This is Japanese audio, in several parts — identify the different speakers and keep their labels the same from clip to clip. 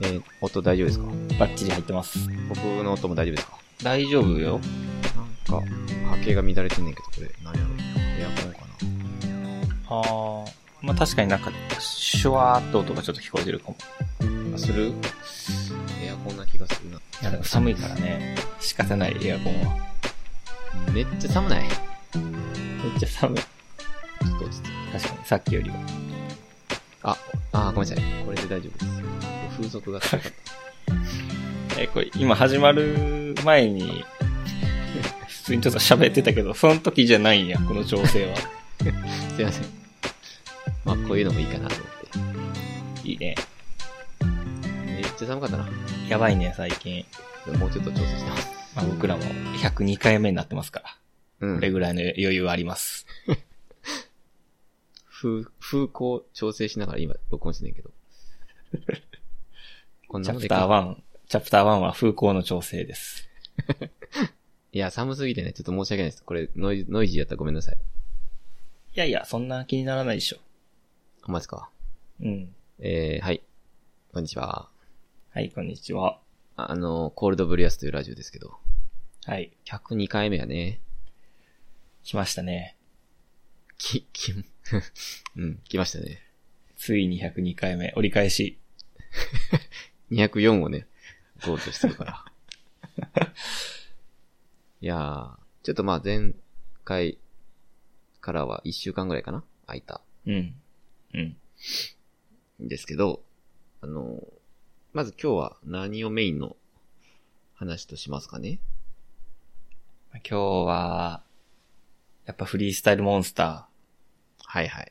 Speaker 1: 大丈夫ですか
Speaker 2: バッチリ入ってます。
Speaker 1: 僕の音も大丈夫ですか
Speaker 2: 大丈夫よ。
Speaker 1: なんか、波形が乱れてんねんけど、これ、何やろエアコンか
Speaker 2: ああ。まあ、確かになんか、シュワーっと音がちょっと聞こえてるかも。
Speaker 1: なあ、するエアコンな気がするな。
Speaker 2: いや、なんか寒いからね。仕方ない、エアコンは。
Speaker 1: めっちゃ寒ないち
Speaker 2: めっちゃ寒い。
Speaker 1: ょっと落ち着いて。
Speaker 2: 確かに、さっきよりは。
Speaker 1: あ、あー、ごめんなさい。これで大丈夫です。風速が高かっ
Speaker 2: え、これ、今始まる前に、普通にちょっと喋ってたけど、その時じゃないんや、この調整は。
Speaker 1: た。すいません。まあ、こういうのもいいかなと思って。
Speaker 2: いいね。
Speaker 1: めっちゃ寒かったな。
Speaker 2: やばいね、最近。
Speaker 1: でももうちょっと調整してます。
Speaker 2: まあ、僕らも102回目になってますから。
Speaker 1: う
Speaker 2: これぐらいの余裕はあります。
Speaker 1: 風、風向調整しながら今録音してんねんけど。 こん
Speaker 2: チャ
Speaker 1: なも
Speaker 2: プ
Speaker 1: んでいいか
Speaker 2: ター
Speaker 1: な
Speaker 2: 1、チャプター1は風向の調整です。
Speaker 1: いや、寒すぎてね、ちょっと申し訳ないです。これ、ノイノイジーやったらごめんなさい。
Speaker 2: いやいや、そんな気にならないでしょ。
Speaker 1: あ、まじか。
Speaker 2: うん。
Speaker 1: えー、はい。こんにちは。
Speaker 2: はい、こんにちは。
Speaker 1: あの、コールドブリアスというラジオですけど。
Speaker 2: はい、
Speaker 1: 102回目やね。
Speaker 2: 来ましたね。
Speaker 1: き、き、 うん、来ましたね。
Speaker 2: ついに102回目、折り返し。
Speaker 1: 204をね、ゴールドしてるから。 いやー、ちょっとまあ前回からは1週間ぐらいかな空いた
Speaker 2: うん。うん。
Speaker 1: んですけど、あのー、まず今日は何をメインの話としますかね
Speaker 2: 今日は、やっぱフリースタイルモンスタ
Speaker 1: はいは
Speaker 2: ー。
Speaker 1: い。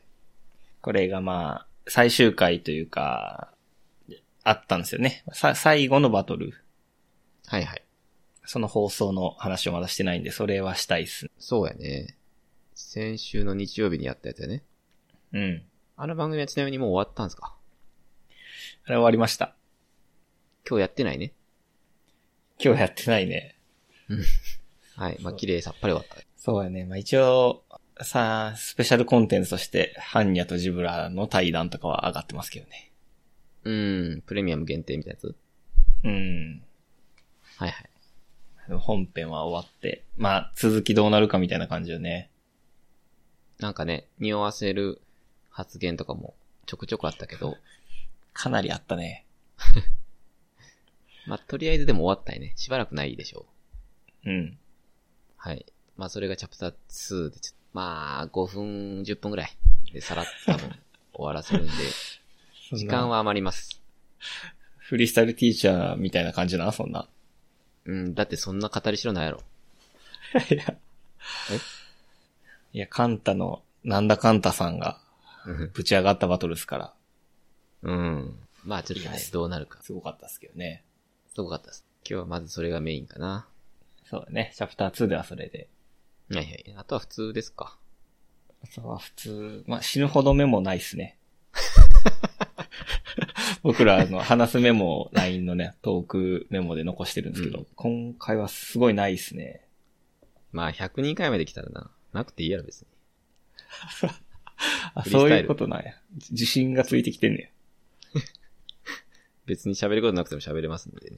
Speaker 2: これがまあ、最終回というか、あったんですよね。さ、最後のバトル。
Speaker 1: はいはい。
Speaker 2: その放送の話をまだしてないんで、それはしたいっす。
Speaker 1: そうやね。先週の日曜日にやったやつやね。
Speaker 2: うん。
Speaker 1: あの番組はちなみにもう終わったんですか
Speaker 2: あれ終わりました。
Speaker 1: 今日やってないね。
Speaker 2: 今日やってないね。
Speaker 1: はい。まあ綺麗さっぱり終わった。
Speaker 2: そうやね。まあ、一応、さあ、スペシャルコンテンツとして、ハンニャとジブラの対談とかは上がってますけどね。
Speaker 1: うーん、プレミアム限定みたいなやつ
Speaker 2: うん。
Speaker 1: はいはい。
Speaker 2: でも本編は終わって、まあ、続きどうなるかみたいな感じよね。
Speaker 1: なんかね、匂わせる発言とかもちょくちょくあったけど、
Speaker 2: かなりあったね。
Speaker 1: まあ、とりあえずでも終わったよね。しばらくないでしょ
Speaker 2: うん。
Speaker 1: う。はい。まあ、それがチャプター2でちょっと、まあ、5分、10分ぐらいでさらっ と多分終わらせるんで、時間
Speaker 2: は。
Speaker 1: は余ります。
Speaker 2: フリースタイルティーチャーみたいな感じな、そんな。
Speaker 1: うん、だってそんな語りしろない やろ。
Speaker 2: いや。いや、カンタの、なんだカンタさんが、
Speaker 1: うん
Speaker 2: ぶち上がったバトルですから。
Speaker 1: うん。まあ、ちょっと
Speaker 2: いい
Speaker 1: ね
Speaker 2: で、す
Speaker 1: どうなるか。
Speaker 2: すごかったですけどね。
Speaker 1: すごかったです。今日はまずそれがメインかな。
Speaker 2: そうだね。チャプター2ではそれで。
Speaker 1: はいはい。あとは普通ですか。
Speaker 2: そうは普通、まあ、死ぬほどメモないっす ね。僕らあの話すメモを LINE のね、トークメモで残してるんですけど、
Speaker 1: うん
Speaker 2: 今回はすごいないっすね。
Speaker 1: まあ、102回まで来たらな。なくていいやろ、別に。
Speaker 2: あ、
Speaker 1: フリー
Speaker 2: そ
Speaker 1: ス
Speaker 2: う
Speaker 1: タイ
Speaker 2: い
Speaker 1: ル
Speaker 2: うことなんや。じ自信がついてきてんね
Speaker 1: 別に喋ることなくても喋れますんで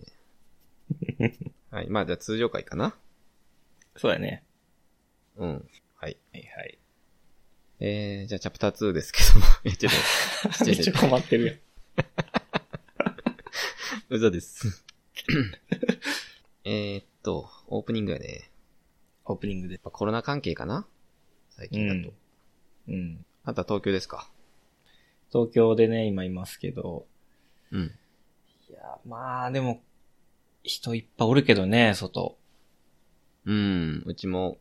Speaker 1: ね。 はい。まあ、じゃあ通常回かな。
Speaker 2: ん。そうやね。
Speaker 1: うん。はい。
Speaker 2: はいはい。
Speaker 1: えー、じゃあチャプター2ですけども。 え、ちょっと、
Speaker 2: め
Speaker 1: ち
Speaker 2: っ
Speaker 1: ょ
Speaker 2: ち
Speaker 1: ちょ
Speaker 2: ゃ困ってるやん。
Speaker 1: 嘘です。 えーっと、オープニングやね。やっ
Speaker 2: オープニングで。
Speaker 1: ぱコロナ関係かな最近だと。
Speaker 2: うん。
Speaker 1: あとは東京ですか。
Speaker 2: 東京でね、今いますけど。
Speaker 1: うん。
Speaker 2: いや、まあでも、人いっぱいおるけどね、外。
Speaker 1: うん。うちも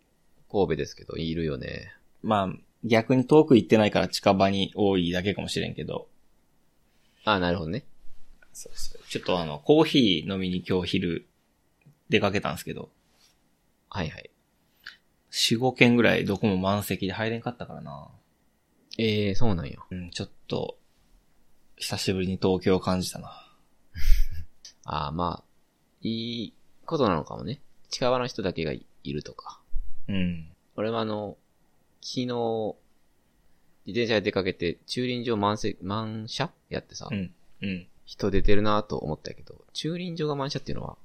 Speaker 1: 神戸ですけど、いるよね。
Speaker 2: まあ、逆に遠く行ってないから近場に多いだけかもしれんけど。
Speaker 1: あ、なるほどね。
Speaker 2: そうそう。ちょっとあの、コーヒー飲みに今日昼出かけたんですけど、
Speaker 1: はいはい。
Speaker 2: 4、5軒ぐらいどこも満席で入れんかったからな。
Speaker 1: えー、そうなんよ。
Speaker 2: うん、ちょっと、久しぶりに東京を感じたな。
Speaker 1: あーまあ、いいことなのかもね。近場の人だけがいいるとか。
Speaker 2: うん。
Speaker 1: 俺はあの、昨日、自転車で出かけて、駐輪場満席、満車やってさ、
Speaker 2: うん。うん。
Speaker 1: 人出てるなと思ったけど、駐輪場が満車っていうのは、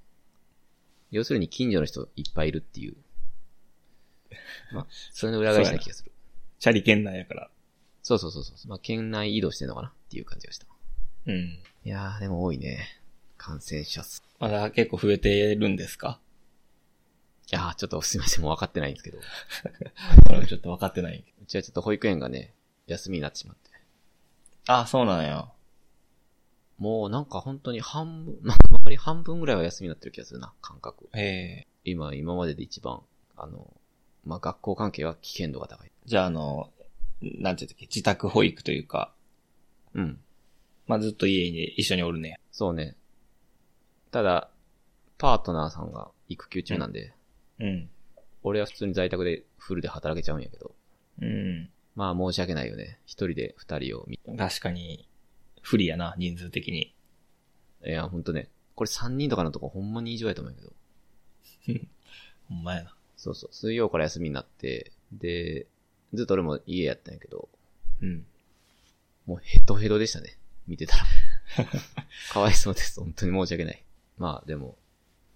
Speaker 1: 要するに近所の人いっぱいいるっていう。まあ、それの裏返しな気がする。
Speaker 2: チャリ圏内やから。
Speaker 1: そうそうそうそう。まあ、県内移動してんのかなっていう感じがした。
Speaker 2: うん。
Speaker 1: いやー、でも多いね。感染者数。
Speaker 2: まだ結構増えてるんですか
Speaker 1: いやー、ちょっとすいません。もう分かってないんですけど。う
Speaker 2: これはちょっと分かってない。
Speaker 1: ちはちょっと保育園がね、休みになってしまって。
Speaker 2: あ、そうなんや。
Speaker 1: もうなんか本当に半分、 まあ、周り半分ぐらいは休みになってる気がするな、感覚。
Speaker 2: ええ
Speaker 1: 今、今までで一番、あの、まあ、学校関係は危険度が高い。
Speaker 2: じゃあ、あの、なんていうんだっけ、自宅保育というか、
Speaker 1: うん。
Speaker 2: まあ、ずっと家に一緒におるね。
Speaker 1: そうね。ただ、パートナーさんが育休中なんで、
Speaker 2: うん。
Speaker 1: 俺は普通に在宅でフルで働けちゃうんやけど、
Speaker 2: うん。
Speaker 1: まあ申し訳ないよね。一人で二人を見、
Speaker 2: 確かに、不利やな、人数的に。
Speaker 1: いや、ほんとね、これ三人とかのとこほんまに異常やと思うんやけど、
Speaker 2: ほんまやな。
Speaker 1: そうそう、水曜から休みになって、で、ずっと俺も家やったんやけど、
Speaker 2: うん。
Speaker 1: もうヘトヘトでしたね。見てたら。かわいそうです。本当に申し訳ない。まあでも、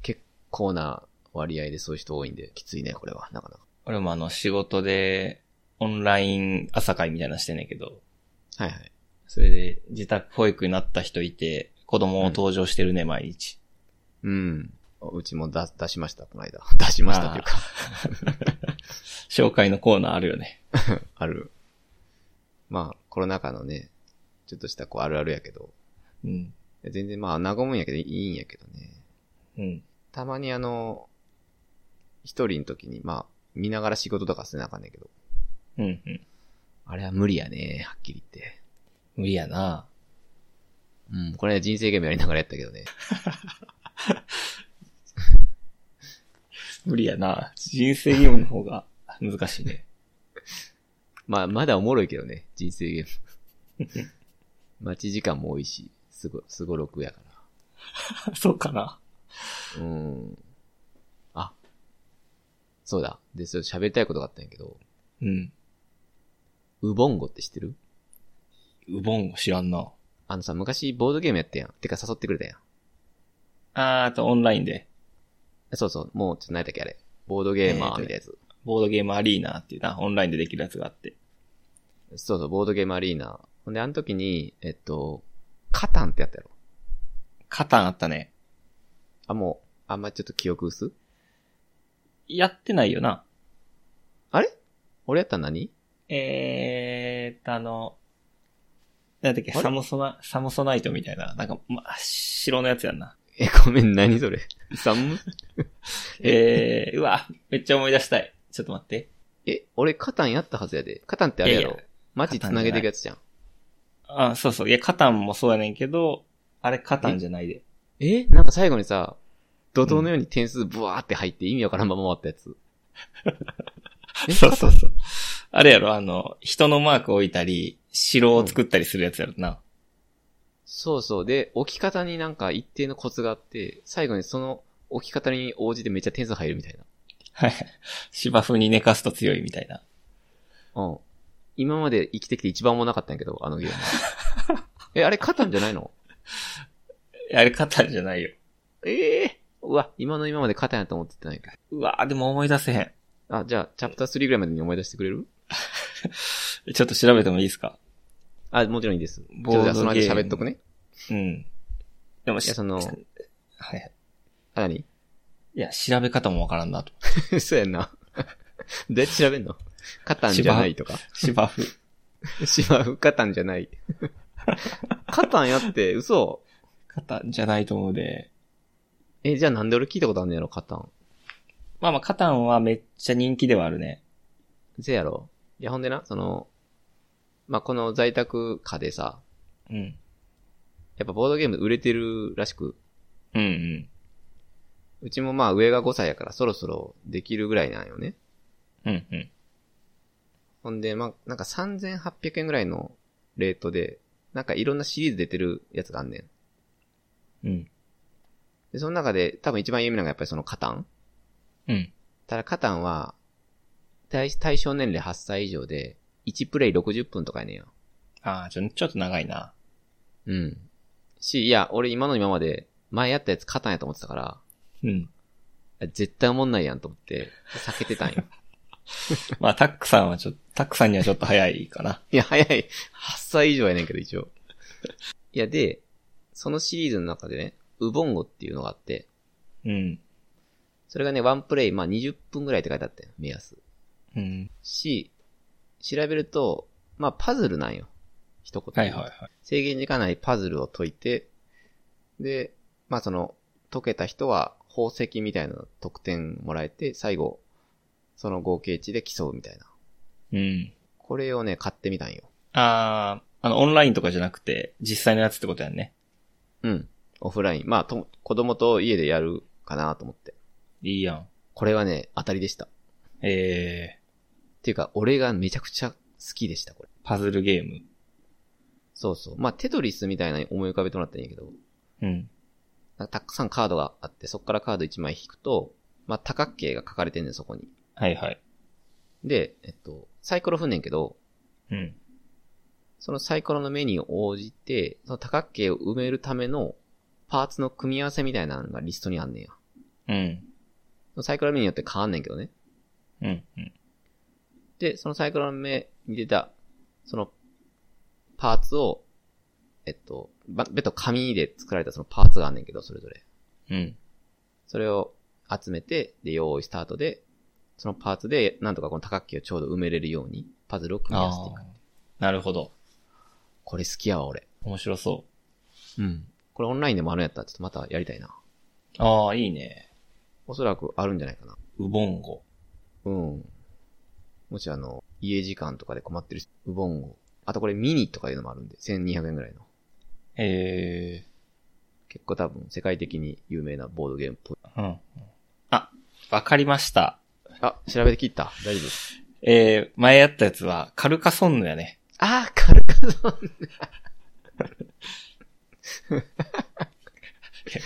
Speaker 1: 結構な割合でそういう人多いんで、きついね、これは。なかなか。
Speaker 2: 俺もあの、仕事で、オンライン朝会みたいなのしてんねんけど、
Speaker 1: はいはい。
Speaker 2: それで、自宅保育になった人いて、子供を登場してるね、毎日。
Speaker 1: うん。うちも出、出しました、この間。 出しましたというか、
Speaker 2: 紹介のコーナーあるよね。
Speaker 1: ある。まあ、コロナ禍のね、ちょっとしたこうあるあるやけど、
Speaker 2: うん。
Speaker 1: 全然まあ、和むんやけど、いいんやけどね。
Speaker 2: うん。
Speaker 1: たまにあの、一人の時に、まあ、見ながら仕事とかせなあかんねんけど、
Speaker 2: うん、うん。
Speaker 1: あれは無理やね、はっきり言って。
Speaker 2: 無理やな。
Speaker 1: うん、この間人生ゲームやりながらやったけどね。
Speaker 2: 無理やな。人生ゲームの方が難しいね。
Speaker 1: まあ、まだおもろいけどね、人生ゲーム。 待ち時間も多いし、すご、すごろくやか
Speaker 2: そうかな。
Speaker 1: ら。うん。あ。そうだ。で、それ喋りたいことがあったんやけど、
Speaker 2: うん。
Speaker 1: ウボンゴって知ってる
Speaker 2: うぼんご知らんな。
Speaker 1: あのさ、昔ボードゲームやったやん。てか誘ってくれたやん。
Speaker 2: あー、あとオンラインで、
Speaker 1: そうそう、もう、ちょっと何やったっけあれ。ボードゲーマーみたいなやつ。
Speaker 2: ボードゲームアリーナっていうな、オンラインでできるやつがあって。
Speaker 1: そうそう、ボードゲームアリーナ。ほんで、あの時に、えっと、カタンってやったやろ。
Speaker 2: カタンあったね。
Speaker 1: あ、もう、あんまちょっと記憶薄
Speaker 2: やってないよな。
Speaker 1: あれ俺やったら何
Speaker 2: えーっと、あの、なんだっけ、
Speaker 1: あれ
Speaker 2: サムソナ、サムソナイトみたいな、なんか、ま、白のやつやんな。
Speaker 1: え、ごめん、何それ。サム
Speaker 2: えー、うわ、めっちゃ思い出したい。ちょっと待って。
Speaker 1: え、俺、カタンやったはずやで。カタンってあれやろ。
Speaker 2: いやいや
Speaker 1: 街繋げていくやつじゃん。
Speaker 2: あ、そうそう。いや、カタンもそうやねんけど、あれカタンじゃないで。
Speaker 1: えなんか最後にさ、怒涛のように点数ブワーって入って意味わからんまま終わった やつ。え
Speaker 2: そうそうそう。あれやろ、あの、人のマーク置いたり、城を作ったりするやつやろな。
Speaker 1: そうそう。で、置き方になんか一定のコツがあって、最後にその置き方に応じてめっちゃ点数入るみたい
Speaker 2: はい。芝生に寝かすと強いみたいな。
Speaker 1: な。うん。今まで生きてきて一番もなかったんやけど、あのゲーム。 え、あれ、カタンじゃないの
Speaker 2: あれカタンじゃないよ。
Speaker 1: ええうわ、今の今までカタンやと思ってたんやけど。
Speaker 2: うわでも思い出せへん。
Speaker 1: あ、じゃあ、チャプター3ぐらいまでに思い出してくれる
Speaker 2: ちょっと調べてもいいですか
Speaker 1: あ、もちろんいいです。ちょ
Speaker 2: ボ
Speaker 1: っ
Speaker 2: ード
Speaker 1: と
Speaker 2: ゲ
Speaker 1: じ
Speaker 2: ー
Speaker 1: ゃ
Speaker 2: ム
Speaker 1: あその間喋っとくね。
Speaker 2: うん。でも
Speaker 1: いや、その、
Speaker 2: はいはい。
Speaker 1: あ、何
Speaker 2: いや、調べ方もわからんな と。
Speaker 1: そうやんな。 どうやって調べんのカタンじゃないとか。
Speaker 2: 芝生。
Speaker 1: 芝生カタンじゃない。カタンやって、嘘。
Speaker 2: 方じゃないと思うで。
Speaker 1: え、じゃあなんで俺聞いたことあんねやろ、カタン。
Speaker 2: まあまあ、カタンはめっちゃ人気ではあるね。
Speaker 1: せやろ。いや、ほんでな、その、まあ、この在宅下でさ、
Speaker 2: うん。
Speaker 1: やっぱボードゲーム売れてるらしく、
Speaker 2: うんうん。
Speaker 1: うちもまあ上が5歳やからそろそろできるぐらいなんよね。
Speaker 2: うんうん。
Speaker 1: ほんで、まあ、なんか3800円ぐらいのレートで、なんかいろんなシリーズ出てるやつがあんねん。
Speaker 2: うん。
Speaker 1: で、その中で多分一番有名なのがやっぱりそのカタン
Speaker 2: うん。
Speaker 1: ただカタンは、対対象年齢8歳以上で、1プレイ60分とかやねんよ。
Speaker 2: ああ、ちょ、ちょっと長いな。
Speaker 1: うん。し、いや、俺今の今まで、前やったやつ勝たんやと思ってたから、
Speaker 2: うん。
Speaker 1: 絶対おもんないやんと思って、避けてたんよ。
Speaker 2: まあ、タックさんはちょっと、タックさんにはちょっと早いかな。
Speaker 1: いや、早い。8歳以上やねんけど、一応。いや、で、そのシリーズの中でね、ウボンゴっていうのがあって、
Speaker 2: うん。
Speaker 1: それがね、ワンプレイ、まあ20分ぐらいって書いてあったよ、目安。
Speaker 2: うん。
Speaker 1: し、調べると、まあパズルなんよ。一言。
Speaker 2: はいはいはい。
Speaker 1: 制限時間内にパズルを解いて、で、まあその、解けた人は宝石みたいな得点もらえて、最後、その合計値で競うみたいな。
Speaker 2: うん。
Speaker 1: これをね、買ってみたんよ。
Speaker 2: あー、あの、オンラインとかじゃなくて、実際のやつってことやんね。
Speaker 1: うん。オフライン。まあ、と、子供と家でやるかなと思って。
Speaker 2: いいやん。
Speaker 1: これはね、当たりでした。っ
Speaker 2: え
Speaker 1: ていうか、俺がめちゃくちゃ好きでした、これ。
Speaker 2: ー、パズルゲーム。
Speaker 1: そうそう。まあ、テトリスみたいなのに思い浮かべてもらったらいいんやけど、
Speaker 2: うん。
Speaker 1: なんかたくさんカードがあって、そこからカード1枚引くと、まあ、多角形が書かれてんねん、そこに。
Speaker 2: はいはい。
Speaker 1: で、えっと、サイコロ踏んねんけど、
Speaker 2: うん。
Speaker 1: そのサイコロの目に応じて、その多角形を埋めるためのパーツの組み合わせみたいなのがリストにあんねんや。
Speaker 2: うん。
Speaker 1: そのサイコロの目によって変わんねんけどね。
Speaker 2: うん。うん。
Speaker 1: で、そのサイコロの目に出た、その、パーツを、えっと、ば別途紙で作られたそのパーツがあんねんけど、それぞれ。
Speaker 2: うん。
Speaker 1: それを集めて、で、用意スタートで、そのパーツで、なんとかこの多角形をちょうど埋めれるように、パズルを組み合わせてい
Speaker 2: ー
Speaker 1: く。
Speaker 2: なるほど。
Speaker 1: これ好きやわ、俺。
Speaker 2: 面白そ
Speaker 1: うん。これオンラインでもあるんやったら、ちょっとまたやりたいな。
Speaker 2: う。あー、いいね。
Speaker 1: おそらくあるんじゃないかな。
Speaker 2: ウボンゴ。
Speaker 1: うん。もしあの、家時間とかで困ってる人、ウボンを。あとこれミニとかいうのもあるんで、1200円ぐらいの。
Speaker 2: え
Speaker 1: 結構多分世界的に有名なボードゲームっぽい。
Speaker 2: ー、うん。あ、わかりました。
Speaker 1: あ、調べて切った。大丈夫。
Speaker 2: えー、前やったやつは、カルカソンヌやね。
Speaker 1: あー、カルカソン。
Speaker 2: いや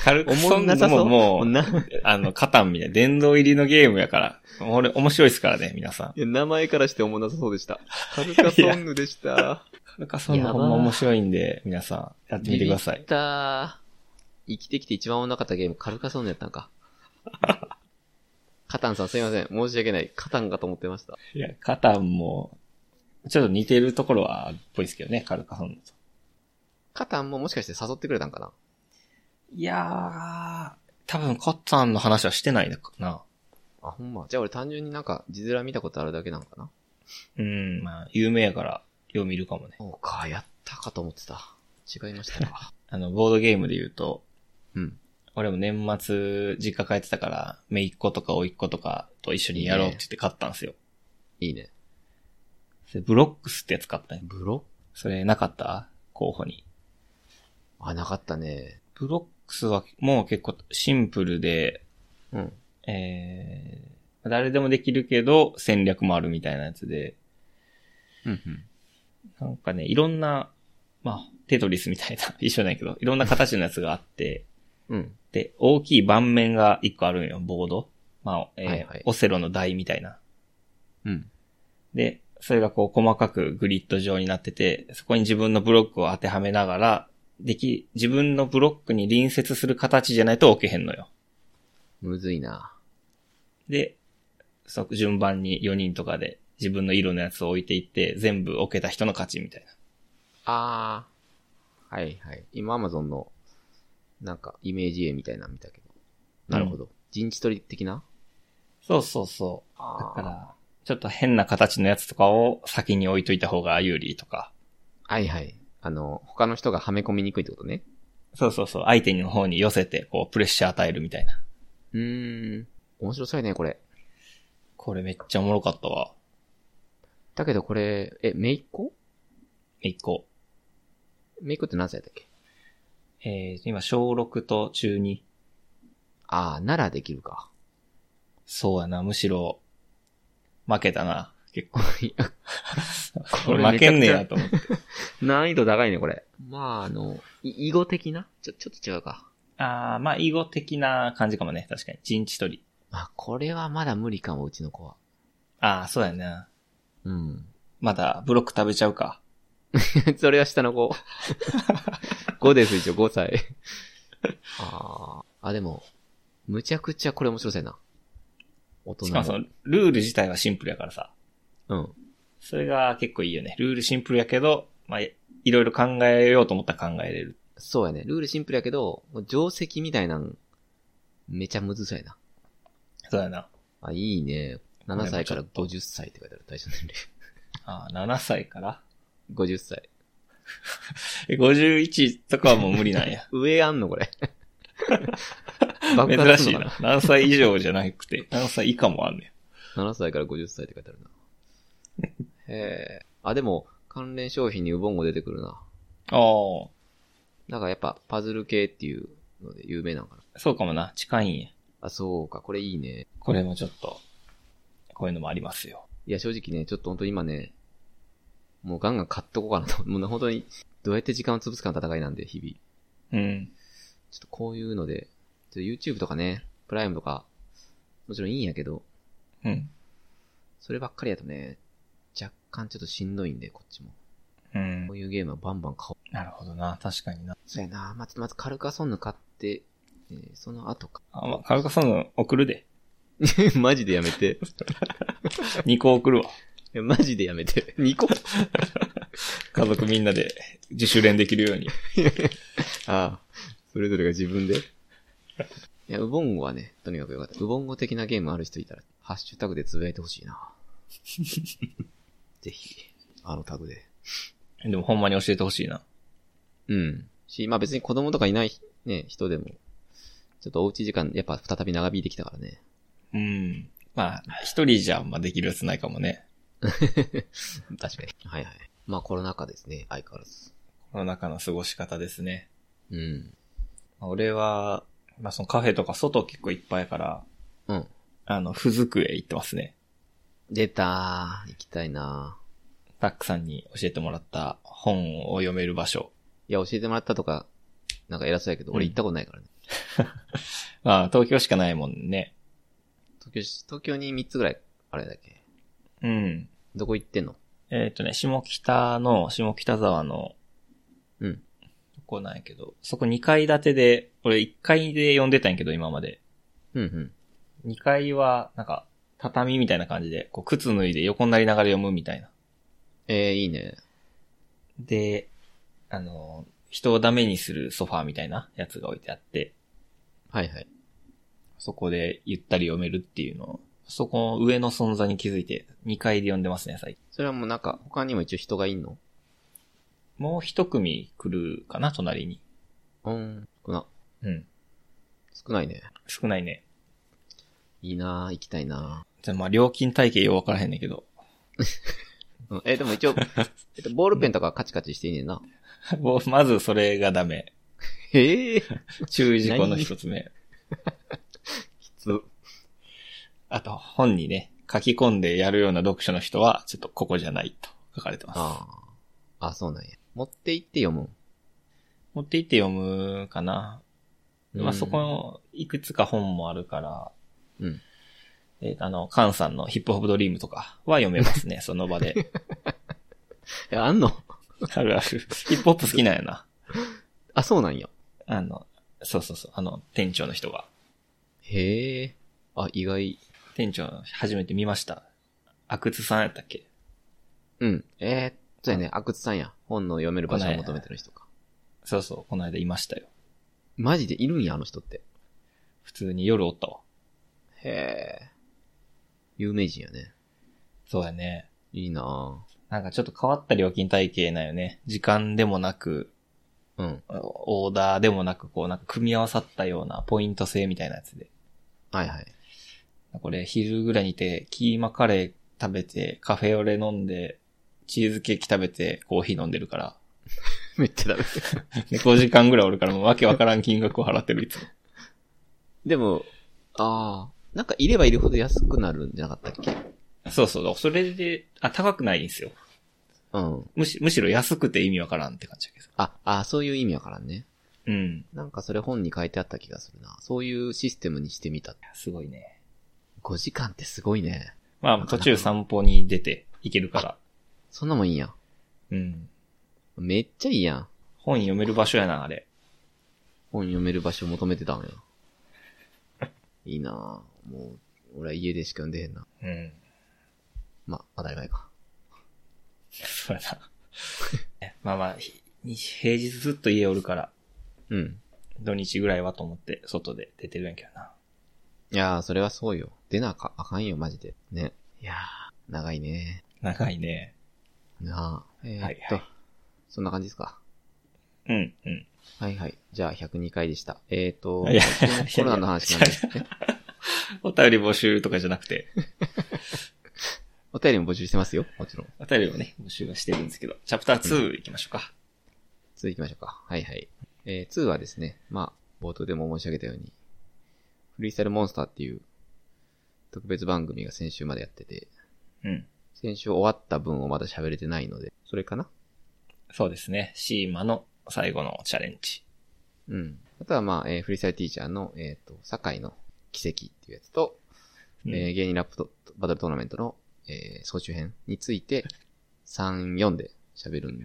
Speaker 2: カルカ
Speaker 1: おも
Speaker 2: ソン
Speaker 1: んな
Speaker 2: ヌ
Speaker 1: さそ
Speaker 2: もも
Speaker 1: う。
Speaker 2: う、
Speaker 1: な、
Speaker 2: あの、カタンみたいな、殿堂入りのゲームやから、俺、面白いですからね、皆さん。
Speaker 1: いや名前からしておもんなさそうでした。カルカソンヌでした。
Speaker 2: カルカソンヌほんま面白いんで、皆さん、やってみてくださ
Speaker 1: ビビ
Speaker 2: い
Speaker 1: っ。た生きてきて一番おもんなかったゲーム、カルカソンヌやったんか。カタンさんすいません。申し訳ない。カタンかと思ってました。
Speaker 2: いや、カタンも、ちょっと似てるところはあるっぽいですけどね、カルカソンヌと。
Speaker 1: カタンももしかして誘ってくれたんかない
Speaker 2: やー、多分カタンの話はしてないのかな。
Speaker 1: あ、ほんま。じゃあ俺単純になんか字面見たことあるだけなんかな
Speaker 2: うん、まあ、有名やから、よう見るかもね。
Speaker 1: そうか、やったかと思ってた。違いました か。
Speaker 2: あの、ボードゲームで言うと、
Speaker 1: うん。
Speaker 2: 俺も年末、実家帰ってたから、めいっ子とかおいっ子とかと一緒にやろうって言って買ったんですよ。
Speaker 1: いいね。
Speaker 2: それブロックスってやつ買ったね。
Speaker 1: ブロ
Speaker 2: それなかった候補に。
Speaker 1: あ、なかったね。
Speaker 2: ブロックスはもう結構シンプルで、
Speaker 1: うん。
Speaker 2: えー、誰でもできるけど戦略もあるみたいなやつで、
Speaker 1: うんうん。
Speaker 2: なんかね、いろんな、まあ、テトリスみたいな、 一緒なんやけど、いろんな形のやつがあって、
Speaker 1: うん。
Speaker 2: で、大きい盤面が一個あるんよ、ボード。まあ、えー
Speaker 1: はいはい
Speaker 2: オセロの台みたいな。
Speaker 1: うん。
Speaker 2: で、それがこう細かくグリッド状になってて、そこに自分のブロックを当てはめながら、でき、自分のブロックに隣接する形じゃないと置けへんのよ。
Speaker 1: むずいな。
Speaker 2: で、そ順番に4人とかで自分の色のやつを置いていって、全部置けた人の勝ちみたいな。
Speaker 1: あー。はいはい。今アマゾンの、なんか、イメージ絵みたいなの見たけど。なるほど。陣地取り的な
Speaker 2: そうそうそう。
Speaker 1: あ
Speaker 2: だ
Speaker 1: ー
Speaker 2: から、ちょっと変な形のやつとかを先に置いといた方が有利とか。
Speaker 1: はいはい。あの、他の人がはめ込みにくいってことね。
Speaker 2: そうそうそう。相手の方に寄せて、こう、プレッシャー与えるみたいな。
Speaker 1: うーん。面白そうやね、これ。
Speaker 2: これめっちゃおもろかったわ。
Speaker 1: だけどこれ、え、めいっ子
Speaker 2: 一個。
Speaker 1: めいっ子って何歳やったっけ
Speaker 2: えー、今、小6と中2。
Speaker 1: あー、ならできるか。
Speaker 2: そうやな、むしろ、負けたな。結構。
Speaker 1: いや
Speaker 2: これ負けんねや
Speaker 1: めちゃく
Speaker 2: と思
Speaker 1: ち
Speaker 2: って。
Speaker 1: ゃ難易度高いね、これ。まあ、あの、い囲碁的なちょ、ちょっと違うか。
Speaker 2: あー、まあ、囲碁的な感じかもね。確かに。陣地取り。
Speaker 1: まあ、これはまだ無理かも、うちの子は。
Speaker 2: あー、そうやな。
Speaker 1: うん。
Speaker 2: まだ、ブロック食べちゃうか。
Speaker 1: それは下の子。5です、一応、5歳。ああ。あ、でも、むちゃくちゃこれ面白そうやな。大人
Speaker 2: し
Speaker 1: も
Speaker 2: かもその、ルール自体はシンプルやからさ。
Speaker 1: うん。
Speaker 2: それが結構いいよね。ルールシンプルやけど、まあ、いいろいろ考えようと思ったら考えれる。
Speaker 1: そうやね。ルールシンプルやけど、もう定石みたいなん、めちゃむずそうやな。
Speaker 2: そうやな。
Speaker 1: あ、いいね。7歳から
Speaker 2: これも
Speaker 1: 50歳って書いてある。対象年
Speaker 2: ああ、7歳から。
Speaker 1: 齢。50歳。
Speaker 2: え、51とかはもう無理なんや。
Speaker 1: 上あんの これ。
Speaker 2: 珍しい
Speaker 1: の
Speaker 2: な。何歳以上じゃなくて、 何歳以下もあんね
Speaker 1: かな。7歳から50歳って書いてあるな。へえ。あ、でも、関連商品にウボンゴ出てくるな。
Speaker 2: ん。あ
Speaker 1: なんかやっぱパズル系っていうので有名なのかな。
Speaker 2: あ、そうかもな。近いんや。
Speaker 1: あ、そうか。これいいね。
Speaker 2: これもちょっと、こういうのもありますよ。
Speaker 1: いや、正直ね、ちょっと本当今ね、もうガンガン買っとこうかなと。も うね本当に、どうやって時間を潰すかの戦いなんで、日々。
Speaker 2: うん。
Speaker 1: ちょっとこういうので、ちょっと YouTube とかね、プライムとか、もちろんいいんやけど、
Speaker 2: うん。
Speaker 1: そればっかりやとね、若干ちょっとしんどいんで、こっちも。
Speaker 2: うん
Speaker 1: こう。いうゲームはバンバン買おう。
Speaker 2: なるほどな。確かにな。
Speaker 1: そうやなまあ、ちょっとまずカルカソンヌ買って、えーその後か。
Speaker 2: あ、まあ、カルカソンヌ送るで。
Speaker 1: マジでやめて。
Speaker 2: 2個送るわ。
Speaker 1: マジでやめて。2個
Speaker 2: 家族みんなで自主練できるように。
Speaker 1: ああ、それぞれが自分で。いや、ウボンゴはね、とにかくよかった。ウボンゴ的なゲームある人いたら、ハッシュタグでつぶやいてほしいな。ぜひ、あのタグで。
Speaker 2: でもほんまに教えてほしいな。
Speaker 1: うん。し、まあ別に子供とかいない、ね、人でも、ちょっとおうち時間、やっぱ再び長引いてきたからね。
Speaker 2: うん。まあ、一人じゃ、まあできるやつないかもね。
Speaker 1: 確かに。はいはい。まあコロナ禍ですね、相変わらず。
Speaker 2: コロナ禍の過ごし方ですね。
Speaker 1: うん。
Speaker 2: まあ俺は、まあそのカフェとか外結構いっぱいやから、
Speaker 1: うん。
Speaker 2: あの、ふずくへ行ってますね。
Speaker 1: 出たー。行きたいなー。
Speaker 2: タックさんに教えてもらった本を読める場所。
Speaker 1: いや、教えてもらったとか、なんか偉そうやけど、俺行ったことないからね。
Speaker 2: まあ、東京しかないもんね。
Speaker 1: 東京し、東京に3つぐらい、あれだっけ
Speaker 2: うん。
Speaker 1: どこ行ってんの
Speaker 2: えっ、とね、下北の、下北沢の、
Speaker 1: うん。
Speaker 2: とこなんやけど、そこ2階建てで、俺1階で呼んでたんやけど、今まで。
Speaker 1: うんうん。
Speaker 2: 2階は、なんか、畳みたいな感じで、こう、靴脱いで横になりながら読むみたいな。
Speaker 1: えー、いいね。
Speaker 2: で、あの、人をダメにするソファーみたいなやつが置いてあって、
Speaker 1: はいはい。
Speaker 2: そこでゆったり読めるっていうのを、そこの上の存在に気づいて、2階で読んでますね、最近。
Speaker 1: それはもうなんか、他にも一応人がいんの
Speaker 2: もう一組来るかな、隣に。
Speaker 1: うん。少な、
Speaker 2: うん。
Speaker 1: 少ないね。
Speaker 2: 少ないね。
Speaker 1: いいなー、行きたいな
Speaker 2: じゃあまあ、料金体系ようわからへんねんけど。
Speaker 1: ー。うん。えーでも 一応、えっと、ボールペンとかカチカチしていいねんな。
Speaker 2: もうまずそれがダメ。
Speaker 1: へえー、
Speaker 2: 注意事項の一つ目。
Speaker 1: きつ。
Speaker 2: あと、本にね、書き込んでやるような読書の人は、ちょっとここじゃないと書かれてます。
Speaker 1: ああ。あ、そうなんや。持って行って読むん。
Speaker 2: 持って行って読むかな。
Speaker 1: うん
Speaker 2: まあ、そこの、いくつか本もあるから、
Speaker 1: うん。
Speaker 2: えあの、カンさんのヒップホップドリームとかは読めますね、その場で。
Speaker 1: え、あんの
Speaker 2: あるある。ヒップホップ好きなんやな。
Speaker 1: あ、そうなんや。
Speaker 2: あの、そうそうそう、あの、店長の人が。
Speaker 1: へえ。あ、意外。
Speaker 2: 店長、初めて見ました。阿久津さんやったっけ
Speaker 1: うん。えー、そうやね。阿久津さんや。本の読める場所を求めてる人か。
Speaker 2: そうそう、この間いましたよ。
Speaker 1: マジでいるんや、あの人って。
Speaker 2: 普通に夜おったわ。
Speaker 1: へえ。有名人やね。
Speaker 2: そうやね。
Speaker 1: いいな
Speaker 2: なんかちょっと変わった料金体系なんよね。時間でもなく、
Speaker 1: ぁ。うん。
Speaker 2: オーダーでもなく、こうなんか組み合わさったようなポイント制みたいなやつで。
Speaker 1: はいはい。
Speaker 2: これ昼ぐらいにて、キーマカレー食べて、カフェオレ飲んで、チーズケーキ食べて、コーヒー飲んでるから。
Speaker 1: めっちゃダメ。
Speaker 2: で、5時間ぐらいおるからもうわけわからん金額を払ってるいつも。
Speaker 1: でも、ああ、なんかいればいるほど安くなるんじゃなかったっけ
Speaker 2: そうそう。それで、あ、高くないんですよ。
Speaker 1: うん。
Speaker 2: むし、むしろ安くて意味わからんって感じだけど。
Speaker 1: あ、あーそういう意味やからね。
Speaker 2: うん。
Speaker 1: なんかそれ本に書いてあった気がするな。そういうシステムにしてみた。
Speaker 2: すごいね。
Speaker 1: 5時間ってすごいね。
Speaker 2: まあ、途中散歩に出て行けるから。
Speaker 1: そんなもんいいや
Speaker 2: うん。
Speaker 1: ん。めっちゃいいやん。
Speaker 2: 本読める場所やな、あれ。
Speaker 1: 本読める場所求めてたんや。いいなぁ。もう、俺は家でしか読んでへんな。
Speaker 2: うん。
Speaker 1: まあ、当たり前か。
Speaker 2: そうやな。 まあまあ、ひ平日ずっと家おるから、
Speaker 1: うん。
Speaker 2: 土日ぐらいはと思って外で出てるんやけどな。
Speaker 1: いやー、それはそうよ。出なあかあかんよ、マジで。ね。いやー、長いね。
Speaker 2: 長いね。
Speaker 1: なあ。えーっと、
Speaker 2: はいはい
Speaker 1: そんな感じですか。
Speaker 2: うん、うん。
Speaker 1: はいはい。じゃあ、102回でした。えーっと、
Speaker 2: いや
Speaker 1: コロナの話なんです。え
Speaker 2: お便り募集とかじゃなくて、
Speaker 1: お便りも募集してますよ、もちろん。
Speaker 2: お便りをね、募集はしてるんですけど、チャプター2行きましょうか。
Speaker 1: 2行きましょうか。はいはい。えー、2はですね、まあ、冒頭でも申し上げたように、フリースタイルモンスターっていう特別番組が先週までやってて、
Speaker 2: うん。
Speaker 1: 先週終わった分をまだ喋れてないので、それかな
Speaker 2: そうですね。シーマの最後のチャレンジ。
Speaker 1: うん。あとはまあ、えーフリースタイルティーチャーの、えっ、と、堺の奇跡っていうやつと、
Speaker 2: うん
Speaker 1: えー芸人ラップとバトルトーナメントの、えー総集編について、3、4で喋 るんで、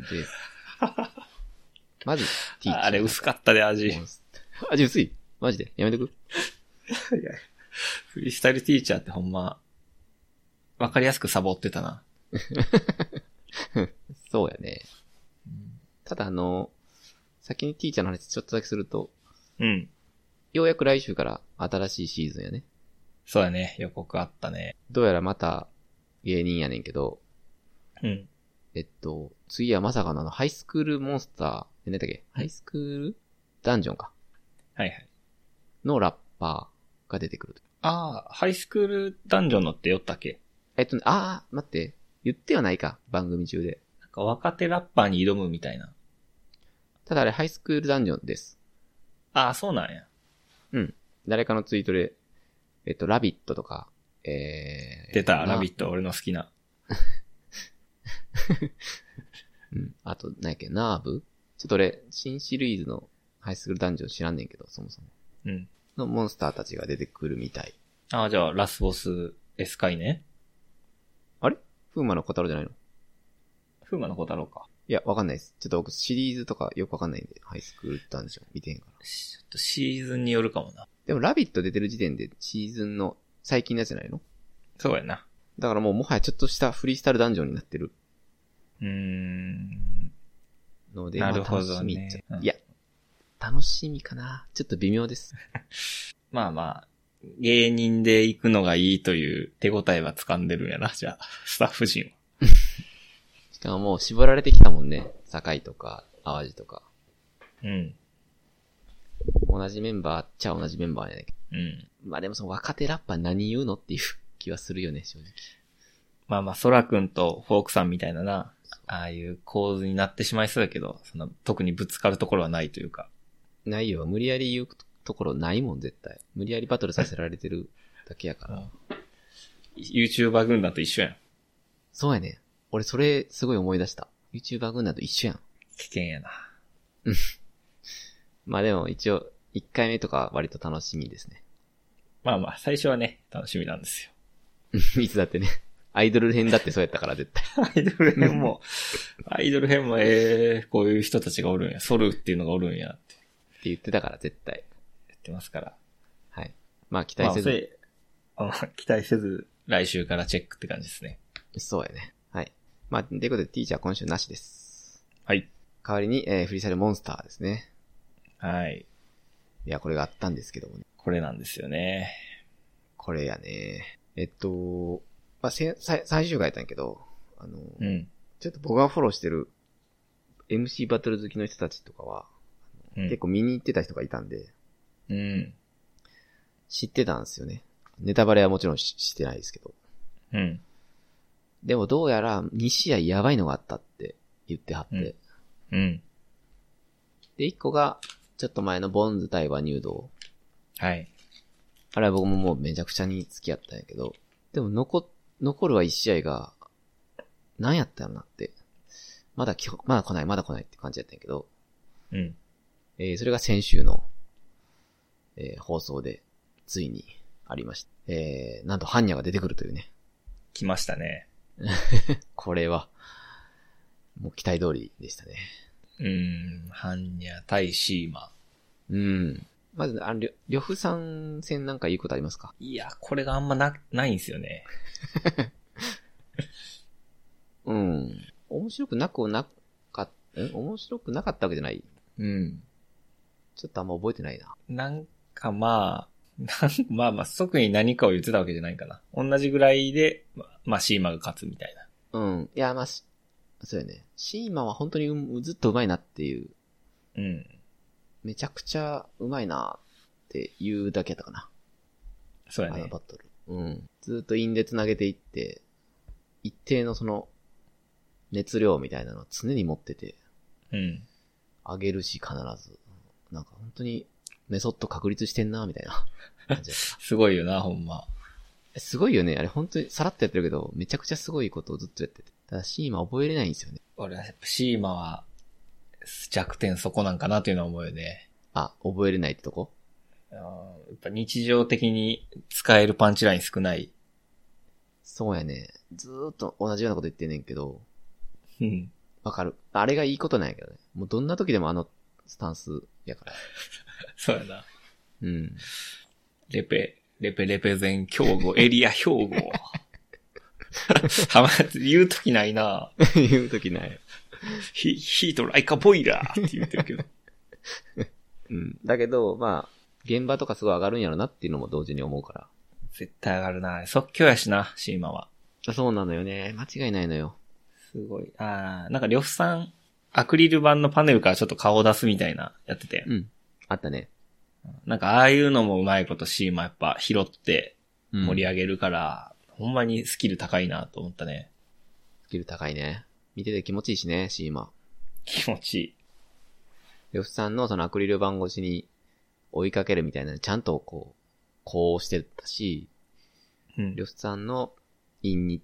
Speaker 1: まず、ティーチャー。
Speaker 2: ああれ薄かったで、 味。
Speaker 1: モンスター味薄いマジでやめてく
Speaker 2: フリースタイルティーチャーってほんま、わかりやすくサボってたな。
Speaker 1: そうやね。ただあの、先にティーチャーの話ちょっとだけすると、
Speaker 2: うん。
Speaker 1: ようやく来週から新しいシーズンやね。
Speaker 2: そうだね。予告あったね。
Speaker 1: どうやらまた芸人やねんけど、
Speaker 2: うん。
Speaker 1: えっと、次はまさかのあの、ハイスクールモンスター、何だっけハイスクールダンジョンか。
Speaker 2: はいはい。
Speaker 1: のラッパーが出てくると。
Speaker 2: ああ、ハイスクールダンジョンのって酔ったっけ
Speaker 1: えっとね、あー、待って。言ってはないか、番組中で。
Speaker 2: なんか若手ラッパーに挑むみたいな。
Speaker 1: ただあれ、ハイスクールダンジョンです。
Speaker 2: ああ、そうなんや。
Speaker 1: 誰かのツイートで、えっと、ラビットとか、えー、
Speaker 2: 出た、
Speaker 1: な
Speaker 2: ラビット、俺の好きな。
Speaker 1: うん。あと、何やっけ、ナーブちょっと俺、新シリーズのハイスクールダンジョン知らんねんけど、そもそも。
Speaker 2: うん。
Speaker 1: のモンスターたちが出てくるみたい。
Speaker 2: ああ、じゃあ、ラスボス、エスカイね。
Speaker 1: 風魔の小太郎じゃないの
Speaker 2: 風魔の小太郎か。
Speaker 1: いや、わかんないです。ちょっと僕、シリーズとかよくわかんないんで、ハイスクールダンジョン見てへんから。
Speaker 2: しちょっとシーズンによるかもな。
Speaker 1: でも、ラビット出てる時点で、シーズンの最近のやつじゃないの
Speaker 2: そうやな。
Speaker 1: だからもう、もはやちょっとしたフリースタイルダンジョンになってる
Speaker 2: うーん。
Speaker 1: ので、
Speaker 2: なるほどね
Speaker 1: まあ楽しみっちゃ
Speaker 2: うん
Speaker 1: いや、楽しみかな。ちょっと微妙です。
Speaker 2: まあまあ、芸人で行くのがいいという手応えは掴んでるんやな、じゃあ、スタッフ陣は。
Speaker 1: しかももう、絞られてきたもんね。堺とか、淡路とか。
Speaker 2: うん。
Speaker 1: 同じメンバーっちゃ同じメンバーやねんけど
Speaker 2: うん。
Speaker 1: まあでもその若手ラッパー何言うのっていう気はするよね、正直。
Speaker 2: まあまあ、ソラくんとフォークさんみたいなな、ああいう構図になってしまいそうやけど、その特にぶつかるところはないというか。
Speaker 1: ないよ。無理やり言うところないもん、絶対。無理やりバトルさせられてるだけやから。
Speaker 2: YouTuber 軍団と一緒やん。
Speaker 1: そうやね。俺それすごい思い出した。YouTuber 軍団と一緒やん。
Speaker 2: 危険やな。
Speaker 1: まあでも一応、1回目とか割と楽しみですね。
Speaker 2: まあまあ、最初はね、楽しみなんですよ。
Speaker 1: いつだってね。アイドル編だってそうやったから絶対。
Speaker 2: アイドル編も、アイドル編も、ええこういう人たちがおるんや。ソルっていうのがおるんやって
Speaker 1: って言ってたから絶対。
Speaker 2: 言ってますから。
Speaker 1: はい。まあ期待せず。
Speaker 2: まあそれうん期待せず、来週からチェックって感じですね。
Speaker 1: そうやね。はい。まあ、ということでティーチャー今週なしです。
Speaker 2: はい。
Speaker 1: 代わりに、えー、フリーサイルモンスターですね。
Speaker 2: はい。
Speaker 1: いや、これがあったんですけどもね。
Speaker 2: これなんですよね。
Speaker 1: これやね。えっと、まあ、せ最最終回やったんやけど、あの、
Speaker 2: うん。
Speaker 1: ちょっと僕がフォローしてる MC バトル好きの人たちとかは、
Speaker 2: うん
Speaker 1: 結構見に行ってた人がいたんで、
Speaker 2: うん。
Speaker 1: 知ってたんですよね。ネタバレはもちろんししてないですけど。
Speaker 2: うん。
Speaker 1: でもどうやら2試合やばいのがあったって言ってはって。
Speaker 2: うんうん。
Speaker 1: で、1個が、ちょっと前のボンズ対バニュード。
Speaker 2: はい。
Speaker 1: あれは僕ももうめちゃくちゃに付き合ったんやけど、でも残、残るは1試合が、何やったんなって。まだきょ、まだ来ない、まだ来ないって感じやったんやけど、
Speaker 2: うん。
Speaker 1: えーそれが先週の、えー放送で、ついにありました。えー、なんと、ハンニャが出てくるというね。
Speaker 2: 来ましたね。
Speaker 1: これは、もう期待通りでしたね。
Speaker 2: うん。ハンニャ対シーマ。
Speaker 1: うん。まず、あの、りょ呂布さん戦なんかいいことありますか
Speaker 2: いや、これがあんまな、ないんですよね。
Speaker 1: うん。面白くなくなかっ、ん面白くなかったわけじゃない。
Speaker 2: うん。
Speaker 1: ちょっとあんま覚えてないな。
Speaker 2: なんかまあ、なんまあまあ、即に何かを言ってたわけじゃないかな。同じぐらいで、まあ、まあ、シーマが勝つみたいな。
Speaker 1: うん。いや、まあ、しそうやね。シーマは本当にうずっと上手いなっていう、
Speaker 2: うん。
Speaker 1: めちゃくちゃ上手いなっていうだけやったかな。
Speaker 2: そうや
Speaker 1: あの
Speaker 2: ね。
Speaker 1: バトル。うん。ずっと因で繋げていって、一定のその、熱量みたいなのを常に持ってて、
Speaker 2: うん。
Speaker 1: 上げるし必ず。なんか本当にメソッド確立してんな、みたいな感じだった
Speaker 2: すごいよな、ほんま。
Speaker 1: えすごいよね。あれ本当にさらっとやってるけど、めちゃくちゃすごいことをずっとやってて。ただし、今覚えれないんですよね。
Speaker 2: 俺はやっぱシーマは弱点そこなんかなというのは思うよね。
Speaker 1: あ、覚えれないってとこ
Speaker 2: あーやっぱ日常的に使えるパンチライン少ない。
Speaker 1: そうやね。ずーっと同じようなこと言ってんねんけど、
Speaker 2: うん。
Speaker 1: わかる。あれがいいことなんやけどね。もうどんな時でもあのスタンスやから。
Speaker 2: そうやな。
Speaker 1: うん。
Speaker 2: レペ、レペレペゼン、兵庫、エリア、兵庫。はま、言うときないな
Speaker 1: 言う時ない。
Speaker 2: ヒヒートライカボイラーって言ってるけど。
Speaker 1: うん。だけど、まあ、現場とかすごい上がるんやろなっていうのも同時に思うから。
Speaker 2: 絶対上がるな即興やしな、シーマは。
Speaker 1: あそうなのよね。間違いないのよ。
Speaker 2: すごい。あーなんか、呂布さん、アクリル板のパネルからちょっと顔を出すみたいな、やってて。
Speaker 1: うん。あったね。
Speaker 2: なんか、ああいうのもうまいことシーマやっぱ拾って
Speaker 1: うん
Speaker 2: 盛り上げるから、ほんまにスキル高いなと思ったね。
Speaker 1: スキル高いね。見てて気持ちいいしね、シーマ。
Speaker 2: 気持ちいい。
Speaker 1: 呂布さんのそのアクリル板越しに追いかけるみたいなのちゃんとこう、こうしてたし、
Speaker 2: うん
Speaker 1: 呂布さんの陰に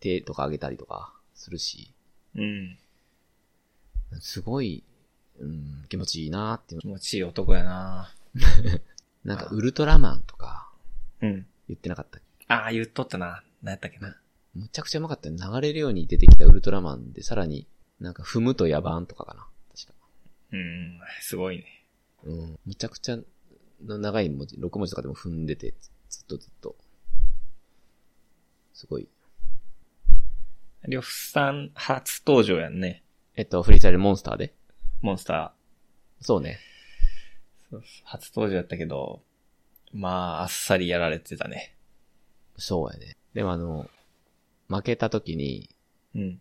Speaker 1: 手とか上げたりとかするし、
Speaker 2: うん。
Speaker 1: すごい、うん、気持ちいいなーっていう。
Speaker 2: 気持ちいい男やな
Speaker 1: なんかウルトラマンとか
Speaker 2: うん。
Speaker 1: 言ってなかったっけ
Speaker 2: ああ、言っとったな。何やったっけな。
Speaker 1: むちゃくちゃうまかったよ。流れるように出てきたウルトラマンで、さらになんか踏むと野蛮とかかな。確か。
Speaker 2: うん、すごいね。
Speaker 1: うん。むちゃくちゃの長い文字、6文字とかでも踏んでて、ずっとずっと。すごい。
Speaker 2: 呂布さん初登場やんね。
Speaker 1: えっと、フリースタイルモンスターで。
Speaker 2: モンスタ
Speaker 1: そうね。
Speaker 2: ー。初登場やったけど、まあ、あっさりやられてたね。
Speaker 1: そうやね。でもあの、負けた時に、
Speaker 2: うん。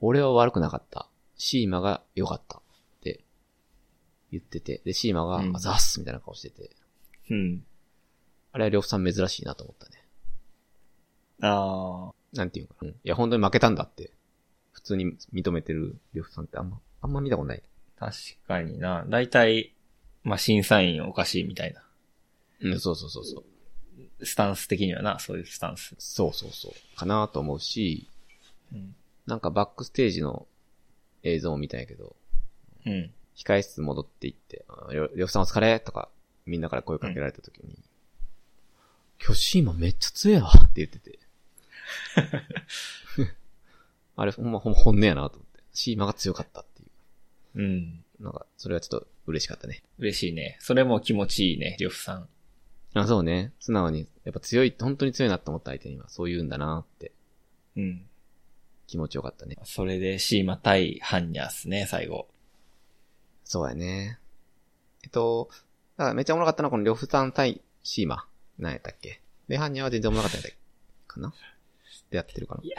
Speaker 1: 俺は悪くなかった。シーマが良かった。って言ってて。で、シーマが、
Speaker 2: うん
Speaker 1: あざっすみたいな顔してて。
Speaker 2: うん。
Speaker 1: あれは両夫さん珍しいなと思ったね。
Speaker 2: ああ、
Speaker 1: なんていうのかな。うんいや、本当に負けたんだって。普通に認めてる両夫さんってあんま、あんま見たことない。
Speaker 2: 確かにな。だいたい、まあ、審査員おかしいみたいな。
Speaker 1: うん、そうそうそうそう。
Speaker 2: スタンス的にはな、そういうスタンス。
Speaker 1: そうそうそう。かなと思うし、
Speaker 2: うん。
Speaker 1: なんかバックステージの映像を見たんやけど、
Speaker 2: うん。
Speaker 1: 控室戻っていって、ありょりょうさんお疲れとか、みんなから声かけられた時に、今日シーマめっちゃ強えわって言ってて。あれ、ほんま、ほんま本音やなと思って。シーマが強かったってい
Speaker 2: うん。
Speaker 1: う。なんか、それはちょっと嬉しかったね。
Speaker 2: 嬉しいね。それも気持ちいいね、呂布さん。
Speaker 1: あ、そうね。素直に、やっぱ強い、本当に強いなと思った相手には、そう言うんだなって
Speaker 2: うん。
Speaker 1: 気持ちよかったね。
Speaker 2: それで、シーマ対ハンニャっすね、最後。
Speaker 1: そうやね。えっと、だからめっちゃおもろかったのはこの呂布さん対シーマ。なんやったっけで、犯人は全然おもろかったんやったっけかなでやってるかない
Speaker 2: や、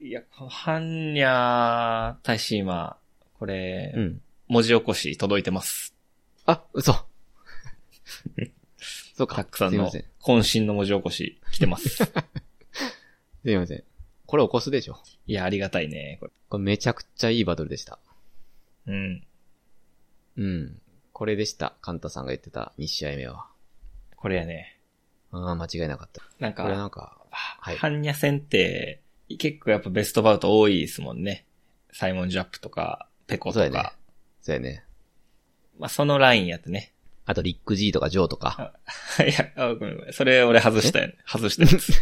Speaker 2: いや、このハンニャ対シーマ、これ、
Speaker 1: うん。
Speaker 2: 文字起こし届いてます。
Speaker 1: あ、嘘 そうか。
Speaker 2: たくさん
Speaker 1: すいま
Speaker 2: の
Speaker 1: せん。す
Speaker 2: 渾身の文字起こし来てます。
Speaker 1: いません。これ起こすでしょ。
Speaker 2: いや、ありがたいね、こ
Speaker 1: これめちゃくちゃいいバトルでした。
Speaker 2: れ。うん。
Speaker 1: うん。これでした。カンタさんが言ってた2試合目は。
Speaker 2: これやね。
Speaker 1: ああ、間違いなかった。
Speaker 2: なん
Speaker 1: これ
Speaker 2: か、
Speaker 1: なんか、はい
Speaker 2: ハンニャ戦って、結構やっぱベストバウト多いですもんね。サイモン・ジャップとか、ペコ
Speaker 1: そう
Speaker 2: と
Speaker 1: やね
Speaker 2: か。。
Speaker 1: そうやね。
Speaker 2: まあ、そのラインやってね。
Speaker 1: あと、リック・ジーとかジョーとか、
Speaker 2: いや、あごめんごめん。それ俺外したよね。外したやつ。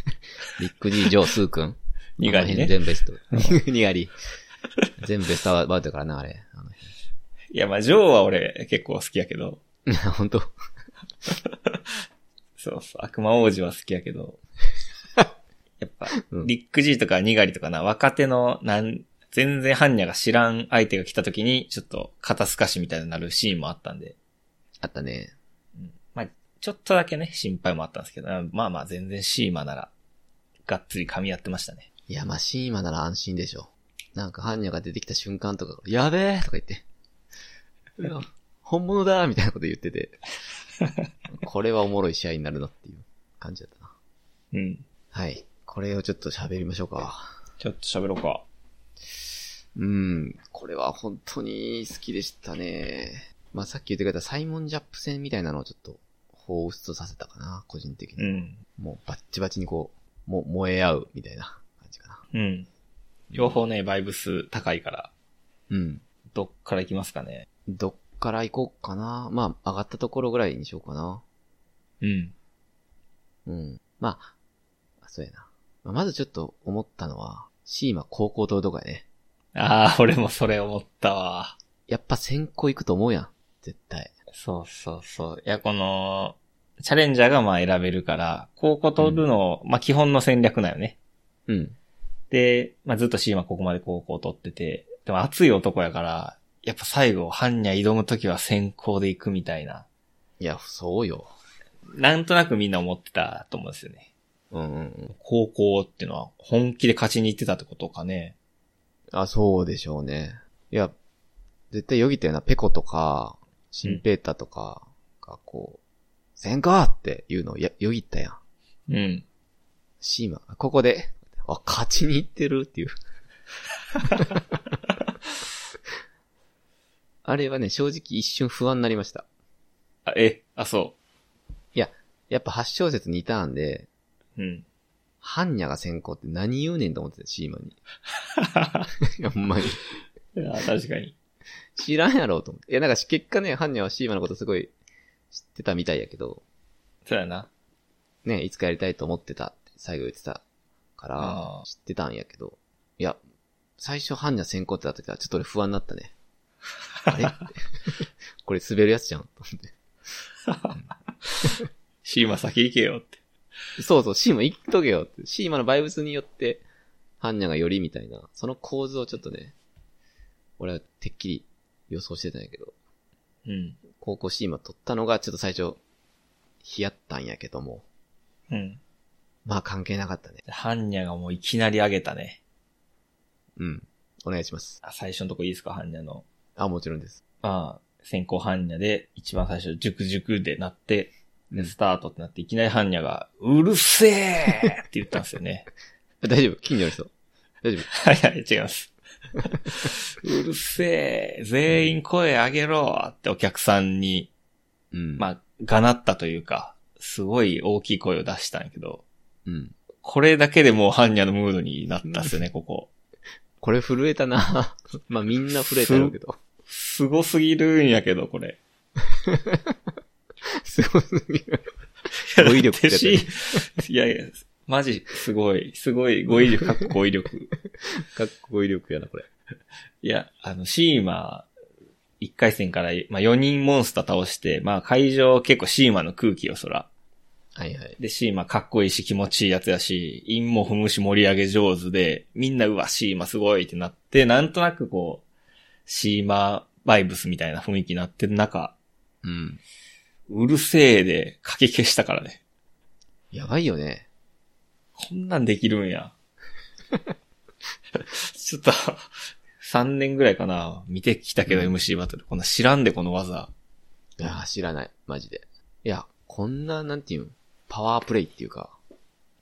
Speaker 1: リック・ジー、ジョー、スー君。
Speaker 2: 苦い
Speaker 1: あの辺
Speaker 2: ね。
Speaker 1: 全ベスト。ニガリ。全ベストバウトだからな、あれ。あの辺
Speaker 2: いや、まあ、ジョーは俺結構好きやけど、
Speaker 1: い や、ほんと。
Speaker 2: そうそう、悪魔王子は好きやけ ど、やっぱ、
Speaker 1: うん
Speaker 2: リック・ジーとかニガリとかな、若手の、なん、全然ハンニャが知らん相手が来た時に、ちょっと肩透かしみたいになるシーンもあったんで、
Speaker 1: あったね。
Speaker 2: うんまあ、ちょっとだけね、心配もあったんですけど、まあまあ全然シーマなら、がっつり噛み合ってましたね。
Speaker 1: いや、まあ、シーマなら安心でしょ。なんか、ハンニャが出てきた瞬間とか、やべえとか言って、うわ本物だみたいなこと言ってて、これはおもろい試合になるなっていう感じだったな。
Speaker 2: うん。
Speaker 1: はい。これをちょっと喋りましょうか。
Speaker 2: ちょっと喋ろうか。
Speaker 1: うん。これは本当に好きでしたね。まあ、さっき言ってくれたサイモンジャップ戦みたいなのをちょっと、放出させたかな、個人的に。
Speaker 2: うん。
Speaker 1: もうバッチバチにこう、もう燃え合うみたいな感じかな。
Speaker 2: うん。両方ね、バイブス高いから、
Speaker 1: うん。
Speaker 2: どっから行きますかね。
Speaker 1: どっから行こうかな。まあ、上がったところぐらいにしようかな。
Speaker 2: うん。
Speaker 1: うん。まあ、そうやな。まあまずちょっと思ったのは、シーマ高校とどかやね。
Speaker 2: ああ、俺もそれ思ったわ。
Speaker 1: やっぱ先行行くと思うやん。絶対。
Speaker 2: そうそうそう。いや、この、チャレンジャーがまあ選べるから、こう取るの、まあ基本の戦略だよね。
Speaker 1: うん。
Speaker 2: で、まあずっとシーマここまで高校取ってて、でも熱い男やから、やっぱ最後、般若挑むときは先行で行くみたいな。
Speaker 1: いや、そうよ。
Speaker 2: なんとなくみんな思ってたと思うんですよね。
Speaker 1: うんうんうん。
Speaker 2: 高校っていうのは本気で勝ちに行ってたってことかね。
Speaker 1: あ、そうでしょうね。いや、絶対よぎったよな。ペコとか、シンペータとかがこう、先行っていうのをやよぎったや
Speaker 2: う
Speaker 1: ん。
Speaker 2: ん。
Speaker 1: シーマ、ここで、あ、勝ちに行ってるっていう。 あれはね、正直一瞬不安になりました。
Speaker 2: あ、え、あ、そ
Speaker 1: やっぱ8小節2ターンで、
Speaker 2: う。うん。
Speaker 1: ハンニャが先行って何言うねんと思ってた、シーマに。いや、ほんまに。
Speaker 2: いや確かに。
Speaker 1: 知らんやろうと思って。いや、なんか結果ね、ハンニャはシーマのことすごい知ってたみたいやけど、
Speaker 2: そうやな。
Speaker 1: ね、いつかやりたいと思ってたって最後言ってたから
Speaker 2: あ、ー
Speaker 1: 知ってたんやけど、いや、最初ハンニャ先行ってなった時はちょっと俺不安になっ たね。あれってこれ滑るやつじゃんと思っ
Speaker 2: シーマ先行けよって。
Speaker 1: て。そうそう、シーマ行っとけよって。シーマのバイブスによって、ハンニャがよりみたいな、その構図をちょっとね、俺はてっきり予想してたんやけど、
Speaker 2: うん。
Speaker 1: 高校シーマ取ったのがちょっと最初、ヒヤったんやけども、
Speaker 2: うん。
Speaker 1: まあ関係なかったね。
Speaker 2: ハンニャがもういきなり上げたね。
Speaker 1: うん。お願いします。
Speaker 2: あ、最初のとこいいですか、ハンニャの。
Speaker 1: あ、もちろんです。
Speaker 2: まあ、先行ハンニャで、一番最初、ジュクジュクでなって、
Speaker 1: う
Speaker 2: で、
Speaker 1: ん
Speaker 2: スタートってなって、いきなりハンニャが、うるせえって言ったんですよ ね。
Speaker 1: 大丈夫近所の人。大丈夫
Speaker 2: はいはい、違います。うるせえ全員声上げろってお客さんに、
Speaker 1: うん。
Speaker 2: まあ、がなったというか、すごい大きい声を出したんやけど、
Speaker 1: うん。
Speaker 2: これだけでもうハンニャのムードになったっすよね、ここ。
Speaker 1: これ震えたな まあみんな震えたろう けど。
Speaker 2: すごすぎるんやけど、これ。
Speaker 1: すごすぎる。語彙力って やつだね
Speaker 2: だってしいやいや、マジ、すごい、すごい、語彙力、かっこ語彙力。
Speaker 1: かっこいい力やな、これ。
Speaker 2: いや、あの、シーマ、一回戦から、まあ、4人モンスター倒して、まあ、会場結構シーマの空気よ、そら。
Speaker 1: はいはい。
Speaker 2: で、シーマかっこいいし気持ちいいやつやし、陰も踏むし盛り上げ上手で、みんなうわ、シーマすごいってなって、なんとなくこう、シーマバイブスみたいな雰囲気になってる中、
Speaker 1: うん。
Speaker 2: うるせえで書き消したからね。
Speaker 1: やばいよね。
Speaker 2: こんなんできるんや。 ちょっと、3年ぐらいかな、見てきたけど、
Speaker 1: うん
Speaker 2: MC バトル。こんな知らんで、この技。
Speaker 1: いや、知らない。マジで。いや、こんな、なんていうん、パワープレイっていうか、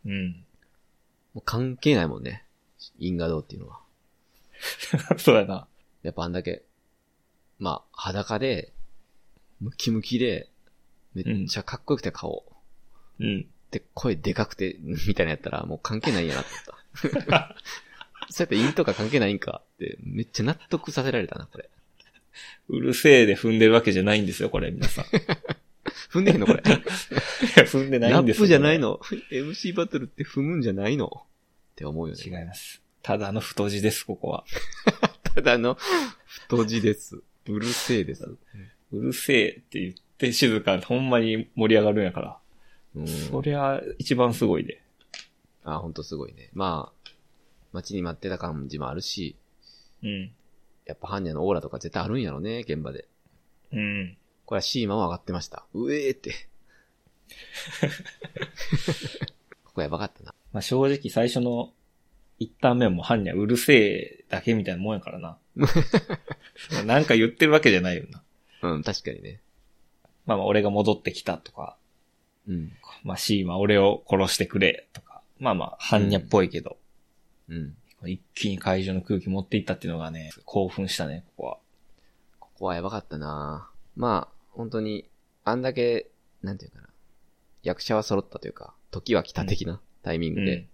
Speaker 2: うん。
Speaker 1: もう関係ないもんね。因果道っていうのは。
Speaker 2: そうやな。
Speaker 1: やっぱあんだけ、まあ、裸で、ムキムキで、めっちゃかっこよくて顔。
Speaker 2: うん。
Speaker 1: で、声でかくて、 みたいなやったら、もう関係ないんやなと思った。 そうやって陰とか関係ないんかって、めっちゃ納得させられたな、これ。
Speaker 2: うるせえで踏んでるわけじゃないんですよ、これ、皆さん。い
Speaker 1: 踏んでへん の、これ。
Speaker 2: や踏んでない
Speaker 1: ラ
Speaker 2: んです
Speaker 1: ッ
Speaker 2: よ
Speaker 1: プじゃない
Speaker 2: こ
Speaker 1: の。MC バトルって踏むんじゃないのって思うよ
Speaker 2: れ
Speaker 1: ね。
Speaker 2: 違います。ただの太字です、ここは。
Speaker 1: ただの、太字です。うるせえです。
Speaker 2: うるせえって言って静かほんまに盛り上がるんやから。
Speaker 1: うん、
Speaker 2: そりゃ、一番すごいで。
Speaker 1: あ、ほんとすごいね。まあ、待ちに待ってた感じもあるし、
Speaker 2: うん。
Speaker 1: やっぱ般若のオーラとか絶対あるんやろね、現場で。
Speaker 2: うん。
Speaker 1: これはシーマも上がってました。うえー って。ここやばかったな。
Speaker 2: まあ、正直最初の一旦目も犯人はうるせえだけみたいなもんやから な。なんか言ってるわけじゃないよな。
Speaker 1: うん、確かにね。
Speaker 2: まあまあ俺が戻ってきたとか、
Speaker 1: うん。
Speaker 2: まあシーマ俺を殺してくれとか、まあまあ犯人っぽいけど、
Speaker 1: うん。
Speaker 2: 一気に会場の空気持っていったっていうのがね、興奮したね、ここは。
Speaker 1: ここはやばかったなまあ、本当に、あんだけ、なんていうかな。役者は揃ったというか、時は来た的なタイミングで、
Speaker 2: うん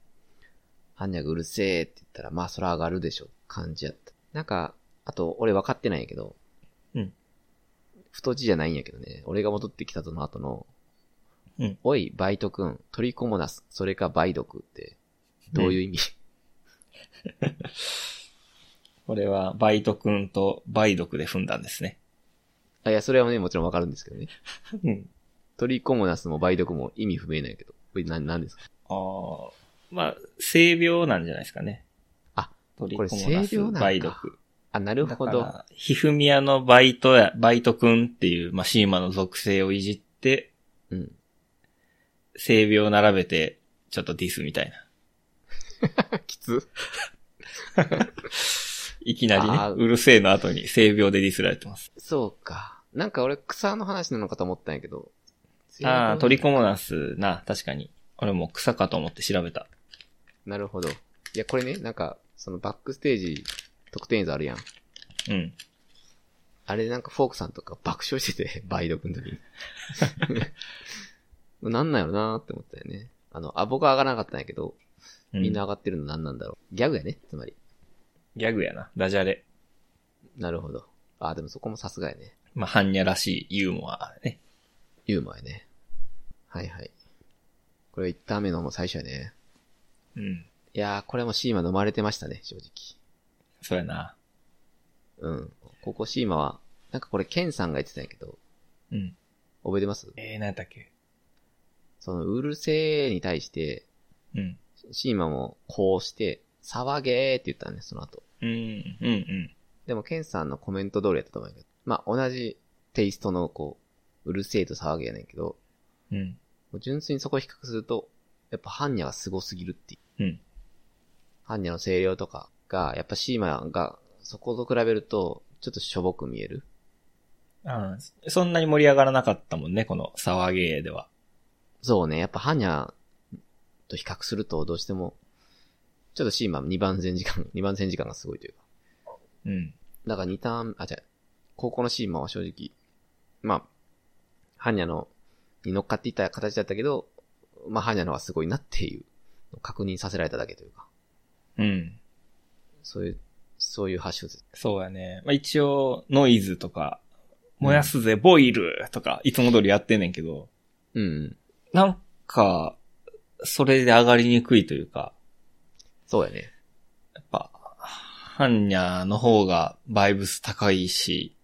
Speaker 1: ハンニャがうるせえって言ったら、まあそら上がるでしょ、感じやった。なんか、あと、俺分かってないんやけど。
Speaker 2: うん。
Speaker 1: 太字じゃないんやけどね。俺が戻ってきたとの後の、
Speaker 2: うん
Speaker 1: おい、バイト君、取り込もなす、それか梅毒って、どういう意味、
Speaker 2: これはバイト君と梅毒で踏んだんですね。
Speaker 1: あ、いや、それはね、もちろん分かるんですけどね。
Speaker 2: うん。
Speaker 1: 取り込もなすも梅毒も意味不明なんやけど。これ何、何ですか
Speaker 2: ああ、まあ、性病なんじゃないですかね。
Speaker 1: あ、
Speaker 2: 取
Speaker 1: これ性病なんだ
Speaker 2: 梅毒。
Speaker 1: あ、なるほ
Speaker 2: だか
Speaker 1: ど。
Speaker 2: ら。ひふみやのバイトや、バイトくんっていう、まあ、シーマの属性をいじって、
Speaker 1: うん。
Speaker 2: 性病を並べて、ちょっとディスみたいな。
Speaker 1: きつ。
Speaker 2: いきなりね
Speaker 1: あー、
Speaker 2: うるせえの後に性病でディスられてます。
Speaker 1: そうか。なんか俺、草の話なのかと思ったんやけど。
Speaker 2: ああ、トリコ
Speaker 1: も。
Speaker 2: モナスな、確かに。俺も草かと思って調べた。
Speaker 1: なるほど。いや、これね、なんか、そのバックステージ、特典映像あるやん。
Speaker 2: うん。
Speaker 1: あれでなんかフォークさんとか爆笑してて、 梅毒の時に。 なんなんやろなーって思ったよね。あの、アボが上がらなかったんやけど、
Speaker 2: うん
Speaker 1: みんな上がってるのなんなんだろう。ギャグやね、つまり。
Speaker 2: ギャグやな。ダジャレ。
Speaker 1: なるほど。あー、でもそこもさすがやね。
Speaker 2: まあ、般若らしいユーモアね。
Speaker 1: ユーモアやね。はいはい。これ1ターン目のもう最初やね。
Speaker 2: うん。
Speaker 1: いやー、これもシーマ飲まれてましたね、正直。
Speaker 2: そうやな。
Speaker 1: うん。ここシーマは、なんかこれケンさんが言ってたんやけど、
Speaker 2: うん。
Speaker 1: 覚えてます
Speaker 2: えー、なんだっけ
Speaker 1: その、うるせーに対して、
Speaker 2: うん。
Speaker 1: シーマもこうして、騒げーって言ったのね、その後。
Speaker 2: うん、うん、うん。
Speaker 1: でも、ケンさんのコメント通りやったと思うんやけど、まあ、同じテイストの、こう、うるせえと騒げやねんけど、
Speaker 2: うん。
Speaker 1: もう純粋にそこを比較すると、やっぱ、ハンニャが凄すぎるっていう。
Speaker 2: うん。
Speaker 1: ハンニャの声量とかが、やっぱシーマが、そこと比べると、ちょっとしょぼく見える。
Speaker 2: あーそんなに盛り上がらなかったもんね、この騒げーでは。
Speaker 1: そうね、やっぱ、ハンニャと比較すると、どうしても、ちょっとシーマ2番線時間、2番線時間がすごいというか。
Speaker 2: うん。
Speaker 1: だから2ターン、あ、じゃあ高校のシーンも正直、まあ、ハンニャの、に乗っかっていった形だったけど、まあ、ハンニャの方がすごいなっていう、確認させられただけというか、
Speaker 2: うん。
Speaker 1: そういう、そういう発祥です。
Speaker 2: そうやね。まあ、一応、ノイズとか、燃やすぜ、ボイルとか、いつも通りやってんねんけど、
Speaker 1: うんうん。
Speaker 2: なんか、それで上がりにくいというか、
Speaker 1: そうやね。
Speaker 2: やっぱ、ハンニャの方がバイブス高いし、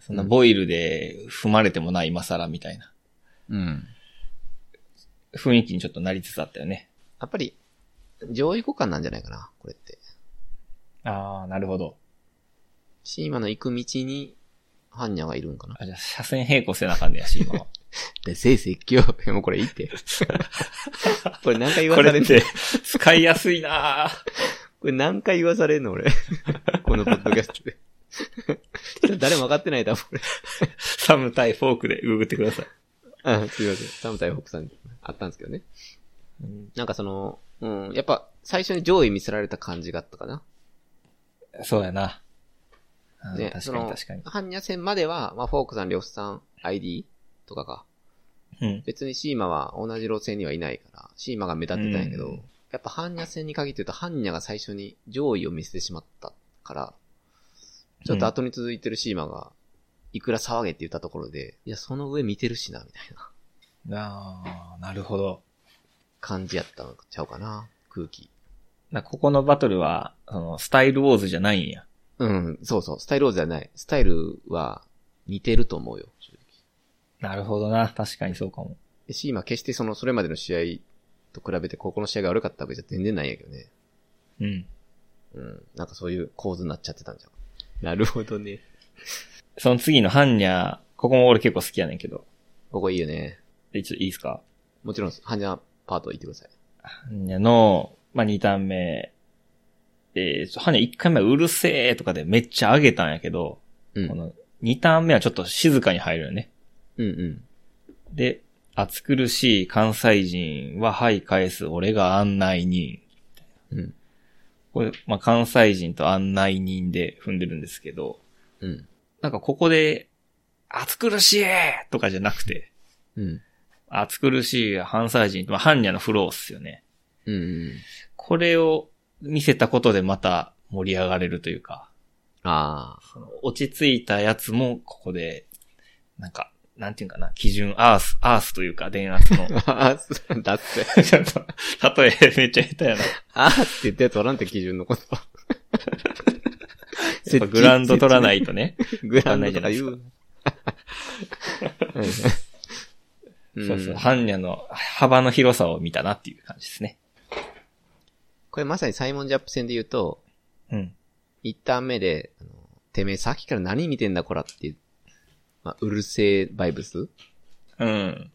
Speaker 2: そんなボイルで踏まれてもない今更みたいな
Speaker 1: うん。
Speaker 2: 雰囲気にちょっとなりつつあったよね。
Speaker 1: やっぱり、上位互換なんじゃないかな、これって。
Speaker 2: ああ、なるほど。
Speaker 1: シーマの行く道に、ハンニャがいるんかな。
Speaker 2: あ、じゃあ、車線平行せなあかんねやし、今は。
Speaker 1: で、せい説教。いや もうこれいいって。これ何回言わ
Speaker 2: こ
Speaker 1: さ
Speaker 2: れ
Speaker 1: れ
Speaker 2: っ
Speaker 1: んの
Speaker 2: て、使いやすいなあ
Speaker 1: これ何回言わされんの俺。 このポッドキャストで。ちょっと誰も分かってないだもん俺。
Speaker 2: サム対フォークでググってください。
Speaker 1: あすいません。サムタイ北さんあったんですけどね。なんかその、うん、やっぱ最初に上位見せられた感じがあったかな。
Speaker 2: そうやな。あー
Speaker 1: ね、
Speaker 2: 確
Speaker 1: そ
Speaker 2: か
Speaker 1: の
Speaker 2: に確かに。
Speaker 1: 般若戦までは、まあ、フォークさん、リョフさん、ID とかが、
Speaker 2: うん。
Speaker 1: 別にシーマは同じ路線にはいないから、シーマが目立ってたんやけど、
Speaker 2: うん
Speaker 1: やっぱ般若戦に限って言うと、般若が最初に上位を見せてしまったから、ちょっと後に続いてるシーマが、いくら騒げって言ったところで、いや、その上見てるしな、みたいな
Speaker 2: ああ、なるほど。
Speaker 1: 感じやったのちゃうかな、空気。
Speaker 2: なここのバトルは、その、スタイルウォーズじゃないんや。
Speaker 1: うん、そうそう、スタイル王子じゃない。スタイルは似てると思うよ、正直。
Speaker 2: なるほどな。確かにそうかも。
Speaker 1: でし、今決してその、それまでの試合と比べて、ここの試合が悪かったわけじゃ全然ないんやけどね。
Speaker 2: うん。
Speaker 1: うん、なんかそういう構図になっちゃってたんじゃん。なるほどね。
Speaker 2: その次のハンニャ、ここも俺結構好きやねんけど。
Speaker 1: ここいいよね。
Speaker 2: で、ちょっといいですか
Speaker 1: もちろん、ハンジャーパート行ってください。
Speaker 2: ハンニャの、まあ、2ターン目。えー、ちょハンニャ1回目はうるせーとかでめっちゃ上げたんやけど、
Speaker 1: うん。
Speaker 2: こ
Speaker 1: うん
Speaker 2: の2ターン目はちょっと静かに入るよね。
Speaker 1: うん。
Speaker 2: で、暑苦しい関西人は、はい返す、俺が案内人。
Speaker 1: うん。
Speaker 2: これ、まあ、関西人と案内人で踏んでるんですけど、
Speaker 1: うん。
Speaker 2: なんかここで、暑苦しいとかじゃなくて、
Speaker 1: うん。
Speaker 2: 暑苦しい関西人、まあ、般若のフローっすよね。
Speaker 1: うんうん。
Speaker 2: これを見せたことでまた盛り上がれるというか、
Speaker 1: ああ。
Speaker 2: その落ち着いたやつもここで、なんか、なんていうんかな、基準、アース、アースというか、電圧の。
Speaker 1: ああ、 だっ て。
Speaker 2: ちょっと、 例えめっちゃ下手やな。
Speaker 1: ああって言ったやつおらんって基準のことは。
Speaker 2: やっぱグラウンド取らないとね。
Speaker 1: グラウンドとか言う。うん
Speaker 2: そうそう。般若の幅の広さを見たなっていう感じですね。
Speaker 1: これまさにサイモンジャップ戦で言うと、
Speaker 2: うん。
Speaker 1: 一旦目で、あのてめえさっきから何見てんだこらっていう、まあ、うるせえバイブス
Speaker 2: うん。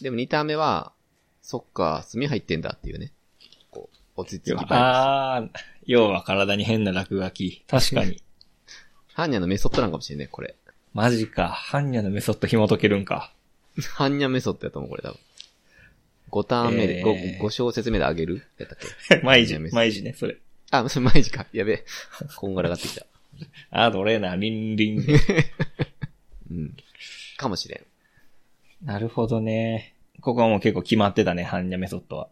Speaker 1: でも二ターン目は、そっか、炭入ってんだっていうね。こう、落ち着きバイブス。
Speaker 2: あ
Speaker 1: ハ
Speaker 2: あ、要は体に変な落書き。確かに。
Speaker 1: ンニャのメソッドなんかもしれんね、これ。
Speaker 2: マジか。般若のメソッド紐解けるん か。
Speaker 1: ハンニャメソッドやと思う、これ多分。5ターン目で、
Speaker 2: えー
Speaker 1: 五5、小節目で上げるやったっけ
Speaker 2: 毎時、
Speaker 1: 般若
Speaker 2: 毎時ね、それ。
Speaker 1: あ、 それ毎時か。やべえ。こんがらがってきた。
Speaker 2: ああ、どれな、リンリ ン。
Speaker 1: うん。かもしれん。
Speaker 2: なるほどね。ここはもう結構決まってたね、般若メソッドは。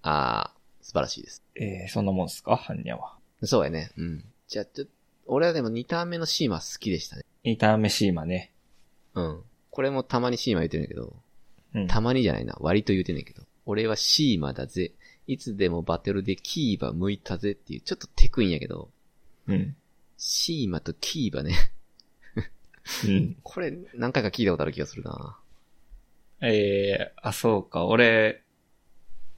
Speaker 1: あー、素晴らしいです。
Speaker 2: えー、そんなもんっすか般若は。
Speaker 1: そうやね。うん。じゃあ、ちょっと、俺はでも2ターン目のシーマ好きでしたね。
Speaker 2: イターメシーマね。
Speaker 1: うん。これもたまにシーマ言ってるんだけど、
Speaker 2: うん。
Speaker 1: たまにじゃないな。割と言うてんねんけど。俺はシーマだぜ。いつでもバトルでキーバ向いたぜっていう、ちょっとテクいんやけど、
Speaker 2: うん。
Speaker 1: シーマとキーバね。
Speaker 2: うん。
Speaker 1: これ何回か聞いたことある気がするな。
Speaker 2: えー、あ、そうか。俺、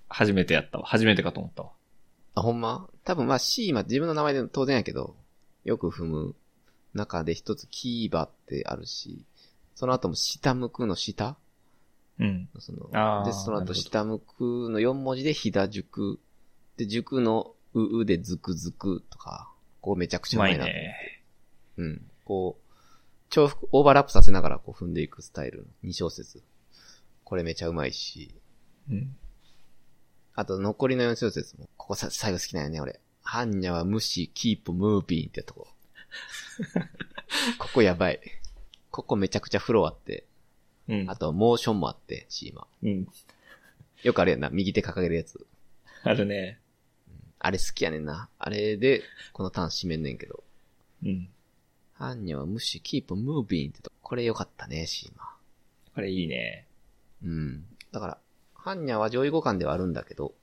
Speaker 2: 初めてやったわ。初めてかと思ったわ。
Speaker 1: あ、ほんま多分まあシーマ自分の名前で当然やけど、よく踏む中で一つキーバってあるし、その後も下向くの下
Speaker 2: うん。
Speaker 1: そ
Speaker 2: あ
Speaker 1: の、
Speaker 2: ー
Speaker 1: で、その
Speaker 2: なるほ
Speaker 1: 後
Speaker 2: ど
Speaker 1: 下向くの4文字でひだ塾。で、塾のううでずくずくとか、こうめちゃくち
Speaker 2: う
Speaker 1: ゃ
Speaker 2: ま
Speaker 1: うま
Speaker 2: い
Speaker 1: いな。
Speaker 2: ね。
Speaker 1: うん。こう、重複、オーバーラップさせながらこう踏んでいくスタイルの2小節。これめちゃうまいし、
Speaker 2: うん。
Speaker 1: あと残りの4小節も、ここさ、最後好きなんよね、俺。ハンニャは無視、キープ、ムービーンってとこ。ここやばい。ここめちゃくちゃフローあって、
Speaker 2: うん
Speaker 1: あ。とモーションもあって、シーマ。
Speaker 2: うん。
Speaker 1: よくあれやんな、右手掲げるやつ。
Speaker 2: あるね。
Speaker 1: あれ好きやねんな。あれで、このターン締めんねんけど。
Speaker 2: うん。
Speaker 1: ハンニャは無視、キープ、ムービーンってとこ。これよかったね、シーマ。
Speaker 2: これいいね。
Speaker 1: うん。だから、ハンニャは上位互換ではあるんだけど、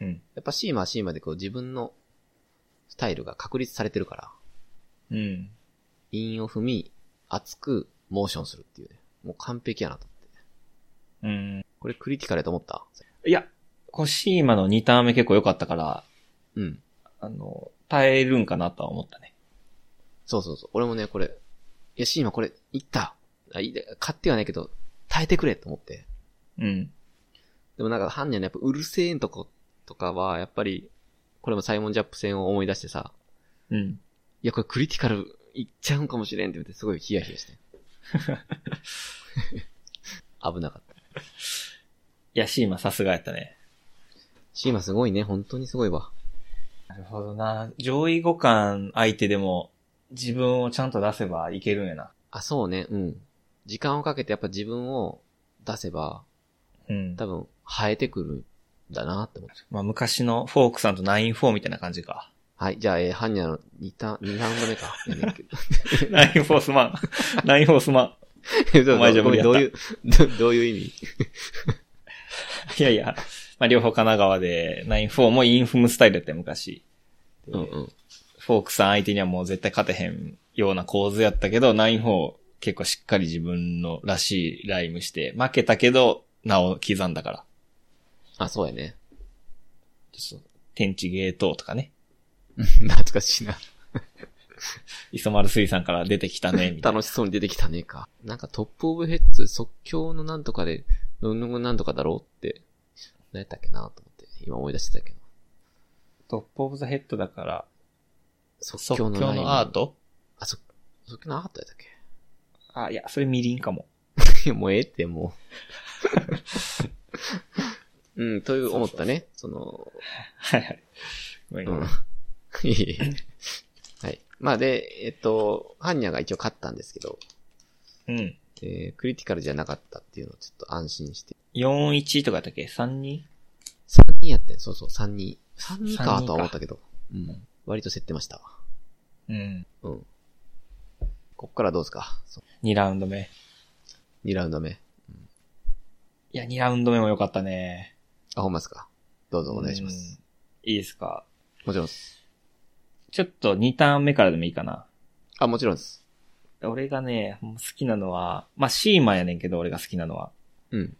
Speaker 2: うん。
Speaker 1: やっぱシーマはシーマでこう自分のスタイルが確立されてるから、
Speaker 2: うん。
Speaker 1: 韻を踏み、熱くモーションするっていうね。もう完璧やなと思って。
Speaker 2: うん。
Speaker 1: これクリティカルやと思った
Speaker 2: いや、このシーマの2ターン目結構良かったから、
Speaker 1: うん。
Speaker 2: あの、耐えるんかなとは思ったね。
Speaker 1: そうそうそう。俺もね、これ、いや、シーマこれ、いったあ、いい買ってはないけど、耐えてくれと思って。
Speaker 2: うん。
Speaker 1: でもなんか、ハンニャのやっぱうるせえんとことかは、やっぱり、これもサイモンジャップ戦を思い出してさ、
Speaker 2: うん。
Speaker 1: いや、これクリティカルいっちゃうんかもしれんって言って、すごいヒヤヒヤして。危なかった。
Speaker 2: いや、シーマさすがやったね。
Speaker 1: シーマすごいね、本当にすごいわ。
Speaker 2: なるほどな。上位互換相手でも、自分をちゃんと出せばいけるんやな。
Speaker 1: あ、そうね、うん。時間をかけてやっぱ自分を出せば、
Speaker 2: うん。
Speaker 1: 多分、生えてくるんだなって思って。
Speaker 2: まあ、昔のフォークさんとナインフォーみたいな感じか。
Speaker 1: はい、じゃあ、えー、ハンニャの2ターン、2ラウンド目か。 やねんけど
Speaker 2: ナインフォースマ ン。ナインフォースマン。
Speaker 1: そう
Speaker 2: お前じゃ
Speaker 1: ご
Speaker 2: 無理
Speaker 1: めん
Speaker 2: や
Speaker 1: ど
Speaker 2: っ
Speaker 1: う
Speaker 2: た
Speaker 1: いう、どどういう意味
Speaker 2: いやい や、まあ、両方神奈川で、ナインフォーもインフムスタイルやったよ昔。で
Speaker 1: うんうん。
Speaker 2: フォークさん相手にはもう絶対勝てへんような構図やったけど、ナインフォー結構しっかり自分のらしいライムして、負けたけど、名を刻んだから。
Speaker 1: あ、そうやね。
Speaker 2: ちょっと天地ゲートとかね。
Speaker 1: 懐かしいな。
Speaker 2: 磯丸水産から出てきたね、みたいな。
Speaker 1: 楽しそうに出てきたねか。なんかトップオブヘッズ即興のなんとかで、どんどんなんとかだろうって、何やったっけなと思って、今思い出してたけど。
Speaker 2: トップオブザヘッドだから、
Speaker 1: 即
Speaker 2: 即
Speaker 1: 興
Speaker 2: 興
Speaker 1: の
Speaker 2: のアート
Speaker 1: あ、そ、即興のアートやったっ
Speaker 2: あ、いや、それみりんかも。
Speaker 1: けいやもうええって、も う。うん、という思ったね。その、
Speaker 2: はいはい。ごめんごめん。
Speaker 1: うん。 いえいえはい。まあで、えっと、ハンニャが一応勝ったんですけど、
Speaker 2: うん。
Speaker 1: えークリティカルじゃなかったっていうのをちょっと安心して。
Speaker 2: 4-1とかだっけ ?3-2?
Speaker 1: 3人やってん、そうそう、3人。3人かとは思ったけど、うん。割と競ってましたわ。
Speaker 2: うん。
Speaker 1: うん。こっからどうですかそ
Speaker 2: 2ラウンド目。
Speaker 1: う ?2 ラウンド目。
Speaker 2: いや、2ラウンド目も良かったね。
Speaker 1: あ、ほんまですかどうぞお願いします。
Speaker 2: うん。いいですか
Speaker 1: もちろんです。
Speaker 2: ちょっと2ターン目からでもいいかな。
Speaker 1: あ、もちろんです。
Speaker 2: 俺がね、もう好きなのは、まあ、シーマやねんけど、俺が好きなのは。
Speaker 1: うん。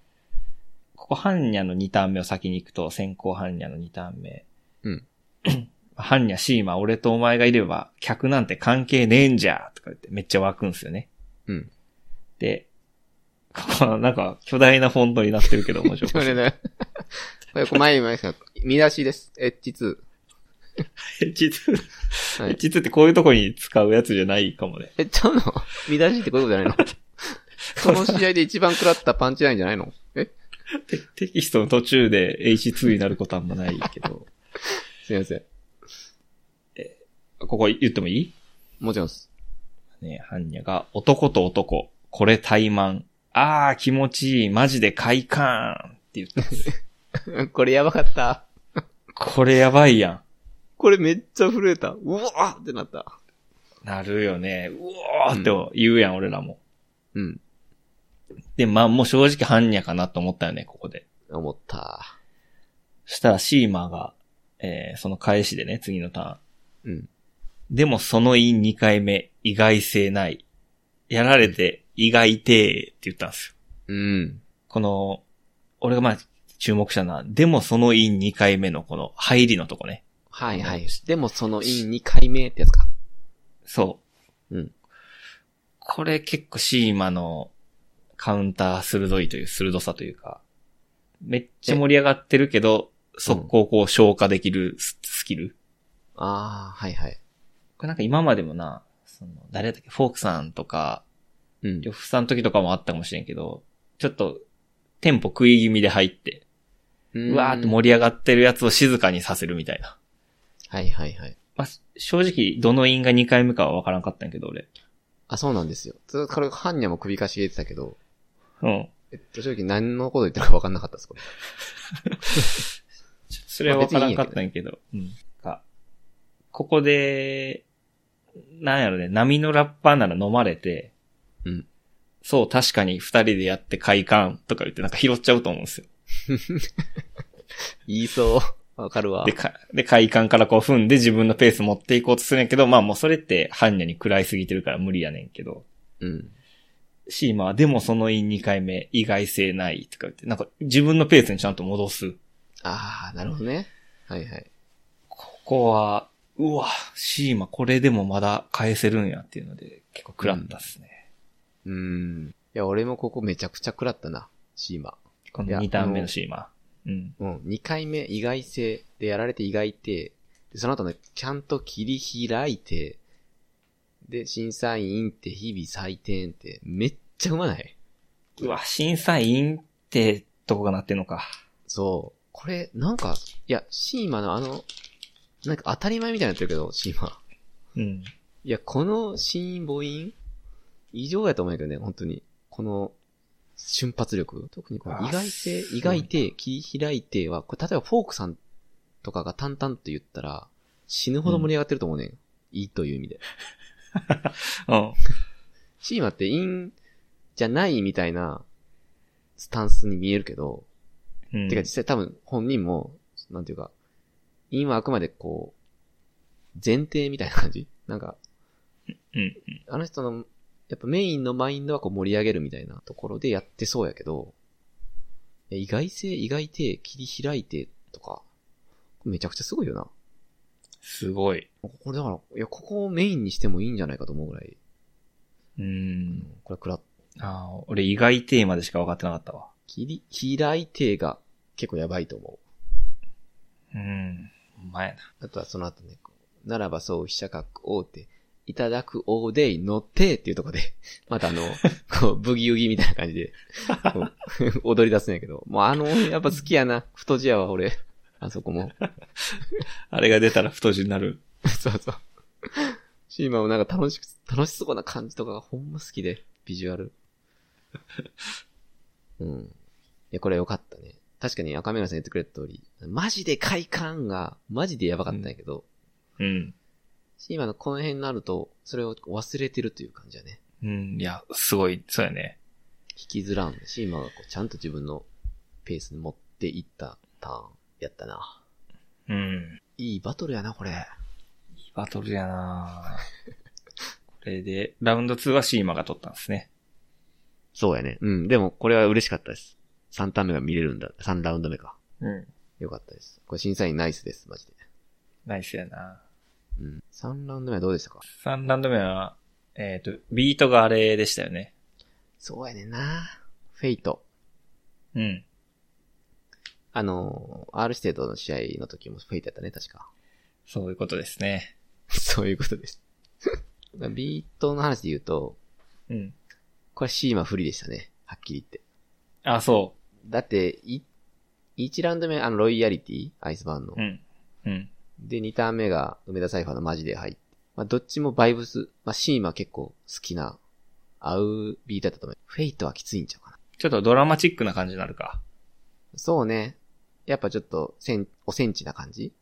Speaker 2: ここ、ハンニャの2ターン目を先に行くと、先行ハンニャの2ターン目。
Speaker 1: うん。
Speaker 2: ハンニャ、シーマ、俺とお前がいれば、客なんて関係ねえんじゃとか言って、めっちゃ湧くんすよね。
Speaker 1: うん。
Speaker 2: で、ここはなんか、巨大なフォントになってるけど、面白
Speaker 1: こ
Speaker 2: い。
Speaker 1: れね。これ、前にも言いましたけど見出しです。エッジ2。
Speaker 2: 実、
Speaker 1: はい。
Speaker 2: 実ってこういうとこに使うやつじゃないかもね。
Speaker 1: え、ちゃうの 見出しってこういうことじゃないのこの試合で一番食らったパンチラインじゃないのえ
Speaker 2: テ テキストの途中で H2 になることあんまないけど。
Speaker 1: すいません。
Speaker 2: ここ言ってもいい
Speaker 1: もちろんです。
Speaker 2: ね、ハンニャが、男と男、これ怠慢。あー、気持ちいい、マジで快感って言ったんですよ
Speaker 1: これやばかった。
Speaker 2: これやばいや
Speaker 1: これめっちゃ震えた。うわーってなった。
Speaker 2: ん。なるよね。うおーって言うやん、俺らも。
Speaker 1: うん。
Speaker 2: で、まあもう正直ハンニャかなと思ったよね、ここで。
Speaker 1: 思った。
Speaker 2: そしたらシーマが、えー、その返しでね、次のターン。
Speaker 1: うん。
Speaker 2: でもそのイン2回目、意外性ない。やられて、意外てーって言ったんですよ。
Speaker 1: うん。
Speaker 2: この、俺がまあ、注目したのは、でもそのイン2回目のこの入りのとこね。
Speaker 1: はいはい。でもそのイン2回目ってやつか。
Speaker 2: そう。
Speaker 1: うん。
Speaker 2: これ結構シーマのカウンター鋭いという、鋭さというか、めっちゃ盛り上がってるけど、速攻こう消化できるススキル。
Speaker 1: ああ、はいはい。
Speaker 2: これなんか今までもな、その、誰だっけ、フォークさんとか、
Speaker 1: うん
Speaker 2: 呂。布さんの時とかもあったかもしれんけど、ちょっと、テンポ食い気味で入って、うわーって盛り上がってるやつを静かにさせるみたいな。
Speaker 1: はいはいはい。
Speaker 2: まあ、正直、どの因が2回目かは分からんかったんやけど、俺。
Speaker 1: あ、そうなんですよ。それから、ハンニャも首かしげてたけど、
Speaker 2: うん。
Speaker 1: えっと、正直何のこと言ってるか分かんなかったです、これ。
Speaker 2: それは分からんかったんやけど。うん。かここで、なんやろね、波のラッパーなら飲まれて、
Speaker 1: うん。
Speaker 2: そう、確かに二人でやって快感とか言ってなんか拾っちゃうと思うんですよ。
Speaker 1: 言いそう。わ かるわ
Speaker 2: で、。か、で、快感からこう踏んで自分のペース持っていこうとするんやけど、まあもうそれって、ハンニャに食らいすぎてるから無理やねんけど。
Speaker 1: うん。
Speaker 2: シーマは、でもそのイン2回目、意外性ないとか言って、なんか自分のペースにちゃんと戻す。
Speaker 1: ああ、なるほどね。はいはい。
Speaker 2: ここは、うわ、シーマこれでもまだ返せるんやっていうので、結構食らったっすね。
Speaker 1: うん。いや、俺もここめちゃくちゃ食らったな、シーマ。
Speaker 2: こ
Speaker 1: いや
Speaker 2: の2ターン目のシーマ。うん。
Speaker 1: うん。2回目、意外性でやられて意外て、で、その後ね、ちゃんと切り開いて、で、審査員って日々採点って、めっちゃうまないう
Speaker 2: わ、審査員ってとこがなってんのか。
Speaker 1: そう。これ、なんか、いや、シーマのあの、なんか当たり前みたいになってるけど、シーマ。
Speaker 2: うん。
Speaker 1: いや、このシーン母音、異常やと思うんやけどね、本当に。この、瞬発力。特にこの意外
Speaker 2: あ
Speaker 1: 性
Speaker 2: ーすごい、な
Speaker 1: 意外て、切り開いては、これ例えばフォークさんとかが淡々と言ったら、死ぬほど盛り上がってると思うねん。いいという意 味で。
Speaker 2: うん。
Speaker 1: シーマって陰じゃないみたいな、スタンスに見えるけど、
Speaker 2: うん、
Speaker 1: てか実際多分本人も、なんていうか、陰はあくまでこう、前提みたいな感じなんか、
Speaker 2: うん。
Speaker 1: あの人の、やっぱメインのマインドはこう盛り上げるみたいなところでやってそうやけど、いや意外性、意外て、切り開いてとか、めちゃくちゃすごいよな。
Speaker 2: すごい。
Speaker 1: これだから、いや、ここをメインにしてもいいんじゃないかと思うぐらい、
Speaker 2: う。
Speaker 1: うんんこれくら、
Speaker 2: ああ、俺意外テーマでしか分かってなかったわ。
Speaker 1: 切り、開いてが結構やばいと思
Speaker 2: う
Speaker 1: う。
Speaker 2: ん。ほんまやな。
Speaker 1: あとはその後ね、こうならばそう、飛車角王手、いただく王で乗ってっていうところで、 またあの、こう、ブギウギみたいな感じで、こう 踊り出すんやけど、もうあの、やっぱ好きやな、太字やわ、俺。あそこも。
Speaker 2: あれが出たら太字になる。
Speaker 1: そうそう。シーマもなんか楽しく、楽しそうな感じとかがほんま好きで、ビジュアル。うん。いや、これ良かったね。確かに赤目がさん言ってくれた通り、マジで快感が、マジでやばかったんやけど、
Speaker 2: うん。
Speaker 1: 今のこの辺になると、それを忘れてるという感じだね。
Speaker 2: うん。いや、すごい、そうやね。
Speaker 1: 引きずらんし、今がこうちゃんと自分のペースに持っていったターンやったな。
Speaker 2: うん。
Speaker 1: いいバトルやな、これ。
Speaker 2: いいバトルやなこれで、ラウンド2はシーマが取ったんですね。
Speaker 1: そうやね。うん。でも、これは嬉しかったです。3ターン目が見れるんだ。3ラウンド目か。
Speaker 2: うん。
Speaker 1: よかったです。これ審査員ナイスです、マジで。
Speaker 2: ナイスやな
Speaker 1: うん。3ラウンド目はどうでしたか
Speaker 2: 3ラウンド目は、えっ、と、ビートがあれでしたよね。
Speaker 1: そうやねんな。フェイト。
Speaker 2: うん。
Speaker 1: あのー、R ステートの試合の時もフェイトやったね、確か。
Speaker 2: そういうことですね。
Speaker 1: そういうことです。 ビートの話で言うと、
Speaker 2: うん。
Speaker 1: これシーマ不利でしたね。はっきり言って。
Speaker 2: あ、そ
Speaker 1: だって、い、1ラウンド目、あの、ロイヤリティアイスバーンの
Speaker 2: う。う。ん。うん。
Speaker 1: で、2ターン目が、梅田サイファーのマジで入って。まあ、どっちもバイブス。まあ、シーマ結構好きな、合うビートだったと思う。フェイトはきついんちゃうかな。
Speaker 2: ちょっとドラマチックな感じになるか。
Speaker 1: そうね。やっぱちょっと、せん、おセンチな感じ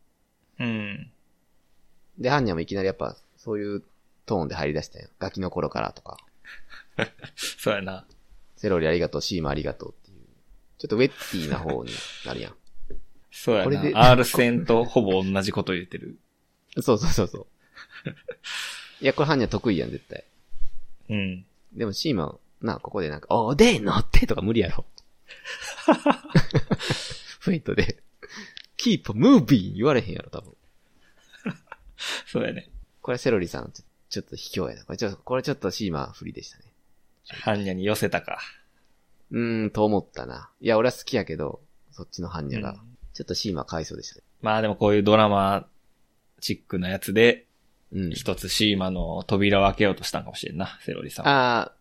Speaker 2: うん。
Speaker 1: で、ハンニャもいきなりやっぱ、そういうトーンで入り出したよ。ガキの頃からとか。
Speaker 2: そうやな。
Speaker 1: セロリありがとう、シーマありがとうっていう。ちょっとウェッティーな方になるやん。
Speaker 2: そうや
Speaker 1: これで
Speaker 2: な。R 戦とほぼ同じこと言ってる。
Speaker 1: そうそうそうそう。 いや、これハンニャ得意やん、絶対。
Speaker 2: うん。
Speaker 1: でもシーマ、な、ここでなんか、おでん乗ってとか無 理やろ。フェイトで、キープムービー言われへんやろ、多分。
Speaker 2: そうやね。
Speaker 1: これセロリさん、ちょちょっと卑怯やな。これちょこれちょっとシーマ不利でしたね。
Speaker 2: ハンニャに寄せたか。
Speaker 1: うーん、と思ったな。いや、俺は好きやけど、そっちのハンニャ
Speaker 2: う
Speaker 1: が。
Speaker 2: ん
Speaker 1: ちょっとシーマかわいそうでしたね。
Speaker 2: まあでもこういうドラマチックなやつで、
Speaker 1: うん。
Speaker 2: 一つシーマの扉を開けようとしたんかもしれんな、セロリさんは。
Speaker 1: あ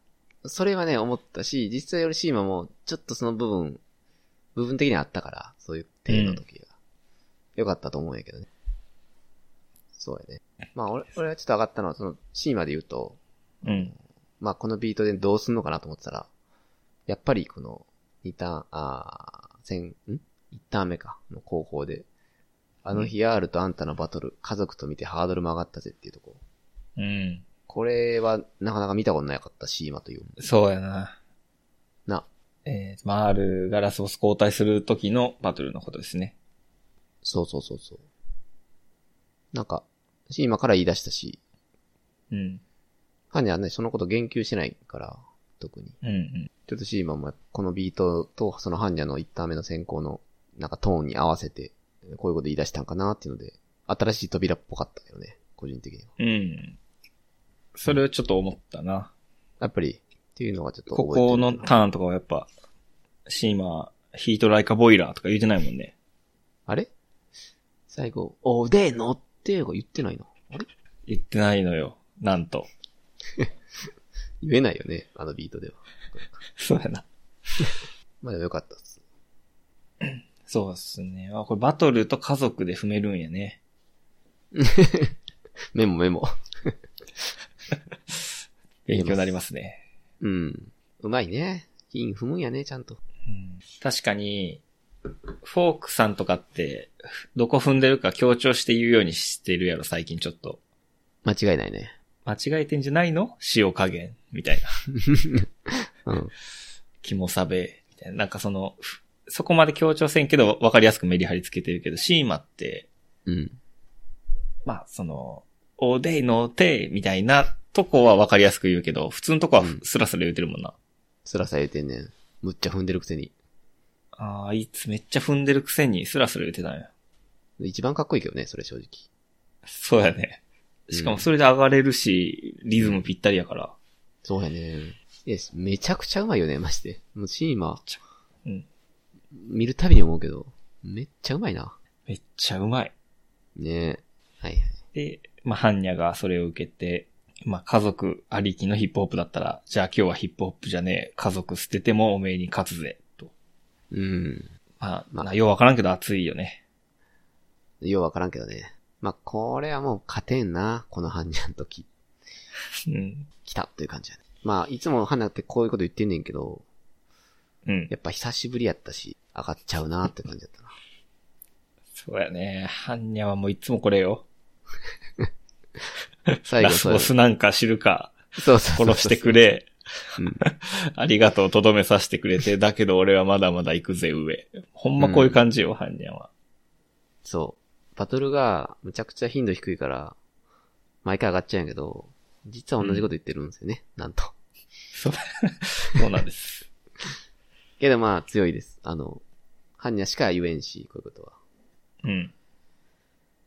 Speaker 1: あ、それはね、思ったし、実際俺シーマも、ちょっとその部分、部分的にはあったから、そういう程度の時が。よかったと思うんやけどね。そうやね。まあ俺、俺はちょっと上がったのは、その、シーマで言うと、
Speaker 2: うん。
Speaker 1: まあこのビートでどうすんのかなと思ってたら、やっぱりこの、二ターン、あー先、ん一ターン目か、の後方で、あの日 R とあんたのバトル、家族と見てハードルも上がったぜっていうとこ。
Speaker 2: うん。
Speaker 1: これは、なかなか見たことなかった、シーマという。
Speaker 2: そうやな。
Speaker 1: な。
Speaker 2: えー、まあ、R がラスボス交代する時のバトルのことですね。
Speaker 1: そうそうそうそう。なんか、今から言い出したし、
Speaker 2: うん。
Speaker 1: ハンニャはね、そのこと言及してないから、特に。
Speaker 2: うんうん。
Speaker 1: ちょっとシーマンも、このビートと、そのハンニャの一ターン目の先行の、なんかトーンに合わせて、こういうこと言い出したんかなっていうので、新しい扉っぽかったよね、個人的には。
Speaker 2: うん。それをちょっと思ったな。
Speaker 1: やっぱり、っていうのがちょっと
Speaker 2: こ
Speaker 1: 覚えて
Speaker 2: こ
Speaker 1: る
Speaker 2: のターンとかはやっぱ、シーマ、ヒートライカボイラーとか言ってないもんね。
Speaker 1: あれ最後、おで乗ってが言ってないな。あれ
Speaker 2: 言ってないのよ。なんと。
Speaker 1: 言えないよね、あのビートでは。
Speaker 2: そうやな。
Speaker 1: まあでもよかったっす。
Speaker 2: そうですね。あ、これバトルと家族で踏めるんやね。
Speaker 1: メモメモ。
Speaker 2: 勉強になりますね。
Speaker 1: うん。うまいね。金踏むんやね、ちゃんと。
Speaker 2: うん、確かに、フォークさんとかって、どこ踏んでるか強調して言うようにしてるやろ、最近ちょっと。
Speaker 1: 間違いないね。
Speaker 2: 間違えてんじゃないの塩加減、みたいな。
Speaker 1: うん。
Speaker 2: 肝サベ、みたいな。なんかその、ふそこまで強調せんけど、わかりやすくメリハリつけてるけど、シーマって、
Speaker 1: うん。
Speaker 2: まあ、その、おでいのてみたいなとこはわかりやすく言うけど、普通のとこは
Speaker 1: うん
Speaker 2: スラスラ言うてるもんな。
Speaker 1: スラスラ言うてんねん。むっちゃ踏んでるくせに。
Speaker 2: ああ、いつめっちゃ踏んでるくせにスラスラ言うてたんや。
Speaker 1: 一番かっこいいけどね、それ正直。
Speaker 2: そうやね。しかもそれで上がれるし、リズムぴったりやから。
Speaker 1: そうやね。いや、めちゃくちゃうまいよね、まして。もうシーマ。
Speaker 2: うん
Speaker 1: 見るたびに思うけど、めっちゃうまいな。
Speaker 2: めっちゃうまい。
Speaker 1: ねえ。はいはい。
Speaker 2: で、まあ、ハンニャがそれを受けて、まあ、家族ありきのヒップホップだったら、じゃあ今日はヒップホップじゃねえ、家族捨ててもおめえに勝つぜ、と。
Speaker 1: うん。
Speaker 2: まあ、
Speaker 1: まあ
Speaker 2: なようわからんけど熱いよね。
Speaker 1: ようわからんけどね。まあ、これはもう勝てんな。このハンニャの時。
Speaker 2: うん。
Speaker 1: 来たという感じやね。まあ、いつもハンニャってこういうこと言ってんねんけど、
Speaker 2: うん。
Speaker 1: やっぱ久しぶりやったし、上がっちゃうなって感じだった な。
Speaker 2: そうやね。ハンニャはもういつもこれよ。
Speaker 1: 最
Speaker 2: ラ
Speaker 1: 後
Speaker 2: ス
Speaker 1: そうや
Speaker 2: ボ
Speaker 1: ね
Speaker 2: スなんか知るか、
Speaker 1: そうそうそうそう
Speaker 2: 殺してく。れ。
Speaker 1: うん。
Speaker 2: ありがとう、とどめさせてくれて、だけど俺はまだまだ行くぜ、上。ほんまこういう感じよ、ハンニャは。
Speaker 1: そう。バトルがむちゃくちゃ頻度低いから、毎回上がっちゃうんやけど、実は同じこと言ってるんですよね、なんと。
Speaker 2: そう、そうなんです。
Speaker 1: けどまあ強いです。あの、ハンニャしか言えんし、こういうことは。
Speaker 2: うん。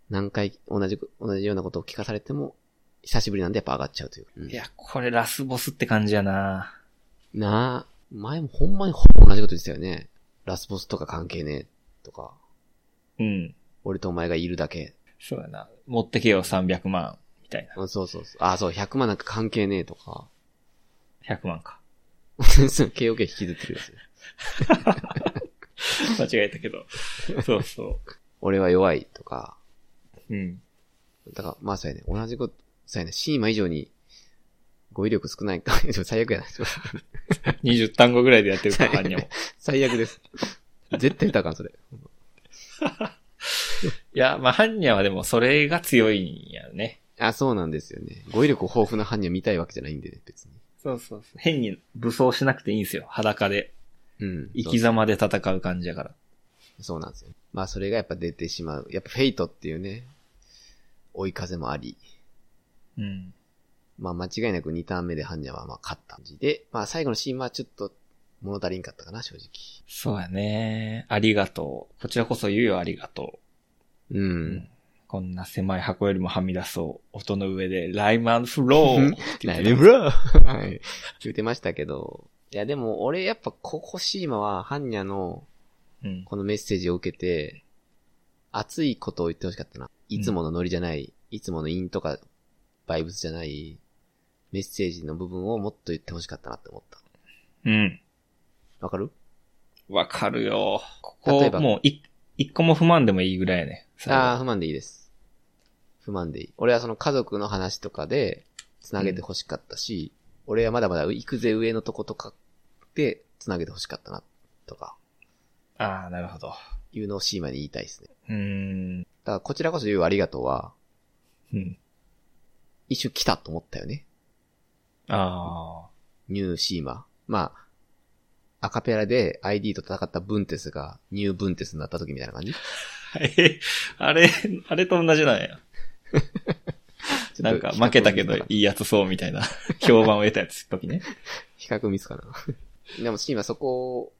Speaker 1: 何回同じこ、同じようなことを聞かされても、久しぶりなんでやっぱ上がっちゃうという。うん
Speaker 2: いや、これラスボスって感じやな
Speaker 1: なあ、前もほんまにほぼ同じこと言ってたよね。ラスボスとか関係ねえ、とか、
Speaker 2: うん。
Speaker 1: 俺とお前がいるだけ。
Speaker 2: そうやな。持ってけよ、300万。みたいな。
Speaker 1: うんそうそうそう。あ、そう、100万なんか関係ねえとか。
Speaker 2: 100万か。
Speaker 1: そう KOK 引きずってるんですよ。
Speaker 2: 間違えたけど。そうそ
Speaker 1: 俺は弱いとか。
Speaker 2: う。うん。
Speaker 1: だから、まあそうやね。同じこと、そうやね。シーマ以上に、語彙力少ないか。 でも最悪やな。
Speaker 2: 20単語ぐらいでやってるから、ハンニャも。
Speaker 1: 最悪です。絶対歌あかん、それ。
Speaker 2: いや、まあ、ハンニャはでもそれが強いんやね。
Speaker 1: あ、そうなんですよね。語彙力豊富な犯人は見たいわけじゃないんでね、別に。
Speaker 2: そうそうそう。変に武装しなくていいんですよ。裸で。
Speaker 1: うん。
Speaker 2: 生き
Speaker 1: そう
Speaker 2: 様で戦う感じやから。
Speaker 1: そうなんですよ。まあそれがやっぱ出てしまう。やっぱフェイトっていうね、追い風もあり。
Speaker 2: うん。
Speaker 1: まあ間違いなく2ターン目で犯人はまあ勝った感じで、まあ最後のシーンはちょっと物足りんかったかな、正直。
Speaker 2: そうやね。ありがとう。こちらこそ言うよ、ありがと
Speaker 1: う
Speaker 2: う。
Speaker 1: ん。
Speaker 2: こんな狭い箱よりもはみ出そう。音の上で、ライマンフロ ーって言っ
Speaker 1: ラ
Speaker 2: てた
Speaker 1: イブラーはい。言ってましたけど。いやでも俺やっぱここシーマはハンニャの
Speaker 2: うん。
Speaker 1: このメッセージを受けて、熱いことを言ってほしかったな。いつものノリじゃない、いつもの韻とか、バイブスじゃない、メッセージの部分をもっと言ってほしかったなって思った。
Speaker 2: うん。
Speaker 1: わかる
Speaker 2: わかるよ。こ
Speaker 1: 例
Speaker 2: こ、
Speaker 1: えば
Speaker 2: もうい、一個も不満でもいいぐらいやね。
Speaker 1: ああー、
Speaker 2: あ。
Speaker 1: 不満でいいです。不満でいい。俺はその家族の話とかで、繋げてほしかったし、俺はまだまだ行くぜ上のとことかで、繋げてほしかったな、とか、
Speaker 2: ああ、なるほど。
Speaker 1: いうのをシーマに言いたいですね。
Speaker 2: うーん。
Speaker 1: だからこちらこそ言うありがとうは、
Speaker 2: うん。
Speaker 1: 一瞬来たと思ったよね。
Speaker 2: あ
Speaker 1: ニューシーマ。まあ、アカペラで ID と戦ったブンテスがニューブンテスになった時みたいな感じ
Speaker 2: あ。え、 あれ、あれと同じなんや。なんか負けたけどい
Speaker 1: 比
Speaker 2: いやつそうみたいな 評判を得たやつ時ね。
Speaker 1: 較ミスかな。 でもシーマそこを、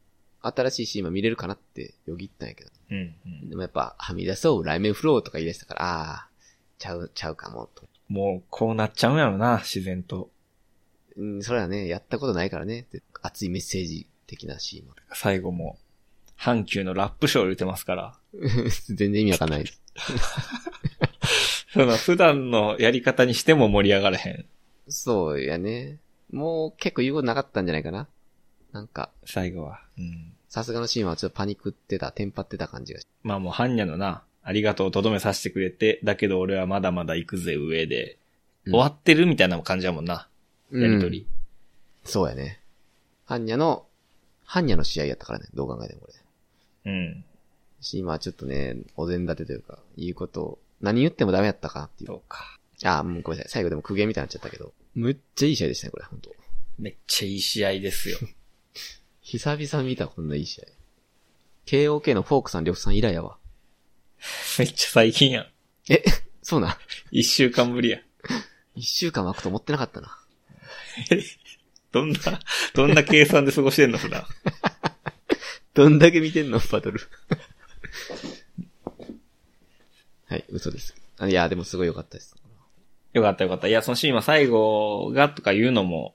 Speaker 1: 新しいシーマ見れるかなってよぎったんやけど。
Speaker 2: うん、
Speaker 1: でもやっぱ、はみ出そう、雷鳴フローとか言い出したから、ああ、ちゃう、ちゃうかも、と。
Speaker 2: もうこうなっちゃうんやろな、自然と。
Speaker 1: うん、それはね、やったことないからね。って熱いメッセージ的なシーマ。
Speaker 2: 最後も、阪急のラップ賞を言ってますから。
Speaker 1: 全然意味わかんないです。
Speaker 2: その普段のやり方にしても盛り上がれへん。
Speaker 1: そうやね。もう結構言うことなかったんじゃないかな。なんか、
Speaker 2: 最後は。うん。
Speaker 1: さすがのシーンはちょっとパニックってた、テンパってた感じがし
Speaker 2: まあもう般若のな、ありがとうとどめさせてくれて、だけど俺はまだまだ行くぜ上で、
Speaker 1: うん
Speaker 2: 終わってるみたいな感じやもんな、やりとり。
Speaker 1: そうやね。ハンニャの、ハンニャの試合やったからね、どう考えてもこれ。
Speaker 2: うん。
Speaker 1: し、今はちょっとね、お膳立てというか、言うことを、何言ってもダメやったかっていう。
Speaker 2: そうか。
Speaker 1: あー、もうごめんなさい。最後でも苦言みたいになっちゃったけど。むっちゃいい試合でしたね、これ、本当
Speaker 2: めっちゃいい試合ですよ。
Speaker 1: 久々見た、こんないい試合。KOK のフォークさん、呂布さん以来やわ。
Speaker 2: めっちゃ最近やん。
Speaker 1: そうなん。
Speaker 2: 一週間ぶりや。
Speaker 1: 一週間湧くと思ってなかったな。
Speaker 2: どんな、どんな計算で過ごしてんの、普段。
Speaker 1: どんだけ見てんのバトル。はい、嘘です。あいや、でもすごい良かったです。
Speaker 2: よかったよかった。いや、そのシーンは最後がとか言うのも、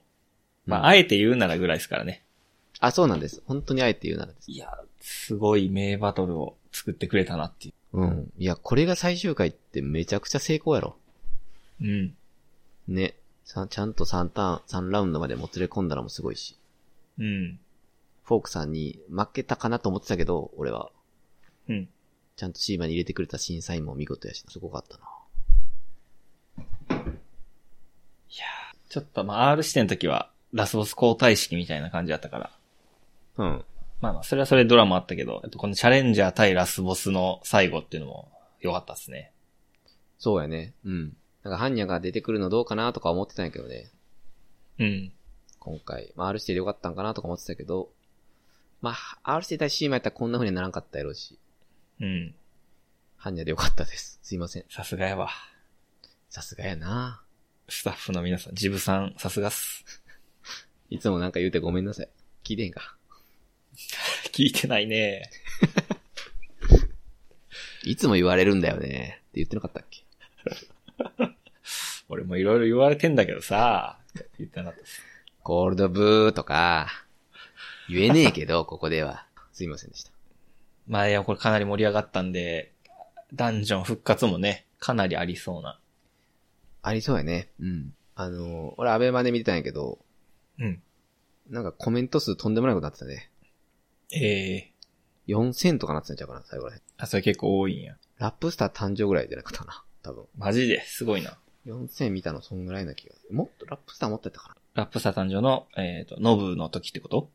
Speaker 2: まあ、
Speaker 1: うん
Speaker 2: あえて言うならぐらいですからね。
Speaker 1: あ、そうなんです。本当にあえて言うならです。
Speaker 2: いや、すごい名バトルを作ってくれたなってい
Speaker 1: うん。いや、これが最終回ってめちゃくちゃ成功やろ。
Speaker 2: う。うん。
Speaker 1: ね。さちゃんと3ターン、三ラウンドまでもつれ込んだのもすごいし。
Speaker 2: うん。
Speaker 1: フォークさんに負けたかなと思ってたけど、俺は。
Speaker 2: うん。
Speaker 1: ちゃんとシーマに入れてくれた審査員も見事やし、すごかったな。
Speaker 2: ちょっと、まあ、R 視点の時は、ラスボス交代式みたいな感じだったから。
Speaker 1: うん。
Speaker 2: まあまあ、それはそれでドラマあったけど、えっとこのチャレンジャー対ラスボスの最後っていうのも良かったですね。
Speaker 1: そうやね。うん。なんか、ハンニャが出てくるのどうかなとか思ってたんやけどね。
Speaker 2: うん。
Speaker 1: 今回。まあ、R してでよかったんかなとか思ってたけど、まあ、R して対シーマやったらこんな風にならんかったやろうし、
Speaker 2: うん。
Speaker 1: ハンニャでよかったです。すいません。
Speaker 2: さすがやわ。
Speaker 1: さすがやな
Speaker 2: スタッフの皆さん、ジブさん、さすがっす。
Speaker 1: いつもなんか言うてごめんなさい。聞いてへんか。
Speaker 2: 聞いてないね。
Speaker 1: いつも言われるんだよね。って言ってなかったっけ
Speaker 2: 俺もいろいろ言われてんだけどさ、言ってなかったです。
Speaker 1: コールドブーとか、言えねえけど、 ここでは。すいませんでした。
Speaker 2: まあいや、これかなり盛り上がったんで、ダンジョン復活もね、かなりありそうな。
Speaker 1: ありそうやね。うん。あの、俺、アベマで見てたんやけど、
Speaker 2: うん。
Speaker 1: なんかコメント数とんでもないことになってたね。
Speaker 2: ええ
Speaker 1: 4000とかなってたんちゃうかな、最後らへん。
Speaker 2: あ、それ結構多いんや。
Speaker 1: ラップスター誕生ぐらいじゃなかったかな、多分。
Speaker 2: マジですごいな。
Speaker 1: 4000見たのそんぐらいな気がする。もっとラップスター持ってたか
Speaker 2: ラップサ誕生の、えっ、と、ノブの時ってこと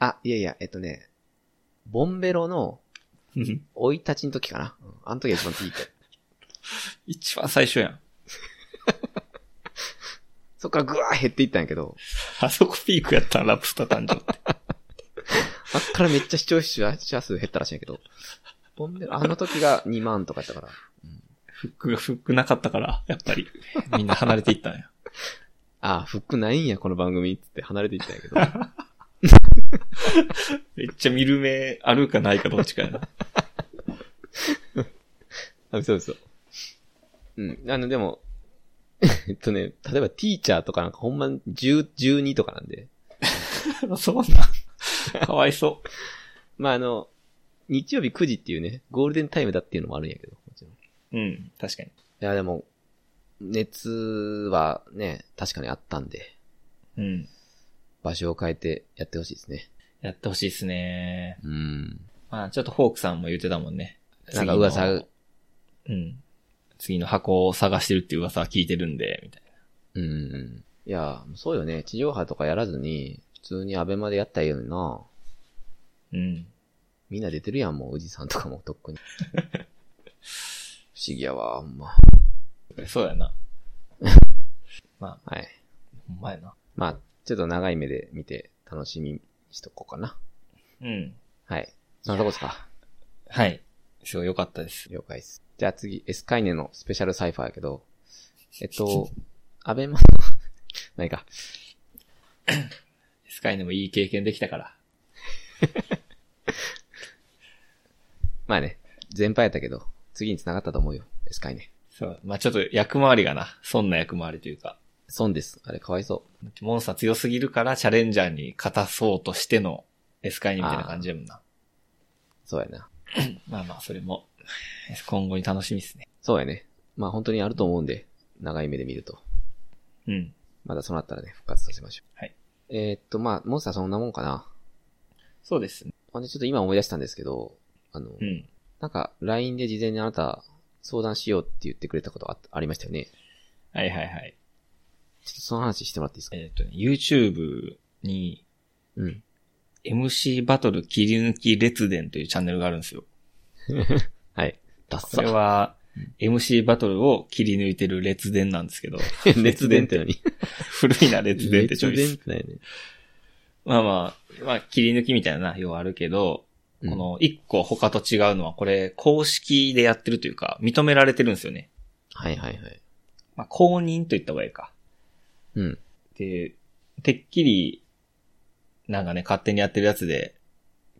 Speaker 1: なあ、いやいや、えっとね、ボンベロの追い立ちの時かな。うん、あの時が一番ピーク。
Speaker 2: 一番最初やん。
Speaker 1: そっからぐわー減っていったんやけど、
Speaker 2: あそこピークやったん、ラップスタ誕生って。
Speaker 1: あっからめっちゃ視聴者者数減ったらしいんやけど、ボンベロ、あの時が2万とかやったから。
Speaker 2: フックがフックなかったから、やっぱり。みんな離れていったんや。
Speaker 1: ああ、フックないんや、この番組っつって離れていったんやけど。
Speaker 2: めっちゃ見る目あるかないかどっちかやな。
Speaker 1: あ、そうそう。うん。あの、でも、 えっとね、例えばティーチャーとかなんかほんま10、12とかなんで。
Speaker 2: そんな。かわいそ。
Speaker 1: まあ、あの、日曜日9時っていうね、ゴールデンタイムだっていうのもあるんやけど、もちろん。いう
Speaker 2: うん、確かに。
Speaker 1: や、でも、熱はね、確かにあったんで、
Speaker 2: うん。
Speaker 1: 場所を変えてやってほしいですね。
Speaker 2: やってほしいですね。
Speaker 1: うん。
Speaker 2: まあ、ちょっとフォークさんも言ってたもんね。
Speaker 1: なんか
Speaker 2: 次
Speaker 1: 噂
Speaker 2: のうん。次の箱を探してるっていう噂は聞いてるんで、みたい
Speaker 1: うん。いや、そうよね。地上波とかやらずに、普通にアベマでやったらいいのにな。
Speaker 2: な。うん。
Speaker 1: みんな出てるやん、もう、おじさんとかも、とっ くに。不思議やわ、ほんま。
Speaker 2: そうやな。ま
Speaker 1: はい。
Speaker 2: あ、ほんまやな。
Speaker 1: まあ、ちょっと長い目で見て、楽しみにしとこうかな。
Speaker 2: うん。
Speaker 1: はい。そんなとこですか。
Speaker 2: はい。すごい良かったです。
Speaker 1: 了解です。じゃあ次、エスカイネのスペシャルサイファーやけど、え っと、アベマの、 何か、
Speaker 2: スカイネもいい経験できたから。
Speaker 1: まあね、全敗やったけど、次に繋がったと思うよ、エスカイネ。
Speaker 2: そう。まあ、ちょっと役回りがな。そんな役回りというか。
Speaker 1: 損です。あれ、かわいそ
Speaker 2: モンスター強すぎるからチャレンジャーに勝たそうとしてのエスカイネみたいな感じやもんな。
Speaker 1: う。そうやな。
Speaker 2: まあまあ、それも、今後に楽しみですね。
Speaker 1: そうやね。まあ本当にあると思うんで、長い目で見ると。
Speaker 2: うん。
Speaker 1: まだそうなったらね、復活させましょう。
Speaker 2: はい。
Speaker 1: えーっと、まあ、モンスターそんなもんかな。
Speaker 2: そうですね。
Speaker 1: ほんで、ちょっと今思い出したんですけど、あの、
Speaker 2: うん。
Speaker 1: なんか、LINE で事前にあなた、相談しようって言ってくれたことあありましたよね。
Speaker 2: はいはいはい。
Speaker 1: ちょっとその話してもらっていいですか
Speaker 2: えっ、とね、YouTube に
Speaker 1: うん。
Speaker 2: MC バトル切り抜き列伝というチャンネルがあるんですよ。
Speaker 1: はい。ダッ
Speaker 2: こ
Speaker 1: サ
Speaker 2: れ。は、MC バトルを切り抜いてる列伝なんですけど、
Speaker 1: 熱伝ってのに。
Speaker 2: 古いな列伝ってチョイ
Speaker 1: 熱伝っ
Speaker 2: ス。
Speaker 1: てないね。
Speaker 2: まあまあ、まあ切り抜きみたいな要はあるけど、
Speaker 1: うん
Speaker 2: こ、の一個他と違うのは、これ公式でやってるというか、認められてるんですよね。
Speaker 1: はいはいはい。
Speaker 2: まあ、公認と言った方がいいか。
Speaker 1: うん。
Speaker 2: で、てっきり、なんかね、勝手にやってるやつで、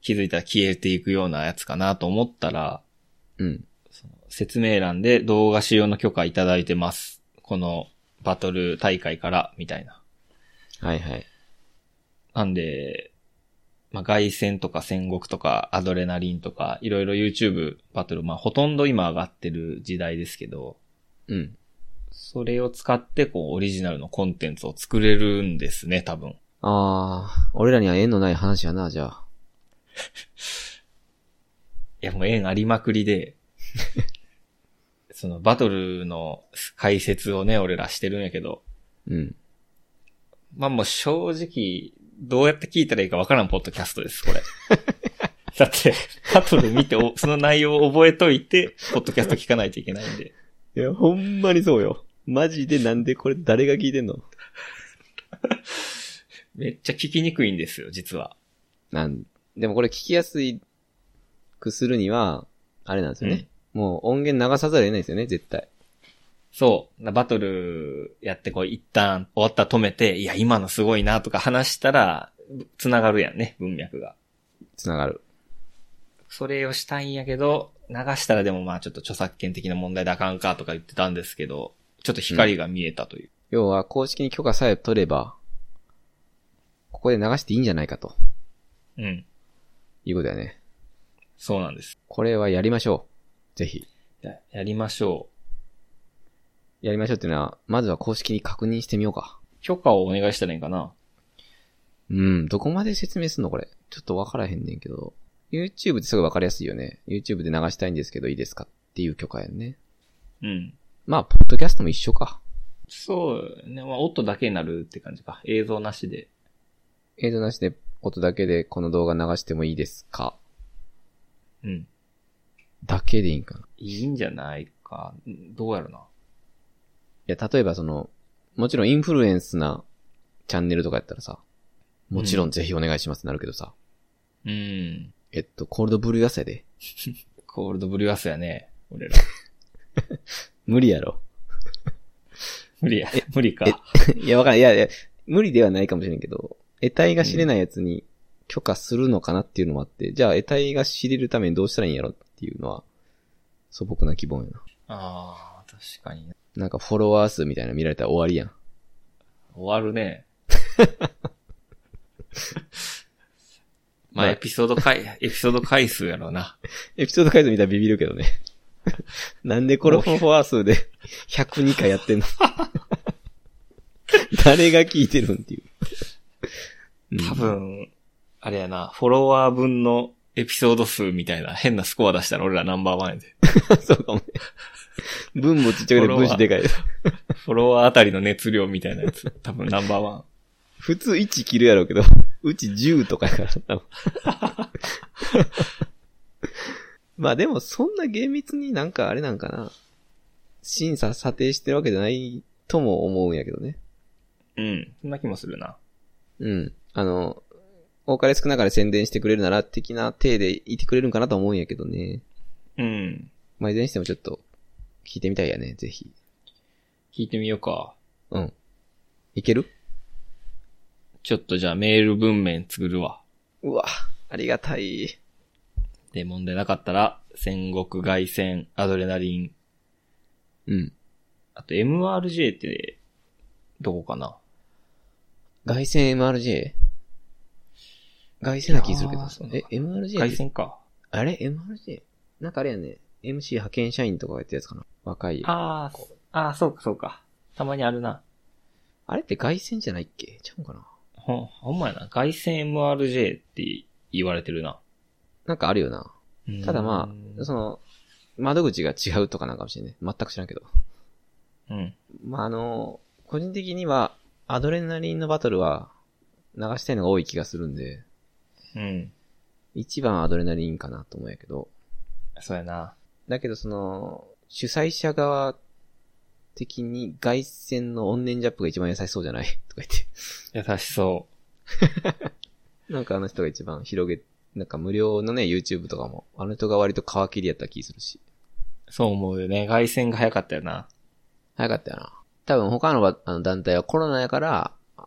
Speaker 2: 気づいたら消えていくようなやつかなと思ったら、
Speaker 1: うん。
Speaker 2: その説明欄で動画使用の許可いただいてます。このバトル大会から、みたいな。
Speaker 1: はいはい。
Speaker 2: なんで、まあ、外戦とか戦国とかアドレナリンとか、いろいろ YouTube バトル、まあ、ほとんど今上がってる時代ですけど、
Speaker 1: うん。
Speaker 2: それを使って、こう、オリジナルのコンテンツを作れるんですね、多分。
Speaker 1: あー、俺らには縁のない話やな、じゃあ。
Speaker 2: いや、もう縁ありまくりで、そのバトルの解説をね、俺らしてるんやけど、
Speaker 1: うん。
Speaker 2: まあもう正直、どうやって聞いたらいいかわからんポッドキャストです、これ。 だって、バトル見てお、その内容を覚えといて、ポッドキャスト聞かないといけないんで。
Speaker 1: いや、ほんまにそうよ。マジでなんでこれ誰が聞いてんの
Speaker 2: めっちゃ聞きにくいんですよ、実は。
Speaker 1: なん、でもこれ聞きやすくするには、あれなんですよね。もう音源流さざるを得ないですよね、絶対。
Speaker 2: そう。なバトルやってこう、一旦終わったら止めて、いや、今のすごいなとか話したら、繋がるやんね、文脈が。
Speaker 1: つながる。
Speaker 2: それをしたいんやけど、流したらでもまあちょっと著作権的な問題であかんかとか言ってたんですけど、ちょっと光が見えたという。
Speaker 1: 要は公式に許可さえ取れば、ここで流していいんじゃないかと
Speaker 2: うん。
Speaker 1: いうことだよね。
Speaker 2: そうなんです。
Speaker 1: これはやりましょう。ぜひ。
Speaker 2: ややりましょ
Speaker 1: やりましょうっていうのは、まずは公式に確認してみようか。
Speaker 2: う。許可をお願いしたらいいんかな
Speaker 1: うん、どこまで説明すんのこれ。ちょっとわからへんねんけど。YouTube ってすごいわかりやすいよね。YouTube で流したいんですけどいいですかっていう許可やんね。
Speaker 2: うん。
Speaker 1: まあ、ポッドキャストも一緒か。
Speaker 2: そうね。まあ音だけになるって感じか。映像なしで。
Speaker 1: 映像なしで音だけでこの動画流してもいいですか
Speaker 2: うん。
Speaker 1: だけでいいんかな。
Speaker 2: いいんじゃないか。うんどうやろな。
Speaker 1: いや、例えばその、もちろんインフルエンスなチャンネルとかやったらさ、もちろんぜひお願いしますってなるけどさ、
Speaker 2: うん。
Speaker 1: えっと、コールドブリューやさやで。
Speaker 2: コールドブリュアスやね。俺 ら。
Speaker 1: 無理やろ。
Speaker 2: 無理や。無理か。
Speaker 1: いや、わかんない。いやいや、無理ではないかもしれんけど、得体が知れないやつに許可するのかなっていうのもあって、じゃあ得体が知れるためにどうしたらいいんやろっていうのは、素朴な希望やな。
Speaker 2: ああ、確かにね。
Speaker 1: なんかフォロワー数みたいなの見られたら終わりやん。
Speaker 2: 終わるね。
Speaker 1: まあ
Speaker 2: まあ、エピソード回、エピソード回数やろうな。
Speaker 1: エピソード解像見たらビビるけどね。 なんでこれフォロワー数で102回やってんの 誰が聞いてるんっていう。うん
Speaker 2: 多。分、あれやな、フォロワー分のエピソード数みたいな変なスコア出したら俺らナンバーワンやで。
Speaker 1: そうかもね。文もちっちゃくて文字でかい。
Speaker 2: フォロワーあたりの熱量みたいなや つ。多分ナンバーワン。
Speaker 1: 普通1切るやろうけど、 うち10とかやから多分 まあでもそんな厳密になんかあれなんかな。審査査定してるわけじゃないとも思うんやけどね。
Speaker 2: うん。そんな気もするな。
Speaker 1: うん。あの、多かれ少なかれ宣伝してくれるなら、的な体でいてくれるんかなと思うんやけどね。
Speaker 2: うん。
Speaker 1: まあ、いずれにしてもちょっと、聞いてみたいやね、ぜひ。
Speaker 2: 聞いてみようか。
Speaker 1: うん。いける
Speaker 2: ちょっとじゃあメール文面作るわ。
Speaker 1: うわ、ありがたい。
Speaker 2: で、問題なかったら、戦国外戦、アドレナリン。
Speaker 1: うん。
Speaker 2: あと MRJ って、どこかな
Speaker 1: 外線 MRJ? 外線な気するけ
Speaker 2: いやー
Speaker 1: ど
Speaker 2: そう。
Speaker 1: え、MRJ?
Speaker 2: 外
Speaker 1: って
Speaker 2: 戦か。
Speaker 1: あれ ?MRJ? なんかあれやね。MC 派遣社員とかがやったやつかな。若い。あ
Speaker 2: あーあー、そうかそうか。たまにあるな。
Speaker 1: れって外線じゃないっけちゃうんかな
Speaker 2: ほん、ほんまやな。外線 MRJ って言われてるな。
Speaker 1: なんかあるよな。ただま
Speaker 2: うん
Speaker 1: あ、その、窓口が違うとかなんかもしれない。全く知らんけど。
Speaker 2: うん。
Speaker 1: まあ、あの、個人的には、アドレナリンのバトルは、流したいのが多い気がするんで、
Speaker 2: うん。
Speaker 1: 一番アドレナリンかなと思うんやけど、
Speaker 2: そうやな。
Speaker 1: だけどその、主催者側的に外線の怨念ジャップが一番優しそうじゃない とか言って。
Speaker 2: 優しそ
Speaker 1: なんかあの人が一番広げ、なんか無料のね、YouTube とかも、あの人が割と皮切りやった気するし。
Speaker 2: う。そう思うよね。外線が早かったよな。
Speaker 1: 早かったよな。多分他のばあの団体はコロナやから、あ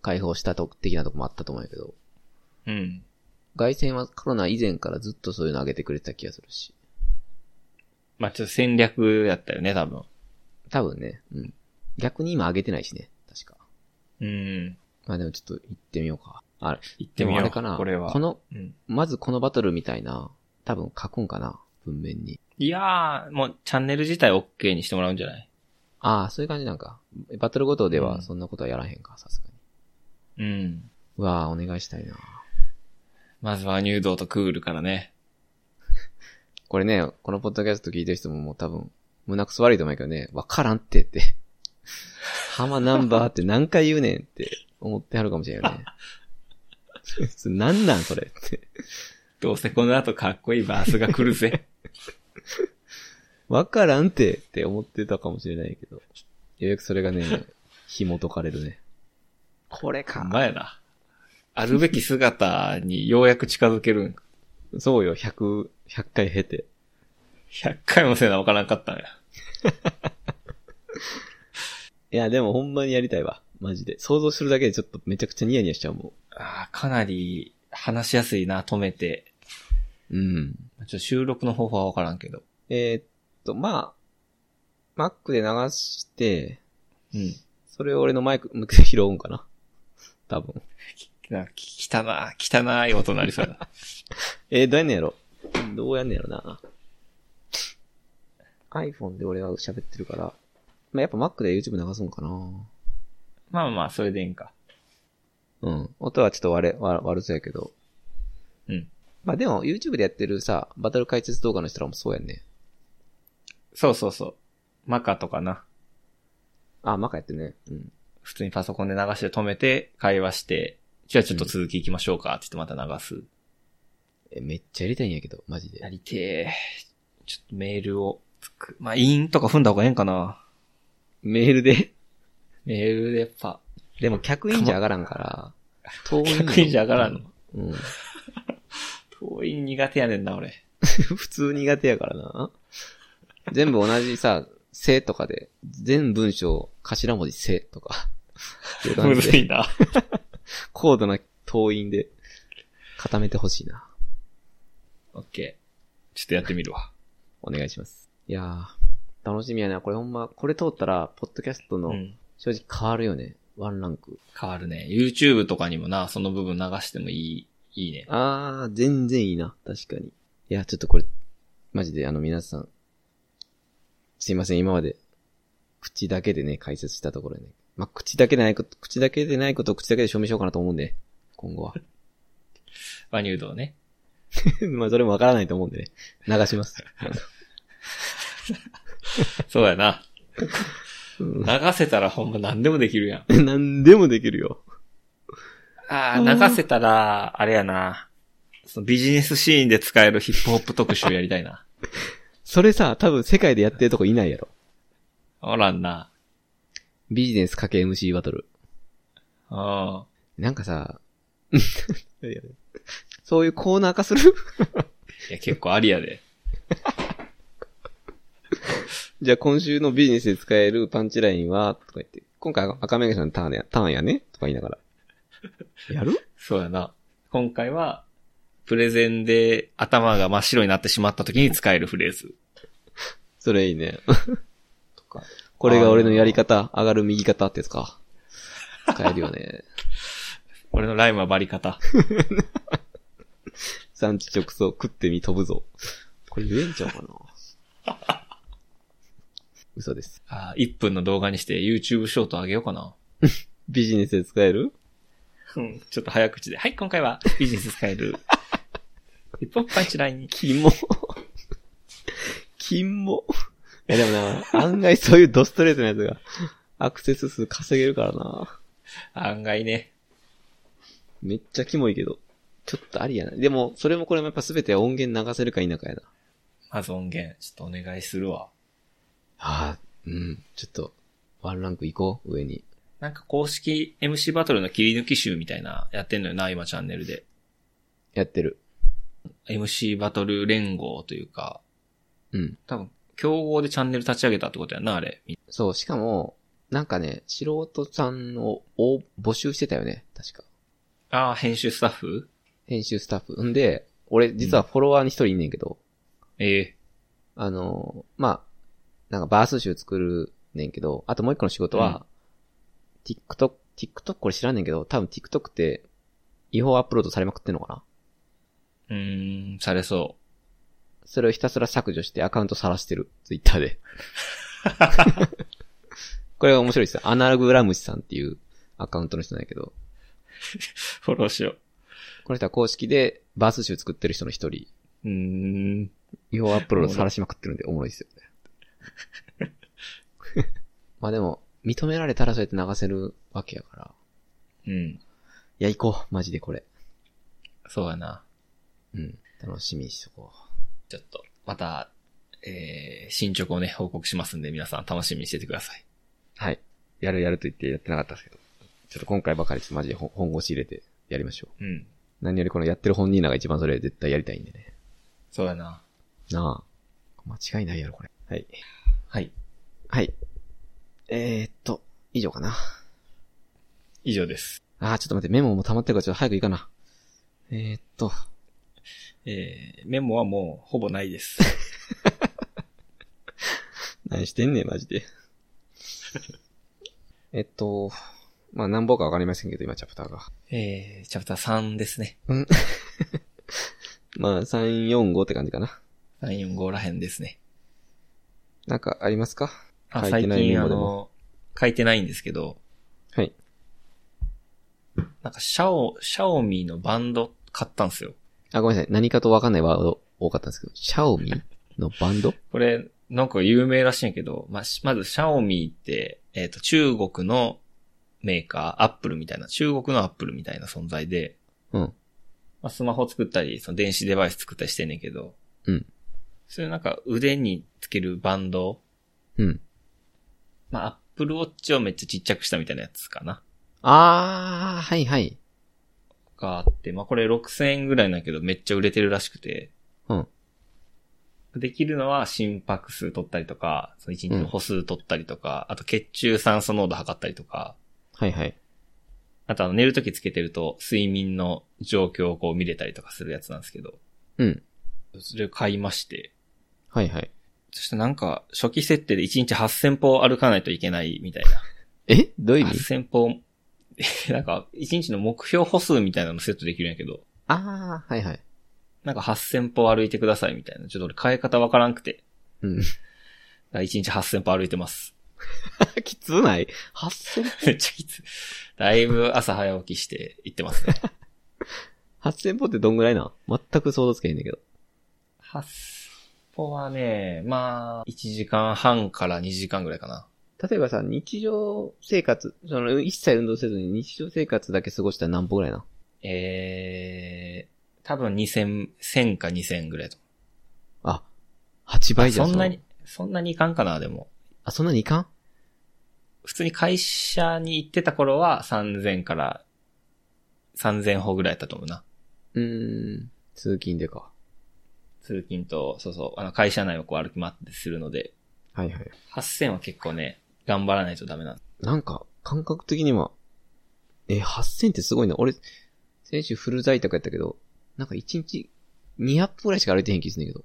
Speaker 1: 解放したと、的なとこもあったと思うんやけど、
Speaker 2: うん。
Speaker 1: 外線はコロナ以前からずっとそういうの上げてくれてた気がするし。
Speaker 2: まあ、ちょっと戦略やったよね、多分。
Speaker 1: 多分ね、うん。逆に今上げてないしね、確か。
Speaker 2: うん。
Speaker 1: まあでもちょっと行ってみようか。あれ、
Speaker 2: 行って
Speaker 1: で
Speaker 2: み
Speaker 1: もあ
Speaker 2: よ
Speaker 1: れ
Speaker 2: う。
Speaker 1: かな。
Speaker 2: これは。
Speaker 1: この、
Speaker 2: うん。
Speaker 1: まずこのバトルみたいな、多分書くんかな、文面に。
Speaker 2: いやー、もうチャンネル自体 OK にしてもらうんじゃない
Speaker 1: ああ、そういう感じなんか。バトルごとで
Speaker 2: う
Speaker 1: は
Speaker 2: ん
Speaker 1: そんなことはやらへんか、さすがに。
Speaker 2: うん。
Speaker 1: うわあ、お願いしたいな。
Speaker 2: まずは入道とクールからね。
Speaker 1: これね、このポッドキャスト聞いてる人ももう多分、胸くそ悪いと思うけどね、わからんってって。 浜ナンバーって何回言うねんって思ってはるかもしれんよね。 なんなんそれって。
Speaker 2: どうせこの後かっこいいバースが来る ぜ。
Speaker 1: わからんてって思ってたかもしれないけど。ようやくそれがね、紐解かれるね。これ
Speaker 2: ほんまやな。あるべき姿にようやく近づけるん。
Speaker 1: そうよ、100、100回経て。
Speaker 2: 100回もせなわからんかったんや。
Speaker 1: いや、でもほんまにやりたいわ。マジで。想像するだけでちょっとめちゃくちゃニヤニヤしちゃうも
Speaker 2: ああ、かなり話しやすいな、止めて。
Speaker 1: ん。うん。
Speaker 2: ちょっと収録の方法はわからんけど。
Speaker 1: えーっと、まあ、Mac で流して、
Speaker 2: うん。
Speaker 1: それを俺のマイク、向けて拾うんかな。多分。
Speaker 2: なんか汚な、汚い音になりそうやな。
Speaker 1: えーどうやんねやろどうやんねやろな。iPhone で俺が喋ってるから。まあ、やっぱ Mac で YouTube 流すんかな。
Speaker 2: まあまあ、それでいいんか。
Speaker 1: うん。音はちょっと悪い、悪悪そうやけど。
Speaker 2: うん。
Speaker 1: まあ、でも YouTube でやってるさ、バトル解説動画の人らもそうやんね。
Speaker 2: そうそうそう。マカとかな。
Speaker 1: あ、Mac やってるね。うん。
Speaker 2: 普通にパソコンで流して止めて、会話して、じゃあちょっと続き行きましょうか、って言ってまた流す。
Speaker 1: え、めっちゃやりたいんやけど、マジ
Speaker 2: や
Speaker 1: で。
Speaker 2: りてえ。ちょっとメールをつく。まあ、インとか踏んだ方がええんかな。
Speaker 1: メールで。
Speaker 2: メールでやっぱ、
Speaker 1: でも客員じゃ上がらんから、遠いよ
Speaker 2: 100円じゃ上がらんの。。
Speaker 1: うん。
Speaker 2: 遠い苦手やねんな、俺。
Speaker 1: 普通苦手やからな。全部同じさ、せとかで、全文章、頭文字せとか。っていう感
Speaker 2: む
Speaker 1: じ
Speaker 2: ず
Speaker 1: で、
Speaker 2: いな。
Speaker 1: 高度な党員で固めてほしいな。
Speaker 2: オッケー。ちょっとやってみるわ。
Speaker 1: お願いします。いやー、楽しみやな。これほんま、これ通ったら、ポッドキャスト
Speaker 2: う
Speaker 1: の、
Speaker 2: ん。
Speaker 1: 正直変わるよね。ワンランク。
Speaker 2: 変わるね。YouTube とかにもな、その部分流してもいい、いいね。
Speaker 1: あー、全然いいな。確かに。いや、ちょっとこれ、マジであの皆さん、すいません、今まで、口だけでね、解説したところね。まあ、口だけでないこと、口だけでないことを口だけで証明しようかなと思うんで、今後は。
Speaker 2: バニュードをね。
Speaker 1: まあ、それもわからないと思うんでね。流します。
Speaker 2: そうやな。
Speaker 1: うん
Speaker 2: 流せたらほんま何でもできるやん。
Speaker 1: 何でもできるよ。
Speaker 2: あ
Speaker 1: うん
Speaker 2: あ、流せたら、あれやな。そのビジネスシーンで使えるヒップホップ特集やりたいな。
Speaker 1: それさ、多分世界でやってるとこいないやろ。
Speaker 2: おらんな。
Speaker 1: ビジネスかけ MC バトル。
Speaker 2: うん。
Speaker 1: なんか さ、そういうコーナー化する
Speaker 2: いや、結構ありやで。
Speaker 1: じゃあ今週のビジネスで使えるパンチラインは、とか言って、今回赤目がさんのターンや、ターンやねとか言いながら。やる
Speaker 2: そうやな。今回は、プレゼンで頭が真っ白になってしまった時に使えるフレーズ。
Speaker 1: それいいね。
Speaker 2: とか。
Speaker 1: これが俺のやり方、上がる右肩ってやつか。使えるよね。
Speaker 2: 俺のライムはバリ方。
Speaker 1: 産地直送、食ってみ飛ぶぞ。これ言えんちゃうかな 嘘です。
Speaker 2: あー1分の動画にして YouTube ショート上げようかな。
Speaker 1: ビジネスで使える
Speaker 2: うん。ちょっと早口で。はい、今回はビジネス使える。ヒップホップパンチライン。
Speaker 1: キモ。キモ。いやでもな、案外そういうドストレートなやつが、アクセス数稼げるからな。
Speaker 2: 案外ね。
Speaker 1: めっちゃキモいけど。ちょっとありやな。でも、それもこれもやっぱ全て音源流せるか否かやな。
Speaker 2: まず音源、ちょっとお願いするわ。
Speaker 1: ああ、うん。ちょっと、ワンランク行こう、上に。
Speaker 2: なんか公式 MC バトルの切り抜き集みたいな、やってんのよな、今チャンネルで。
Speaker 1: やってる。
Speaker 2: MC バトル連合というか、
Speaker 1: うん。
Speaker 2: 多分、競合でチャンネル立ち上げたってことやな、あれ。
Speaker 1: そう、しかも、なんかね、素人さんを応募集してたよね、確か。
Speaker 2: ああ、編集スタッフ
Speaker 1: 編集スタッフ。んで、俺、実はフォロワーに一人いんねんけど、
Speaker 2: ええ
Speaker 1: あの、まあ、なんかバース集作るねんけど、あともう一個の仕事は、TikTok、TikTok これ知らんねんけど、多分 TikTok って、違法アップロードされまくってんのかな
Speaker 2: うーん、されそ
Speaker 1: それをひたすら削除してアカウント晒してる。ツイッターで。これが面白いですよ。アナログラムシさんっていうアカウントの人なんやけど、
Speaker 2: う。フォローしよ
Speaker 1: この人は公式でバース集作ってる人の一人、
Speaker 2: う。うーん。
Speaker 1: 違法アップロード晒しまくってるんでおもろいですよね。 まあでも、認められたらそうやって流せるわけやから。
Speaker 2: うん。
Speaker 1: いや、行こう。マジでこれ。
Speaker 2: そうやな。
Speaker 1: うん。楽しみにしとこう。
Speaker 2: ちょっと、また、えー、進捗をね、報告しますんで、皆さん楽しみにしててください。
Speaker 1: はい。やるやると言ってやってなかったですけど。ちょっと今回ばかりちょっとマジで本本腰入れてやりましょう。
Speaker 2: うん。
Speaker 1: 何よりこのやってる本人らが一番それ絶対やりたいんでね。
Speaker 2: そうやな。
Speaker 1: なあ。間違いないやろ、これ。はい。
Speaker 2: はい。
Speaker 1: はい。えー、っと、以上かな。
Speaker 2: 以上です。
Speaker 1: あー、ちょっと待って、メモも溜まってるからちょっと早く行かな。えー、っと、
Speaker 2: えー、メモはもう、ほぼないです。
Speaker 1: 何してんねん、マジ で。えっと、まあ何本かわかりませんけど、今、チャプターが。
Speaker 2: えー、チャプター3ですね。
Speaker 1: まあ、3、4、5って感じかな。
Speaker 2: 3、4、5らへんですね。
Speaker 1: なんかありますか
Speaker 2: あ、
Speaker 1: 書いて
Speaker 2: 最
Speaker 1: ないメ
Speaker 2: 近、あ
Speaker 1: モで
Speaker 2: の
Speaker 1: も、
Speaker 2: 書いてないんですけど、
Speaker 1: はい。
Speaker 2: なんか、シャオ、シャオミのバンド買ったんですよ。
Speaker 1: あ、ごめんなさい。何かとわかんないワード多かったんですけど、シャオミのバンド
Speaker 2: これ、なんか有名らしいんやけど、まあ、しまず、シャオミって、えっ、と、中国のメーカー、アップルみたいな、中国のアップルみたいな存在で、
Speaker 1: うん。
Speaker 2: まあ、スマホ作ったり、その電子デバイス作ったりしてんねんけど、
Speaker 1: うん。
Speaker 2: そういうなんか腕につけるバンド、
Speaker 1: うん。
Speaker 2: まあ、アップルウォッチをめっちゃちっちゃくしたみたいなやつかな。
Speaker 1: あー、はいはい。
Speaker 2: があって、まあ、これ6000円ぐらいなんやけど、めっちゃ売れてるらしくて、
Speaker 1: うん。
Speaker 2: できるのは心拍数取ったりとか、その1日の歩数取ったりとか、あと血中酸素濃度測ったりとか、
Speaker 1: はいはい。
Speaker 2: あとあの寝るときつけてると睡眠の状況をこう見れたりとかするやつなんですけど、
Speaker 1: うん。
Speaker 2: それを買いまして、
Speaker 1: はいはい。
Speaker 2: そしてなんか初期設定で1日8000歩歩かないといけないみたいな。
Speaker 1: えどういう意味
Speaker 2: 8000歩、 なんか1日の目標歩数みたいなのセットできるんやけど、
Speaker 1: あー、はいはい。
Speaker 2: なんか8000歩歩いてくださいみたいな。ちょっと俺変え方わからんくて、
Speaker 1: うん。
Speaker 2: 1日8000歩歩いてます。
Speaker 1: きつない ?8000、
Speaker 2: めっちゃきつい。だいぶ朝早起きして行ってますね。
Speaker 1: 8000歩ってどんぐらいなん全く想像つけへんねんけど。
Speaker 2: 8歩はね、まあ、1時間半から2時間ぐらいかな。
Speaker 1: 例えばさ、日常生活、その、一切運動せずに日常生活だけ過ごしたら何歩ぐらいなん
Speaker 2: えー、多分2000、1000か2000ぐらいと。
Speaker 1: あ、8倍じゃ
Speaker 2: そ
Speaker 1: ん。
Speaker 2: んな
Speaker 1: の
Speaker 2: に。、そんなにいかんかな、でも。
Speaker 1: あ、そんなにいかん
Speaker 2: 普通に会社に行ってた頃は3000から3000歩ぐらいだったと思うな。
Speaker 1: うーん。通勤でか。
Speaker 2: 通勤と、そうそう、あの会社内をこう歩き回ってするので、
Speaker 1: はいはい。
Speaker 2: 8000は結構ね、頑張らないとダメなんです。
Speaker 1: なんか、感覚的には、え、8000ってすごいな。俺、先週フル在宅やったけど、なんか1日200歩ぐらいしか歩いてへん気すんねんけど。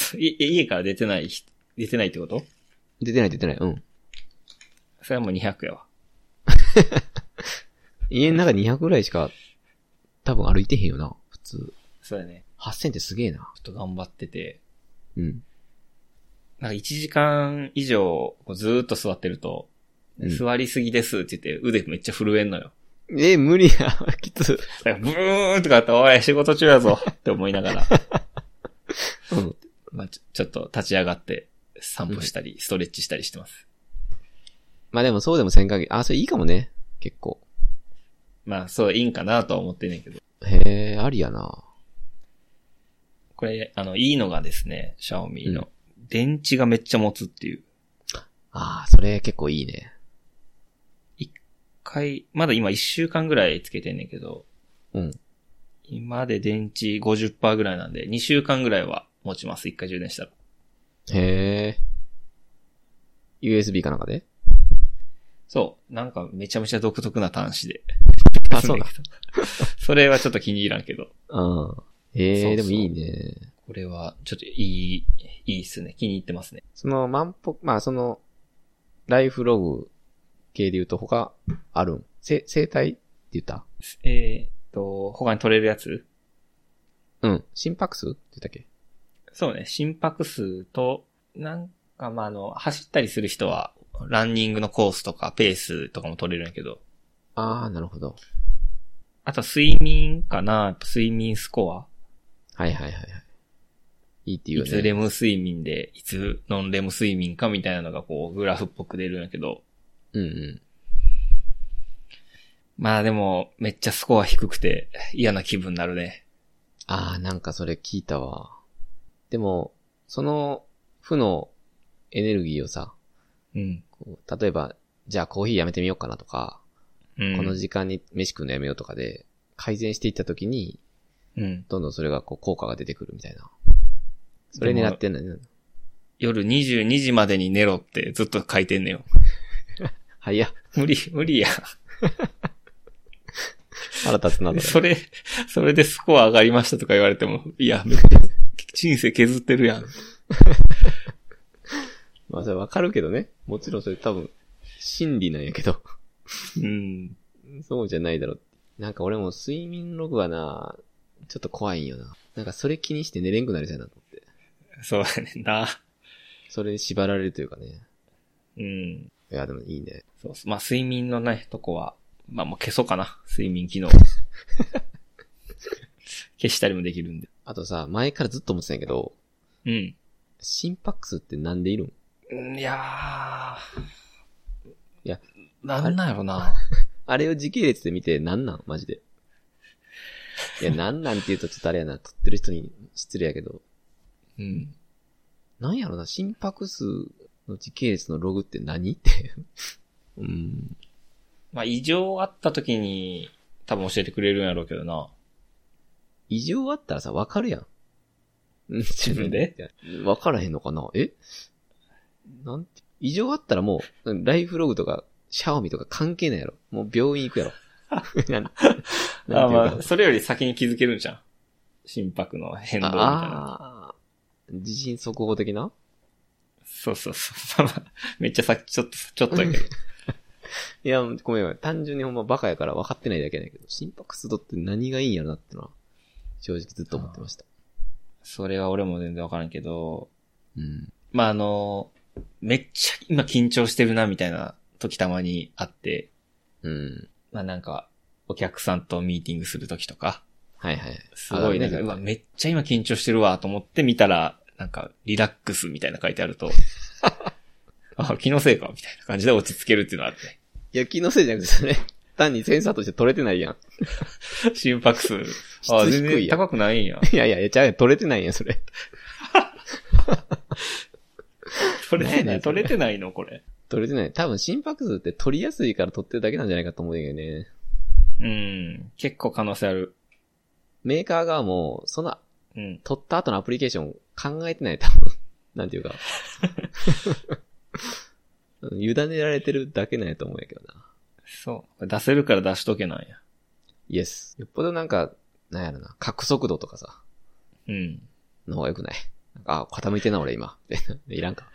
Speaker 2: い家から出てない人、出てないってこと
Speaker 1: 出てない出てない。うん。
Speaker 2: それはもう200やわ。
Speaker 1: 家の中200ぐらいしか、多分歩いてへんよな。普通。
Speaker 2: そうだね。
Speaker 1: 8000ってすげえな。
Speaker 2: ちょっと頑張ってて。
Speaker 1: うん。
Speaker 2: なんか1時間以上、こうずーっと座ってると、
Speaker 1: うん
Speaker 2: 座りすぎですって言って腕めっちゃ震えんのよ。
Speaker 1: え、無理や。 きつ。
Speaker 2: だからブーンとかって、おい、仕事中やぞ って思いながら、
Speaker 1: うん。
Speaker 2: まあちょちょっと立ち上がって散歩したり、ストレッチしたりしてます。
Speaker 1: まあでもそうでも1000限り。あ、それいいかもね。結構。
Speaker 2: まあそう、いいんかなとは思ってんねんけど。
Speaker 1: へえ、ありやな。
Speaker 2: これ、あの、いいのがですね、シャオミの、電池がめっちゃ持つっていう。
Speaker 1: ああ、それ結構いいね。
Speaker 2: 一回、まだ今1週間ぐらいつけてんねんけど、
Speaker 1: うん。
Speaker 2: 今まで電池50%ぐらいなんで、2週間ぐらいは持ちます、1回充電したら。
Speaker 1: へえ。USB かなんかで
Speaker 2: そう。なんかめちゃめちゃ独特な端子で。
Speaker 1: あそうなん
Speaker 2: だけど。 それはちょっと気に入らんけど。
Speaker 1: うん。へえ、
Speaker 2: そうそう
Speaker 1: でもいいね。
Speaker 2: これはちょっといい、いいっすね。気に入ってますね。
Speaker 1: その、万歩、まあその、ライフログ系で言うと他あるんせ、生体って言った
Speaker 2: えー、っと、他に取れるやつ
Speaker 1: うん。心拍数って言ったっけ
Speaker 2: そうね。心拍数と、なんかまあ、あの、走ったりする人は、ランニングのコースとかペースとかも取れるんやけど。
Speaker 1: ああ、なるほど。
Speaker 2: あと睡眠かなやっぱ睡眠スコア
Speaker 1: はいはいはいはい。いいって
Speaker 2: い
Speaker 1: 言う
Speaker 2: つ
Speaker 1: よね。
Speaker 2: レム睡眠で、いつノンレム睡眠かみたいなのがこう、グラフっぽく出るんやけど。
Speaker 1: うんうん。
Speaker 2: まあでも、めっちゃスコア低くて嫌な気分になるね。
Speaker 1: ああ、なんかそれ聞いたわ。でも、その負のエネルギーをさ、
Speaker 2: うん。
Speaker 1: こう例えば、じゃあコーヒーやめてみようかなとか、
Speaker 2: うん。
Speaker 1: この時間に飯食うのやめようとかで、改善していった時に、
Speaker 2: うん。
Speaker 1: どんどんそれがこう効果が出てくるみたいな。それ狙ってんのに、
Speaker 2: 夜22時までに寝ろってずっと書いてんのよ。
Speaker 1: はいや、
Speaker 2: 無理、無理や。
Speaker 1: 腹立つな、そ
Speaker 2: そ
Speaker 1: れ。
Speaker 2: れ、それでスコア上がりましたとか言われても、いや、めっちゃ人生削ってるやん。
Speaker 1: まあそれわかるけどね。もちろんそれ多分、心理なんやけど。
Speaker 2: うん。
Speaker 1: そうじゃないだろう。なんか俺も睡眠ログはな、ちょっと怖いんよな。なんかそれ気にして寝れんくなりそうやなと思って。
Speaker 2: そうやねんな。
Speaker 1: それに縛られるというかね。
Speaker 2: うん。
Speaker 1: いや、でもいいね。
Speaker 2: そうそう。まあ、睡眠のないとこは、まあもう消そうかな。睡眠 機能。消したりもできるんで。
Speaker 1: あとさ、前からずっと思ってたんやけど、
Speaker 2: うん。
Speaker 1: 心拍数ってなんでいるん
Speaker 2: うんいやー。
Speaker 1: いや、
Speaker 2: なんなんやろな。
Speaker 1: あれを時系列で見てなんなんマジで。いや、なんなんって言うとちょっとあれやな、撮ってる人に失礼やけど、
Speaker 2: うん。
Speaker 1: なんやろな、心拍数の時系列のログって何って。 うん。
Speaker 2: まあ、異常あった時に、多分教えてくれるんやろうけどな。
Speaker 1: 異常あったらさ、わかるやん。うん
Speaker 2: 自分で
Speaker 1: いやわからへんのかなえなんて、異常あったらもう、うんライフログとか、シャオミとか関係ないやろ。もう病院行くやろ。 なんなんていうか
Speaker 2: あまあ、それより先に気づけるんじゃん。心拍の変動みたいな。
Speaker 1: ああー、地震速報的な
Speaker 2: そうそうそう。 まあまあ、めっちゃさっき、ちょっと、ちょっとやけど。
Speaker 1: いや、ごめんごめん。単純にほんまバカやから分かってないだけやねんけど、心拍数とって何がいいんやろなってのは、正直ずっと思ってました。
Speaker 2: それは俺も全然わからんけど、
Speaker 1: うん。
Speaker 2: まああの、めっちゃ今緊張してるなみたいな時たまにあって、
Speaker 1: うん。
Speaker 2: まあなんか、お客さんとミーティングする時とか、
Speaker 1: はいはい。
Speaker 2: すごいなんか、
Speaker 1: 上
Speaker 2: う
Speaker 1: が
Speaker 2: わ、
Speaker 1: るね
Speaker 2: めっちゃ今緊張してるわと思って見たら、なんか、リラックスみたいな書いてある と、あ、気のせいかみたいな感じで落ち着けるっていうのはあるね。
Speaker 1: いや、気のせいじゃなくてそれ、単にセンサーとして取れてないやん。
Speaker 2: 心拍数。あ、
Speaker 1: 質
Speaker 2: 全
Speaker 1: 低
Speaker 2: 然
Speaker 1: いやん。
Speaker 2: 高く ないんや。
Speaker 1: いやいや、いや、ちゃうやん取れてないやん、それ。
Speaker 2: 取れて
Speaker 1: なん
Speaker 2: な
Speaker 1: や
Speaker 2: い、
Speaker 1: そ
Speaker 2: 取
Speaker 1: れ
Speaker 2: れてないのこれ。
Speaker 1: 取れてない。多分心拍数って取りやすいから取ってるだけなんじゃないかと思うんだけどね。
Speaker 2: うん。結構可能性ある。
Speaker 1: メーカー側も、その、
Speaker 2: うん。
Speaker 1: 取った後のアプリケーション考えてない、多分。 なんていうか。委ねられてるだけなんやと思うんやけどな。
Speaker 2: そう。出せるから出しとけなんや。
Speaker 1: イエス。よっぽどなんか、なんやろな、角速度とかさ、
Speaker 2: うん。
Speaker 1: の方が良くない。なんかあ、傾いてんな俺今。 えいらんか。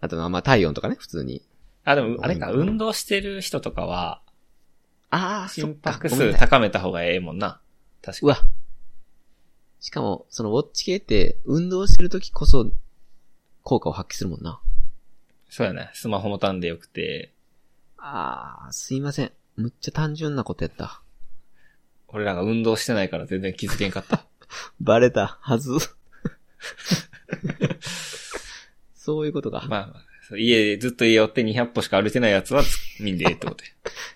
Speaker 1: あと、まあまあ、体温とかね、普通に。
Speaker 2: あ、でも、あれか、
Speaker 1: うん
Speaker 2: 運動してる人とかは、
Speaker 1: ああ、
Speaker 2: 心拍
Speaker 1: そっかごめ
Speaker 2: 数
Speaker 1: んなさい
Speaker 2: 高めた方がええもんな。確か
Speaker 1: う
Speaker 2: に。
Speaker 1: わ。しかも、そのウォッチ系って、運動してる時こそ、効果を発揮するもんな。
Speaker 2: そうやね。スマホもたんでよくて、
Speaker 1: ああ、すいません。むっちゃ単純なことやった。
Speaker 2: 俺らが運動してないから全然気づけんか った。
Speaker 1: バレたはず。 そういうことか。
Speaker 2: まあまあ、そう家でずっと家寄って200歩しか歩いてないやつは、見んでええって こと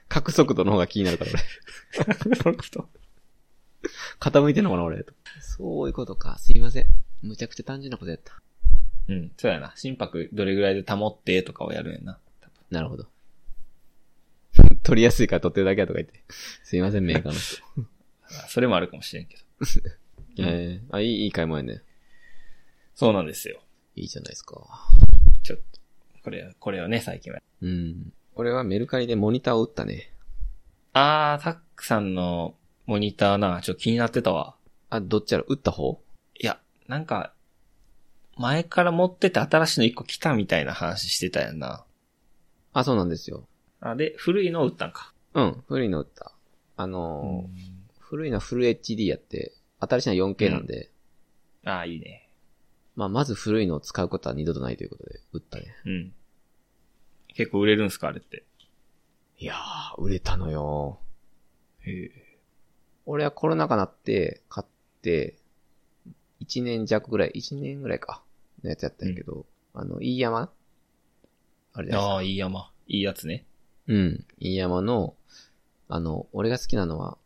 Speaker 1: 角速度の方が気になるから俺。
Speaker 2: や。そういうこと。
Speaker 1: 傾いてんのかな俺。そういうことか。すいません。むちゃくちゃ単純なことやった。
Speaker 2: うん。そうやな。心拍どれぐらいで保ってとかをやるんやな。
Speaker 1: なるほど。 取りやすいから取ってるだけやとか言って。すいません、メーカーの人。
Speaker 2: それもあるかもしれんけど。
Speaker 1: えー、あ、いい、いい買い物やね。
Speaker 2: そうなんですよ。
Speaker 1: いいじゃないですか。
Speaker 2: ちょっと。これは、これはね、最近は。
Speaker 1: うん。俺はメルカリでモニターを打ったね。
Speaker 2: あー、タックさんのモニターな、ちょっと気になってたわ。
Speaker 1: あ、どっちやろ打った方
Speaker 2: いや、なんか、前から持ってて新しいの一個来たみたいな話してたやんな。
Speaker 1: あ、そうなんですよ。
Speaker 2: あ、で、古いのを売ったんか。
Speaker 1: うん、古いの打った。あのー古いのはフル HD やって、新しいのは 4K なんで、
Speaker 2: あー、いいね。
Speaker 1: まあ、まず古いのを使うことは二度とないということで、打ったね。
Speaker 2: うん。結構売れるんすか、あれって。
Speaker 1: いやー、売れたのよ。
Speaker 2: へ
Speaker 1: 俺はコロナ禍なって、買って、1年弱ぐらい、1年ぐらいか、のやつやったんやけど、あの、飯山あれじゃないです
Speaker 2: あ
Speaker 1: か。
Speaker 2: あ、いい山。いいやつね。
Speaker 1: うん。飯山の、あの、俺が好きなのは、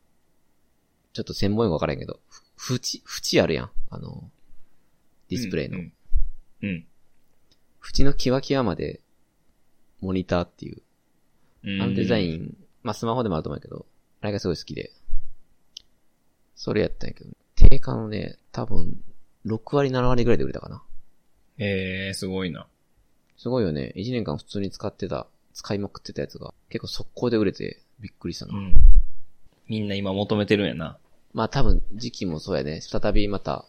Speaker 1: ちょっと専門用語わからんけど、ふ縁、縁あるやん。あの、ディスプレイの。
Speaker 2: うん。うん。
Speaker 1: 縁のキワキワまで、モニターっていう。
Speaker 2: うん
Speaker 1: あのデザ
Speaker 2: ン。
Speaker 1: イン、まあ、スマホでもあると思うけど、あれがすごい好きで。それやったんやけど、定価のね、多分、6割、7割ぐらいで売れたかな。
Speaker 2: へえー、すごいな。
Speaker 1: すごいよね。1年間普通に使ってた、使いまくってたやつが、結構速攻で売れて、びっくりしたな。
Speaker 2: ん。みんな今求めてるんやな。
Speaker 1: まあ多分、時期もそうやね。再びまた、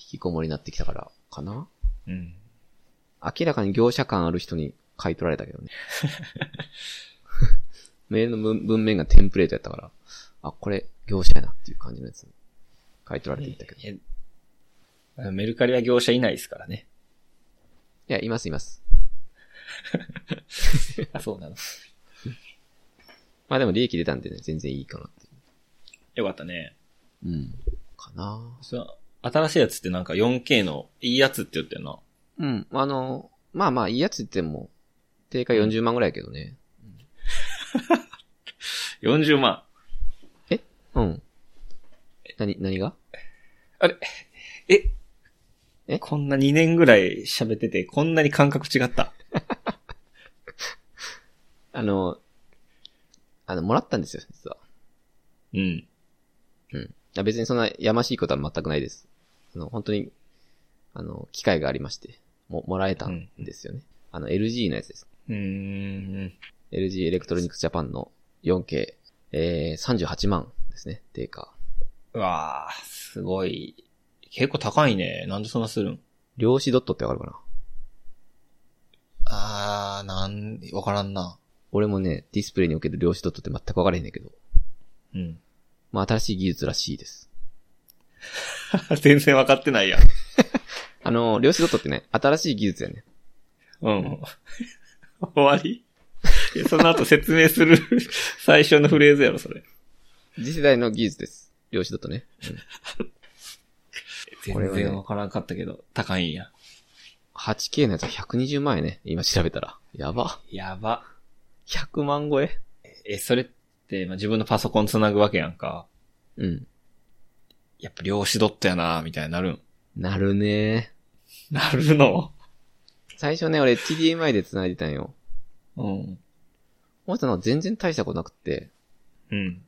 Speaker 1: 引きこもりになってきたから、かな
Speaker 2: うん。
Speaker 1: 明らかに業者感ある人に買い取られたけ どね。メールの文文面がテンプレートやったから、あ、これ業者やなっていう感じのやつに買い取られていったけど。い
Speaker 2: えメルカリは業者いないですからね。
Speaker 1: や、いますいます。
Speaker 2: あ、 そうなの。
Speaker 1: まあでも利益出たんでね、全然いいかなってい
Speaker 2: よかったね。
Speaker 1: う。うん。かな
Speaker 2: そう新しいやつってなんか 4K のいいやつって言ってるな。
Speaker 1: うん。あの、まあまあいいやつ言っても、定価40万ぐらいやけどね。
Speaker 2: 40万。
Speaker 1: うん。何、何が
Speaker 2: え
Speaker 1: え
Speaker 2: こんな2年ぐらい喋ってて、こんなに感覚違った。
Speaker 1: あの、あの、もらったんですよ、実は。
Speaker 2: うん。
Speaker 1: うん。いや別にそんなやましいことは全くないです。あの、本当に、あの、機会がありまして、も、もらえたんですよね。あの、LG のやつです。
Speaker 2: うーん。
Speaker 1: LG エレクトロニクスジャパンの 4K、えー、38万ですね、定価。
Speaker 2: うわー、すごい。結構高いね。なんでそんなするん
Speaker 1: 量子ドットってわかるかな
Speaker 2: あー、なん、わからんな。
Speaker 1: 俺もね、ディスプレイにおける量子ドットって全くわからへんねんけど、
Speaker 2: うん。
Speaker 1: まあ、新しい技術らしいです。
Speaker 2: 全然わかってないやん。
Speaker 1: あの、量子ドットってね、新しい技術やね。
Speaker 2: うん。終わりいやその後説明する 最初のフレーズやろ、それ。
Speaker 1: 次世代の技術です。量子ドットね。これ
Speaker 2: 全
Speaker 1: はね
Speaker 2: 然わからんかったけど、高いんや。
Speaker 1: 8K のやつは120万円ね。今調べたら。やば。
Speaker 2: やば。
Speaker 1: 100万超え
Speaker 2: え、それって、まあ、自分のパソコンつなぐわけやんか。
Speaker 1: うん。
Speaker 2: やっぱ量子ドットやなみたいになるん。
Speaker 1: なるね
Speaker 2: なるの
Speaker 1: 最初ね、俺 HDMI で繋いでたんよ。
Speaker 2: うん。
Speaker 1: 思ったのは全然大したことなくって、
Speaker 2: うん。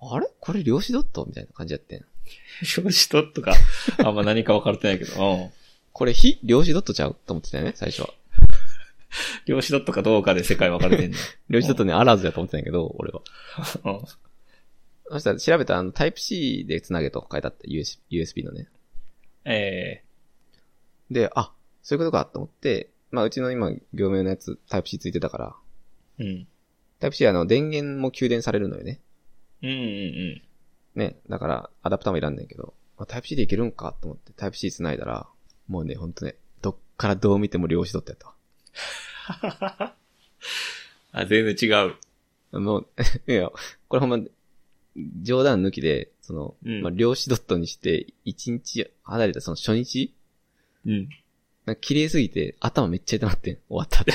Speaker 1: あれこれ量子ドットみたいな感じやってん。
Speaker 2: 量子ドットか。あんま何か分かれて ないけど。うん。
Speaker 1: これ非量子ドットちゃうと思ってたよね、最初は。
Speaker 2: 量子ドットかどうかで世界分かれてんね
Speaker 1: 量子ドットね、あらずやと思ってたんやけど、俺は。
Speaker 2: うん。
Speaker 1: そしたら調べたら、あの、Type-C で繋げと書いてあって、US USB のね。
Speaker 2: え
Speaker 1: で、あ、そういうことかと思って、まあ、うちの今、業務用のやつ、Type-C ついてたから、
Speaker 2: えうん。
Speaker 1: Type-C はあの、電源も給電されるのよね。
Speaker 2: うんうん
Speaker 1: ね、だから、アダプターもいらんねんけど、まあ、タイプ C でいけるんかと思ってタイプ C 繋いだら、もうね、ほんとね、どっからどう見ても量子取ってやった
Speaker 2: うん。あ、全然違う。
Speaker 1: わ。もう、 いや、これほんま、冗談抜きで、その、
Speaker 2: うん
Speaker 1: まあ、量子ドットにして、1日離れたその初日
Speaker 2: うん。
Speaker 1: なんか綺麗すぎて、頭めっちゃ痛なってん。終わっ たって。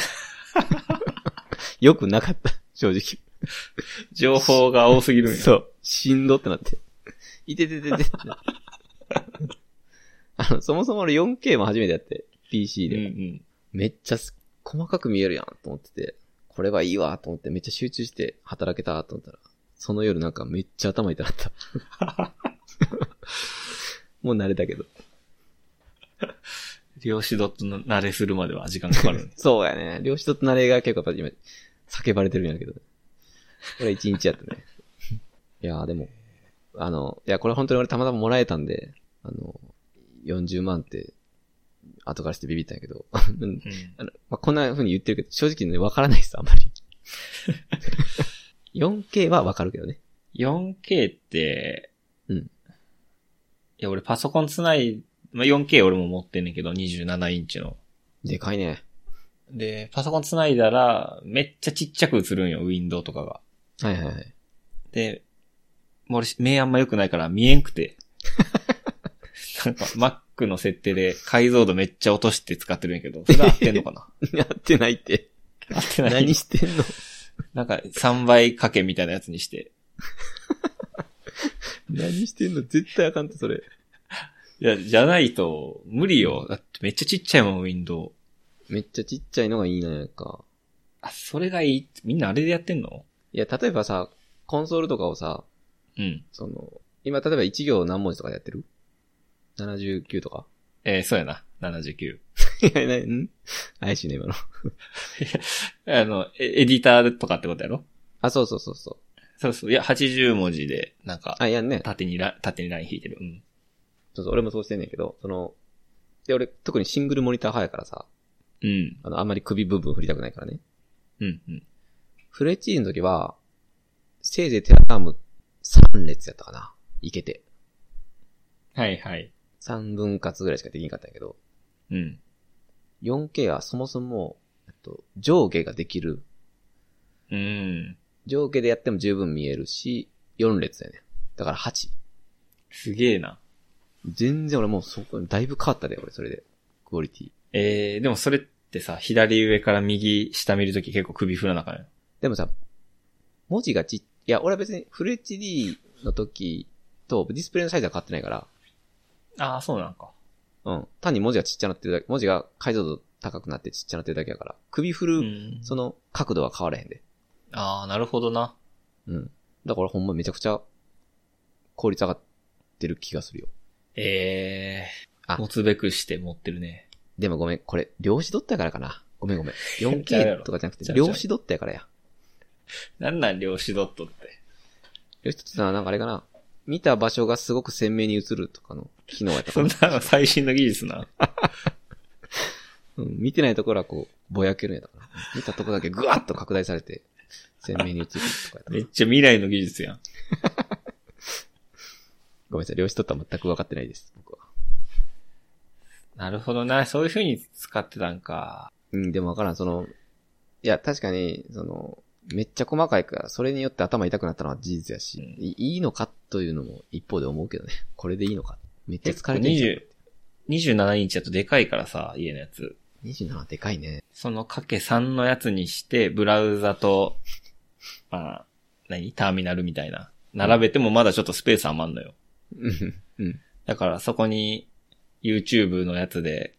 Speaker 1: よくなかった、正直。
Speaker 2: 情報が多すぎるんや。
Speaker 1: そう。しんどってなって。いててて てって。あの、そもそも俺 4K も初めてやって、PC
Speaker 2: うん
Speaker 1: で。
Speaker 2: うん。
Speaker 1: めっちゃす細かく見えるやんと思ってて、これはいいわと思ってめっちゃ集中して働けたと思ったら、その夜なんかめっちゃ頭痛かった。 もう慣れたけど。。
Speaker 2: 漁師ドットの慣れするまでは時間かかる
Speaker 1: そうやね。漁師と慣れが結構やっぱ今、叫ばれてるんやけど。これ一日やったね。 いやーでも、あの、いや、これ本当に俺たまたまもらえたんで、あの、40万って、後からしてビビったんやけど、うん
Speaker 2: うん
Speaker 1: あのまあ、こんな風に言ってるけど、正直ね、わからないです、あんまり。4K はわかるけどね。
Speaker 2: 4K って、
Speaker 1: うん
Speaker 2: いや、俺パソコンつない、まあ、4K 俺も持ってんねんけど、27インチの。
Speaker 1: でかいね。
Speaker 2: で、パソコンつないだら、めっちゃちっちゃく映るんよ、ウィンドウとかが。
Speaker 1: はいはいはい。
Speaker 2: で、もう俺、目あんま良くないから見えんくて。なんか、Mac の設定で解像度めっちゃ落として使ってるんやけど、それ合ってんのかな
Speaker 1: やってないって。
Speaker 2: 合ってない
Speaker 1: 何。してんの
Speaker 2: なんか、3倍かけみたいなやつにして。
Speaker 1: 何してんの絶対あかんって、それ。
Speaker 2: いや、じゃないと、無理よ。だってめっちゃちっちゃいもん、ウィンドウ。
Speaker 1: めっちゃちっちゃいのがいいなんか。
Speaker 2: あ、それがいい。みんなあれでやってんの
Speaker 1: いや、例えばさ、コンソールとかをさ、
Speaker 2: うん。
Speaker 1: その、今例えば1行何文字とかでやってる ?79 とか
Speaker 2: えーそうやな。79。
Speaker 1: いや、な、ん怪しいね、今の。
Speaker 2: あの、えエディターとかってことやろ
Speaker 1: あ、そうそうそうそう。
Speaker 2: そうそう。いや、80文字で、なんか、
Speaker 1: あ、いやね。
Speaker 2: 縦にラ、縦にライン引いてる。うん。
Speaker 1: そうそう、俺もそうしてんねんけど、その、で、俺、特にシングルモニター派やからさ、
Speaker 2: うん。
Speaker 1: あの、あんまり首部分振りたくないからね。
Speaker 2: うん。うん。
Speaker 1: フル HD の時は、せいぜいテラターム3列やったかな。いけて。
Speaker 2: はいはい。
Speaker 1: 3分割ぐらいしかできんかったんやけど、
Speaker 2: うん。
Speaker 1: 4K はそもそも、えっと、上下ができる
Speaker 2: うん。
Speaker 1: 上下でやっても十分見えるし、4列やね。だから8。
Speaker 2: すげえな。
Speaker 1: 全然俺もうそこ、だいぶ変わったで、俺それで。クオリティ。
Speaker 2: えー、でもそれってさ、左上から右下見るとき結構首振らなあかんよ。
Speaker 1: でもさ、文字がちっ、いや、俺は別にフル HD の時とディスプレイのサイズは変わってないから、
Speaker 2: ああ、そうなんか。
Speaker 1: うん。単に文字がちっちゃなってるだけ、文字が解像度高くなってちっちゃなってるだけやから、首振る、
Speaker 2: うん。
Speaker 1: その角度は変わらへんで。
Speaker 2: ああ、なるほどな。
Speaker 1: うん。だからほんまめちゃくちゃ効率上がってる気がするよ。
Speaker 2: え
Speaker 1: あ
Speaker 2: ー、持つべくして持ってるね。
Speaker 1: でもごめん、これ、量子ドットやからかな。ごめんごめん。
Speaker 2: ちゃうや
Speaker 1: 4K
Speaker 2: ろ
Speaker 1: とかじゃなく
Speaker 2: ち
Speaker 1: て、
Speaker 2: ゃうちゃう
Speaker 1: 量子ドットやからや。
Speaker 2: なんなん、量子ドットって。
Speaker 1: 量子ドットはなんかあれかな。見た場所がすごく鮮明に映るとかの機能やったか
Speaker 2: そん
Speaker 1: な。
Speaker 2: なの最新の技術な。
Speaker 1: うん、見てないところはこう、ぼやけるんやったかな。見たところだけぐわっと拡大されて、鮮明に映るとかやったか
Speaker 2: め
Speaker 1: な
Speaker 2: っ。ちゃ未来の技術やん。
Speaker 1: ごめんなさい、量子ドットは全く分かってないです、僕は。
Speaker 2: なるほどな。そういう風に使ってたんか。
Speaker 1: うん、でもわからん、その、いや、確かに、その、めっちゃ細かいから、それによって頭痛くなったのは事実やし、
Speaker 2: うん
Speaker 1: いいいのかというのも一方で思うけどね。 これでいいのか。めっちゃ
Speaker 2: 結
Speaker 1: 疲
Speaker 2: 構
Speaker 1: れてるじゃん。
Speaker 2: 20 27インチだとでかいからさ、家のやつ。
Speaker 1: 27でかいね。
Speaker 2: そのかけ3のやつにして、ブラウザと、まあ、何ターミナルみたいな。並べてもまだちょっとスペース余んのよ。
Speaker 1: うん。うん。
Speaker 2: だからそこに、YouTube のやつで、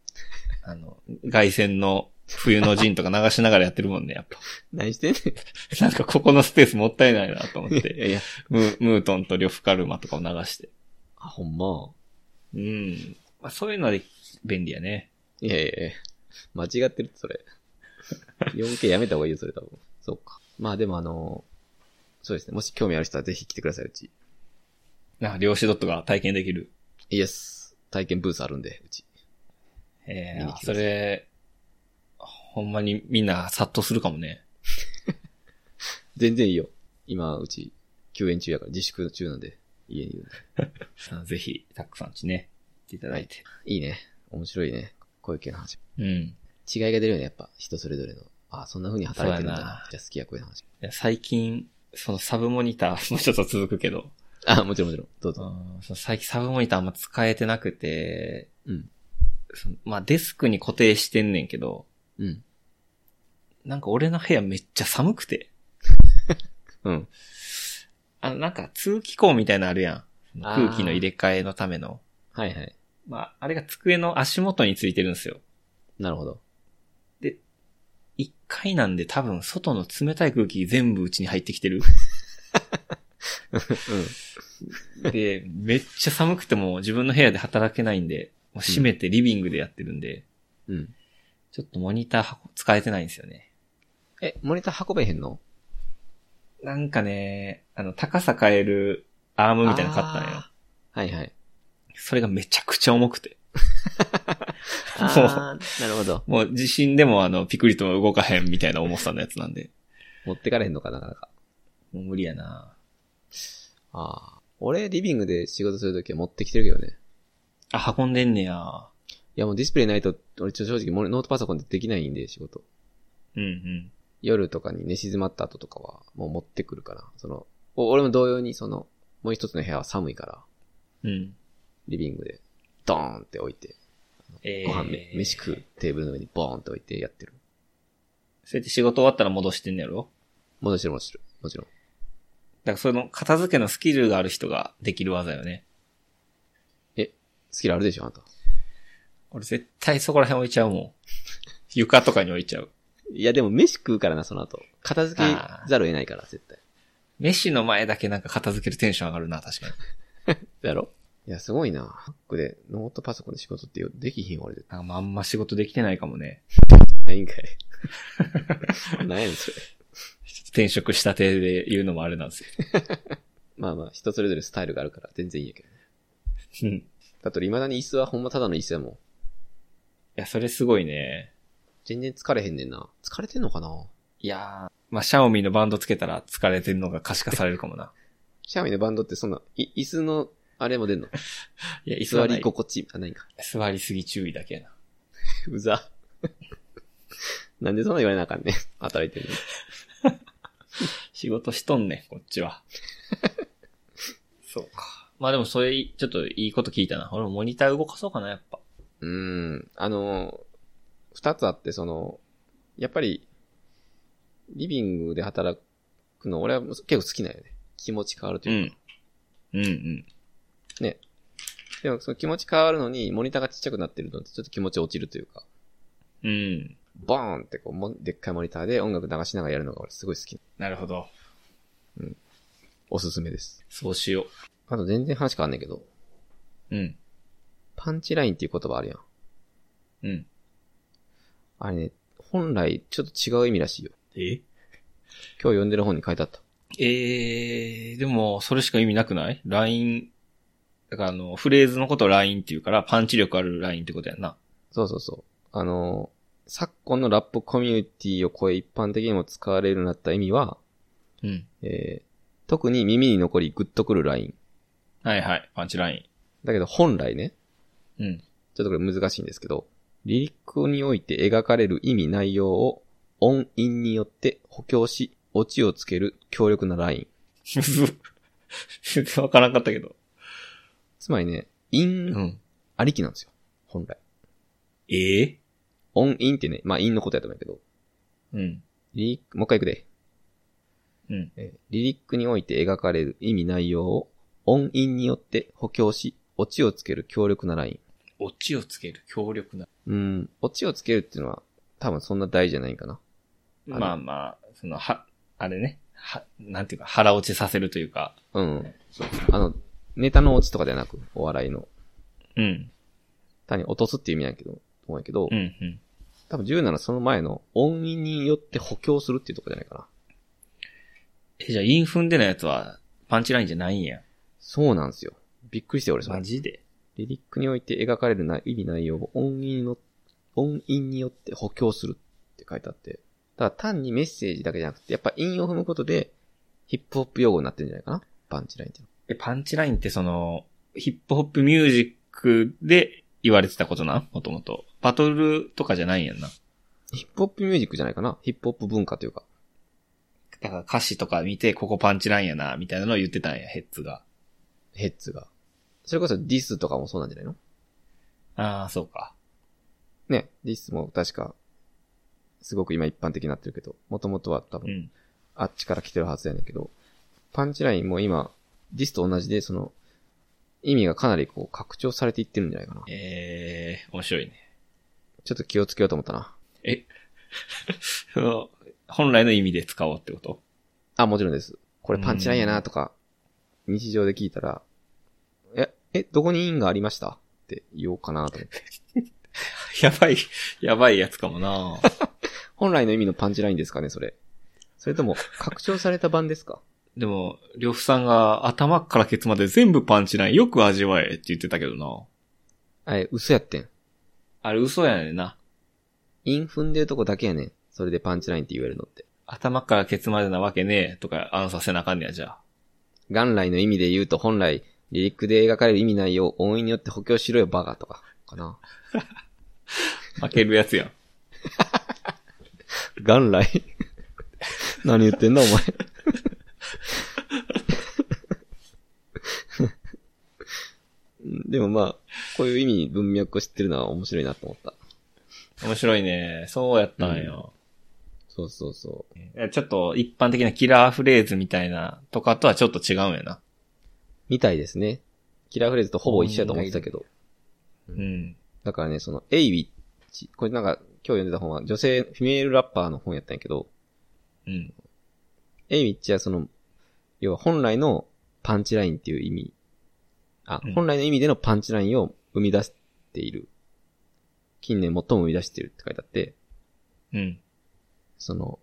Speaker 2: あの、外線の冬の陣とか流しながらやってるもんね、やっぱ。
Speaker 1: 何してんね
Speaker 2: なんかここのスペースもったいないなと思っ
Speaker 1: ん。い
Speaker 2: て。
Speaker 1: やいや、
Speaker 2: ムームートンとリョフカルマとかを流して。
Speaker 1: あ、ほんま。
Speaker 2: うん。まあ、そういうので便利やね。
Speaker 1: いやいやいや。間違ってるって、それ。4K やめた方がいいよ、それ多分。そうか。まあでもあの、そうですね。もし興味ある人はぜひ来てください、うち。
Speaker 2: な、量子ドットが体験できる。
Speaker 1: イエス。体験ブースあるんで、うち。
Speaker 2: え
Speaker 1: 見に
Speaker 2: ー
Speaker 1: 来、てく
Speaker 2: そ
Speaker 1: ださい
Speaker 2: れ、ほんまにみんな殺到するかもね。
Speaker 1: 全然いいよ。今、うち、休園中やから、自粛中なんで、家にいるんで。
Speaker 2: あのぜひ、たくさんちね、行っていただいて。
Speaker 1: いいね。面白いね。こういう系の話。
Speaker 2: うん。
Speaker 1: 違いが出るよね、やっぱ。人それぞれの。あ、そんな風に働いてるんだ
Speaker 2: そうや
Speaker 1: な
Speaker 2: な。
Speaker 1: じゃあ好きや、こういう話。
Speaker 2: いや最近、そのサブモニター、 もうちょっと続くけど、
Speaker 1: あ、もちろんもちろん。どう
Speaker 2: う
Speaker 1: ぞ。
Speaker 2: んその最近サブモニターあんま使えてなくて、
Speaker 1: うん。
Speaker 2: そのまあデスクに固定してんねんけど、
Speaker 1: うん。
Speaker 2: なんか俺の部屋めっちゃ寒くて。
Speaker 1: うん。
Speaker 2: あの、なんか通気口みたいなのあるやん。
Speaker 1: あー
Speaker 2: 空気の入れ替えのための。
Speaker 1: はいはい。
Speaker 2: まあ、あれが机の足元についてるんですよ。
Speaker 1: なるほど。
Speaker 2: 一回なんで多分外の冷たい空気全部うちに入ってきてる。で、めっちゃ寒くても自分の部屋で働けないんで、もう閉めてリビングでやってるんで、
Speaker 1: うん。
Speaker 2: ちょっとモニター箱使えてないんですよね。
Speaker 1: え、モニター運べへんの
Speaker 2: なんかね、あの、高さ変えるアームみたいなの買ったのよ。
Speaker 1: あーは いはい。
Speaker 2: それがめちゃくちゃ重く て。
Speaker 1: あーなるほど。
Speaker 2: もう地震でもあの、ピクリとも動かへんみたいな重さのやつなんで。
Speaker 1: 持ってかれへんのかなかなか。
Speaker 2: もう無理やな
Speaker 1: ああ。俺、リビングで仕事するときは持ってきてるけどね。
Speaker 2: あ、運んでんねや。
Speaker 1: いやもうディスプレイないと、俺ちょ正直モニノートパソコンでできないんで、仕事。
Speaker 2: うんうん。
Speaker 1: 夜とかに寝静まった後とかは、もう持ってくるから。その、お俺も同様に、その、もう一つの部屋は寒いから、
Speaker 2: うん。
Speaker 1: リビングで、ドーンって置いて、
Speaker 2: え
Speaker 1: ご飯め、飯食う。テーブルの上にボーンって置いてやってる。
Speaker 2: そうやって仕事終わったら戻してんねやろ
Speaker 1: 戻してる戻してる。もちろん。
Speaker 2: だからその片付けのスキルがある人ができる技よね。
Speaker 1: スキルあるでしょ、あんた。
Speaker 2: 俺絶対そこら辺置いちゃうもん。床とかに置いちゃう。
Speaker 1: いやでも飯食うからな、その後。片付けざるを得ないから、絶対。
Speaker 2: 飯の前だけなんか片付けるテンション上がるな、確かに。
Speaker 1: やろいや、すごいな。ハックで、ノートパソコンで仕事ってよできひん俺で。
Speaker 2: なんかまああんま仕事できてないかもね。
Speaker 1: ないんかい。 何やねん、それ。
Speaker 2: ちょっと転職したてで言うのもあれなんですよ。
Speaker 1: まあまあ、人それぞれスタイルがあるから、全然いいんやけど。
Speaker 2: うん。い
Speaker 1: だって俺未だに椅子はほんまただの椅子やもん。
Speaker 2: や、それすごいね。
Speaker 1: 全然疲れへんねんな。疲れてんのかない
Speaker 2: やー、まあ、シャオミのバンドつけたら疲れてるのが可視化されるかもな。
Speaker 1: シャミのバンドってそんな、い、椅子の、あれも出んの
Speaker 2: いや、
Speaker 1: 座
Speaker 2: 座
Speaker 1: り
Speaker 2: り、
Speaker 1: 心地、あ、何か。
Speaker 2: 座りすぎ注意だけやな。
Speaker 1: うざ。 なんでそんな言われなあかんねん。 働いてるのに
Speaker 2: 仕事しとんねん、こっちは。 そうか。まあでもそれ、ちょっといいこと聞いたな。俺もモニター動かそうかな、やっぱ。
Speaker 1: うーん、あの、二つあって、その、やっぱり、リビングで働くの、俺は結構好きなんよね。気持ち変わると
Speaker 2: う
Speaker 1: いうか。
Speaker 2: ん。うんうん。
Speaker 1: でも、その気持ち変わるのに、モニターがちっちゃくなってるのって、ちょっと気持ち落ちるというか、
Speaker 2: うん。
Speaker 1: ボーンってこうも、でっかいモニターで音楽流しながらやるのが俺すごい好き。
Speaker 2: なるほど。
Speaker 1: おすすめです。
Speaker 2: そうしよ
Speaker 1: あと全然話変わんねんけど、
Speaker 2: う。うん。
Speaker 1: パンチラインっていう言葉あるやん。
Speaker 2: うん。
Speaker 1: あれね、本来ちょっと違う意味らしいよ。
Speaker 2: え
Speaker 1: 今日読んでる本に書いてあった。
Speaker 2: えー、でも、それしか意味なくない ?LINE。だからあの、フレーズのことを LINE っていうから、パンチ力ある LINE ってことやんな。
Speaker 1: そうそうそう。あの、昨今のラップコミュニティを超え一般的にも使われるようになった意味は、
Speaker 2: うん。
Speaker 1: えー特に耳に残りグッとくるライン。
Speaker 2: はいはい。パンチライ
Speaker 1: だけど本来ね、
Speaker 2: ン。うん。
Speaker 1: ちょっとこれ難しいんですけど、リリックにおいて描かれる意味内容を音韻によって補強し、オチをつける強力なライン。
Speaker 2: むずっ。全 然わからんかったけど。
Speaker 1: つまりね、韻
Speaker 2: ん。
Speaker 1: ありきなんですよ。本来。
Speaker 2: ええ
Speaker 1: 音韻ってね、まあ韻のことやと思うけど、
Speaker 2: うん。
Speaker 1: リリック、もう一回いくで。
Speaker 2: うん。
Speaker 1: えーリリックにおいて描かれる意味内容を音韻によって補強し、オチをつける強力なライ
Speaker 2: オチをつける強力な。
Speaker 1: ン。うん、オチをつけるっていうのは多分そんな大事じゃないんかな。あの
Speaker 2: まあまあ、その、は、あれね。は、なんていうか、腹落ちさせるというか。
Speaker 1: うん。あの、ネタのオチとかではなく、お笑いの。
Speaker 2: うん。
Speaker 1: 単に落とすっていう意味なんやけど、思うけど、
Speaker 2: うん、うん。
Speaker 1: 多分17その前の音韻によって補強するっていうとこじゃないかな。
Speaker 2: え、じゃあ、インフンでのやつは、パンチラインじゃないんや。
Speaker 1: そうなんですよ。びっくりして俺それ
Speaker 2: マ。ジで。
Speaker 1: リリックにおいて描かれるな意味内容を音韻の、音韻によって補強するって書いてあって。ただ単にメッセージだけじゃなくて、やっぱ韻を踏むことで、ヒップホップ用語になってるんじゃないかなパンチラインっていうの
Speaker 2: え、パンチラインってその、ヒップホップミュージックで言われてたことなもともと。バトルとかじゃないんやんな。
Speaker 1: ヒップホップミュージックじゃないかなヒップホップ文化というか。
Speaker 2: だから歌詞とか見て、ここパンチラインやな、みたいなのを言ってたんや、ヘッズが。
Speaker 1: ヘッズが。それこそディスとかもそうなんじゃないの
Speaker 2: ああ、そうか。
Speaker 1: ね。ディスも確か、すごく今一般的になってるけど、もともとは多
Speaker 2: う
Speaker 1: 分、
Speaker 2: ん。
Speaker 1: あっちから来てるはずやねんけど、パンチラインも今、ディスと同じで、その、意味がかなりこう拡張されていってるんじゃないかな。
Speaker 2: ええー、面白いね。
Speaker 1: ちょっと気をつけようと思ったな。
Speaker 2: その本来の意味で使おうってこと
Speaker 1: あ、もちろんです。これパンチラインやなとか、日常で聞いたら、え、え、どこにインがありましたって言おうかなと思って。
Speaker 2: やばい、やばいやつかもな
Speaker 1: 本来の意味のパンチラインですかね、それ。それとも、拡張された版ですか
Speaker 2: でも、両夫さんが頭からケツまで全部パンチラインよく味わえって言ってたけどな。
Speaker 1: え、嘘やってん。
Speaker 2: あれ嘘やねんな。
Speaker 1: イン踏んでるとこだけやねん。それでパンチラインって言えるのって。
Speaker 2: 頭からケツまでなわけねえとか暗殺せなあかんねや、じゃあ。
Speaker 1: 元来の意味で言うと本来、リリックで描かれる意味ないよう、音韻によって補強しろよ、バカとか。かな。
Speaker 2: 負けるやつやん。
Speaker 1: 元来何言ってんだ、お前。 うんでもまあ、こういう意味、文脈を知ってるのは面白いなと思った。
Speaker 2: 面白いね。そうやったんよ。
Speaker 1: そうそうそう。
Speaker 2: えちょっと一般的なキラーフレーズみたいなとかとはちょっと違うんやな。
Speaker 1: みたいですね。キラーフレーズとほぼ一緒やと思ってたけど。
Speaker 2: うん。
Speaker 1: だからね、その、エイビッチ、これなんか、今日読んでた本は、女性、フィメールラッパーの本やったんやけど、
Speaker 2: うん。
Speaker 1: エイビッチはその、要は本来のパンチラインっていう意味、あ、
Speaker 2: うん
Speaker 1: 本来の意味でのパンチラインを生み出している。近年最も生み出しているって書いてあって、
Speaker 2: うん。
Speaker 1: その、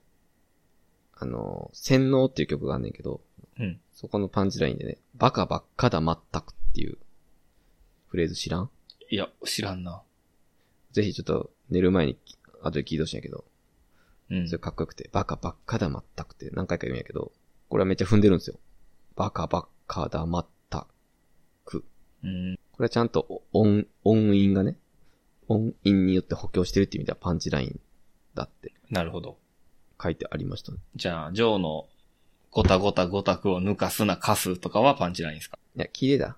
Speaker 1: あの、洗脳っていう曲があんねんけど、
Speaker 2: うん
Speaker 1: そこのパンチラインでね、バカばっかだまったくっていうフレーズ知らん
Speaker 2: いや、知らんな。
Speaker 1: ぜひちょっと寝る前に後で聞いてほしいんやけど、
Speaker 2: うん
Speaker 1: それ。かっこよくて、バカばっかだまったくって何回か言うんやけど、これはめっちゃ踏んでるんですよ。バカばっかだまったく。
Speaker 2: うん。
Speaker 1: これはちゃんと音、音韻がね、音韻によって補強してるっていう意味ではパンチラインだって
Speaker 2: なるほど。
Speaker 1: 書いてありましたね。
Speaker 2: じゃあ、ジョーのゴタゴタゴタクを抜かすなカスとかはパンチラインですか
Speaker 1: いや、綺麗だ。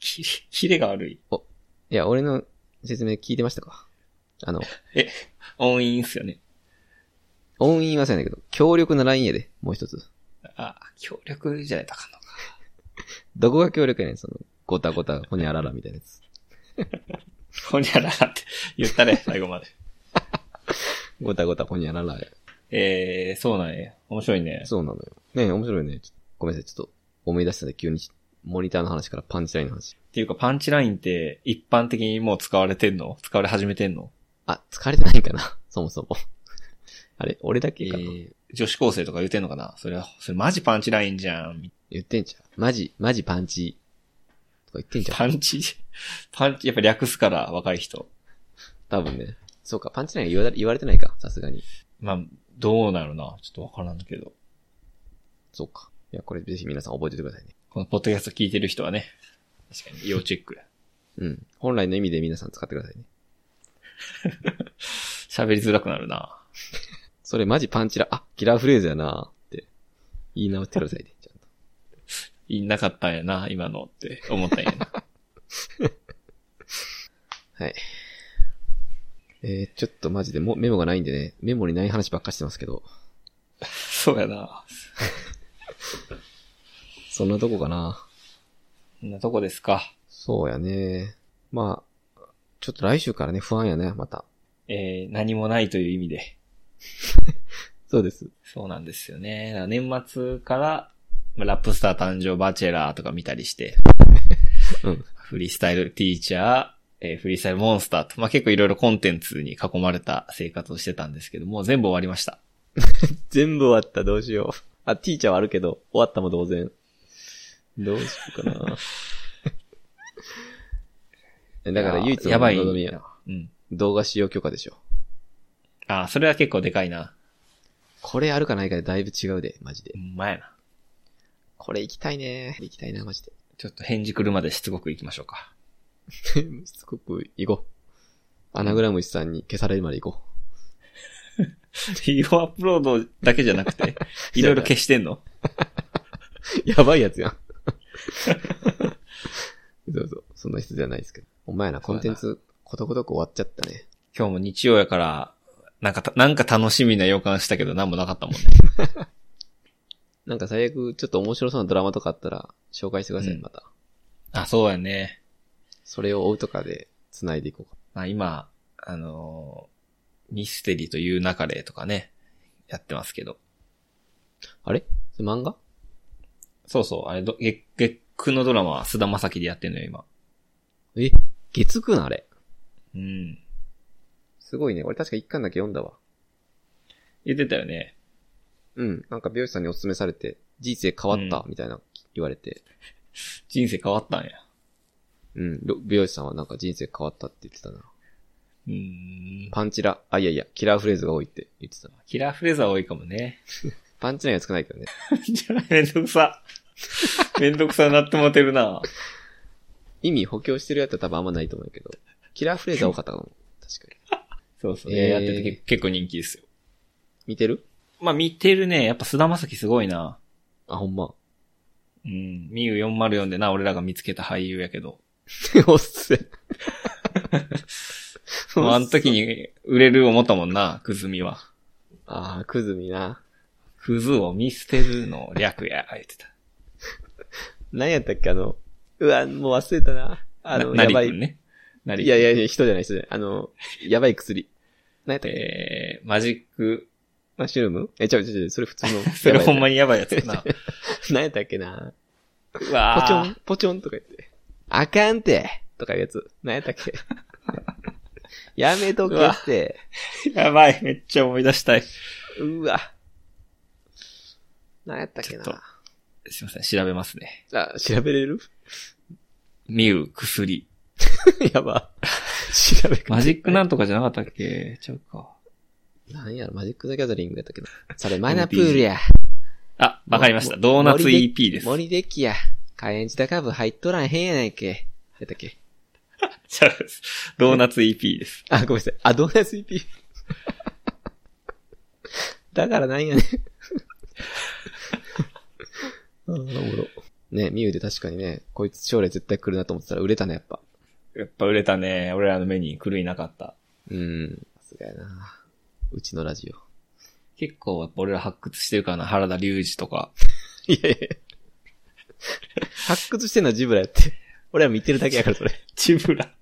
Speaker 2: キレ、キレが悪い。
Speaker 1: いや、俺の説明聞いてましたかあの、
Speaker 2: 音韻っすよね。
Speaker 1: 音韻はそうやねんけど、強力なラインやで、もう一つ。
Speaker 2: あ、協力じゃないとあかんのか。
Speaker 1: どこが強力やねん、その、ゴタゴタ、ほにゃららみたいなやつ。
Speaker 2: ほにゃららって言ったね、最後まで。
Speaker 1: ゴタゴタ、ほにゃららや。
Speaker 2: えー、そうなんや。面白いね。
Speaker 1: そうなのよ。ねえ面白いね。ちょっとごめんなさい、ちょっと思い出したんで急にモニターの話からパンチラインの話。
Speaker 2: っていうか、パンチラインって一般的にもう使われてんの使われ始めてんの
Speaker 1: あ、疲れてないかな そもそも。あれ俺だ
Speaker 2: え
Speaker 1: けかな、
Speaker 2: ー女子高生とか言ってんのかなそれは、それマジパンチラインじゃん。
Speaker 1: 言ってんじゃん。マジ、マジパンチ。とか言ってんじゃ
Speaker 2: パ
Speaker 1: ん。
Speaker 2: ンチ、 パンチ、やっぱ略すから、若い人。
Speaker 1: 多分ね。そうか、パンチラインは言わ言われてないか、さすがに。
Speaker 2: まあ、どうなるな。ちょっとわからんけど。
Speaker 1: そうか。いや、これぜひ皆さん覚えておいてくださいね。
Speaker 2: このポッドキャスト聞いてる人はね、確かに要チェックや。
Speaker 1: うん。本来の意味で皆さん使ってくださいね。
Speaker 2: 喋りづらくなるな。
Speaker 1: それマジパンチラ、あ、キラーフレーズやなって言い直してください ね。ちゃんと。
Speaker 2: いなかったんやな、今のって思ったんやな。
Speaker 1: えー、ちょっとマジでもメモがないんでね、メモにない話ばっかしてますけど、
Speaker 2: そうやな。
Speaker 1: そんなとこかな。
Speaker 2: そんなとこですか。
Speaker 1: そうやね。まあ、ちょっと来週からね、不安やね、また。
Speaker 2: えー、何もないという意味で。
Speaker 1: そうです。
Speaker 2: そうなんですよね。だから年末から、まあラップスター誕生、バチェラーとか見たり して、
Speaker 1: うん。
Speaker 2: フリースタイルティーチャー、えーフリースタイルモンスターと、まあ、結構いろいろコンテンツに囲まれた生活をしてたんですけども、全部終わりました。
Speaker 1: 全部終わった、どうしよう。あ、ティーチャーはあるけど、終わったも同然。どうしようかな。え だから唯一
Speaker 2: や
Speaker 1: の
Speaker 2: ばい
Speaker 1: 望みは、
Speaker 2: うん。
Speaker 1: 動画使用許可でしょ。
Speaker 2: あー、それは結構でかいな。
Speaker 1: これあるかないかでだいぶ違うで、マジで
Speaker 2: う。んまやな。
Speaker 1: これ行きたいね。行きたいな、マジで。
Speaker 2: ちょっと返事来るまでしつこく行きましょうか。
Speaker 1: しつこく行こう。アナグラムシさんに消されるまで行こう。
Speaker 2: ビデオアップロードだけじゃなく て、いろいろ消してんの
Speaker 1: やばいやつやん。 そうそう。そんな人じゃないですけど。お前らコンテンツ、ことごとく終わっちゃったね。
Speaker 2: 今日も日曜やから、なんかた、なんか楽しみな予感したけど、なんもなかったもんね。
Speaker 1: なんか最悪、ちょっと面白そうなドラマとかあったら、紹介してください、
Speaker 2: うん
Speaker 1: また。
Speaker 2: あ、そうやね。
Speaker 1: それを追うとかで、繋いでいこうか。
Speaker 2: まあ今、あのーミステリーという中でとかね、やってますけど。
Speaker 1: あれそれ漫画
Speaker 2: そうそう、あれど、月、月9のドラマは菅田正樹でやってんのよ、今。
Speaker 1: え月9なあれ。
Speaker 2: うん。
Speaker 1: すごいね。俺確か一巻だけ読んだわ。
Speaker 2: 言ってたよね。
Speaker 1: うん。なんか美容師さんにお勧めされて、人生変わっ
Speaker 2: う
Speaker 1: た、みたいな言われて、
Speaker 2: 人生変わったんや。
Speaker 1: うん。ろ美容師さんはなんか人生変わったって言ってたな。
Speaker 2: うーん。
Speaker 1: パンチラ、あ、いやいや、キラーフレーズが多いって言ってたな。
Speaker 2: キラーフレーザー多いかもね。
Speaker 1: パンチラには少ないけどね。
Speaker 2: じゃあめんどくさ。 めんどくさなってもてるな。
Speaker 1: 意味補強してるやつは多分あんまないと思うけど、キラーフレーズは多かったかも。確かに。
Speaker 2: そうそう。
Speaker 1: えー
Speaker 2: ねやってて結結構人気ですよ。
Speaker 1: 見てる
Speaker 2: まあ見てるね。やっぱ菅田将暉すごいな。
Speaker 1: あ、ほんま。
Speaker 2: うん。ミュー404でな、俺らが見つけた俳優やけど。
Speaker 1: おっせ。
Speaker 2: もうあの時に売れる思ったもんな、くずみは。
Speaker 1: ああ、くずみな。
Speaker 2: くずを見捨てるの略や、言ってた。
Speaker 1: 何やったっけ、あの、うわ、もう忘れたな。あの、
Speaker 2: な
Speaker 1: や
Speaker 2: な
Speaker 1: ば
Speaker 2: り
Speaker 1: い。
Speaker 2: くんね。なり
Speaker 1: い
Speaker 2: くん
Speaker 1: やいやいや、人じゃない人じゃない。あの、やばい薬。何やったっけ、
Speaker 2: えー、マジック、。
Speaker 1: マッシュルームえ、ちょいちょいちょい、それ普通の
Speaker 2: それほんま
Speaker 1: に。
Speaker 2: にやばいやつやな。
Speaker 1: 何やったっけな。
Speaker 2: う
Speaker 1: ポ
Speaker 2: わ
Speaker 1: チョ
Speaker 2: ー
Speaker 1: ン、ポチョンとか言って。あかんてとかいうやつ。何やったっ けやめとけって。
Speaker 2: やばい、めっちゃ思い出したい。
Speaker 1: うわ。何やったっけな
Speaker 2: ちょっ。すいません、調べますね。
Speaker 1: あ、調べれる
Speaker 2: ミュウ、薬。
Speaker 1: やば。調べ
Speaker 2: マジックなんとかじゃなかったっけちゃうか。
Speaker 1: 何やろ、マジック・ザ・ギャザリングやったっけな。それ、マナプールや。
Speaker 2: あ、わかりました。
Speaker 1: も
Speaker 2: ドーナツ
Speaker 1: 森で
Speaker 2: EP です。
Speaker 1: 森デッキや。カエンジタカブ入っとらんへんやないけ。やったっけ
Speaker 2: ちゃうですドーナツ EP です。
Speaker 1: あ、ごめんなさい。あ、ドーナ ツ EP。だからな んやねん。あーおもろ。ね、ミュウで確かにね、こいつ将来絶対来るなと思ってたら売れたね、やっぱ。
Speaker 2: やっぱ売れたね。俺らの目に狂いなかった。
Speaker 1: うん。さすがやな。うちのラジオ。
Speaker 2: 結構やっぱ俺ら発掘してるからな。原田隆二と か。
Speaker 1: いやいや発掘してんのはジブラやって。俺ら見てるだけやから、それ。
Speaker 2: ジブラ。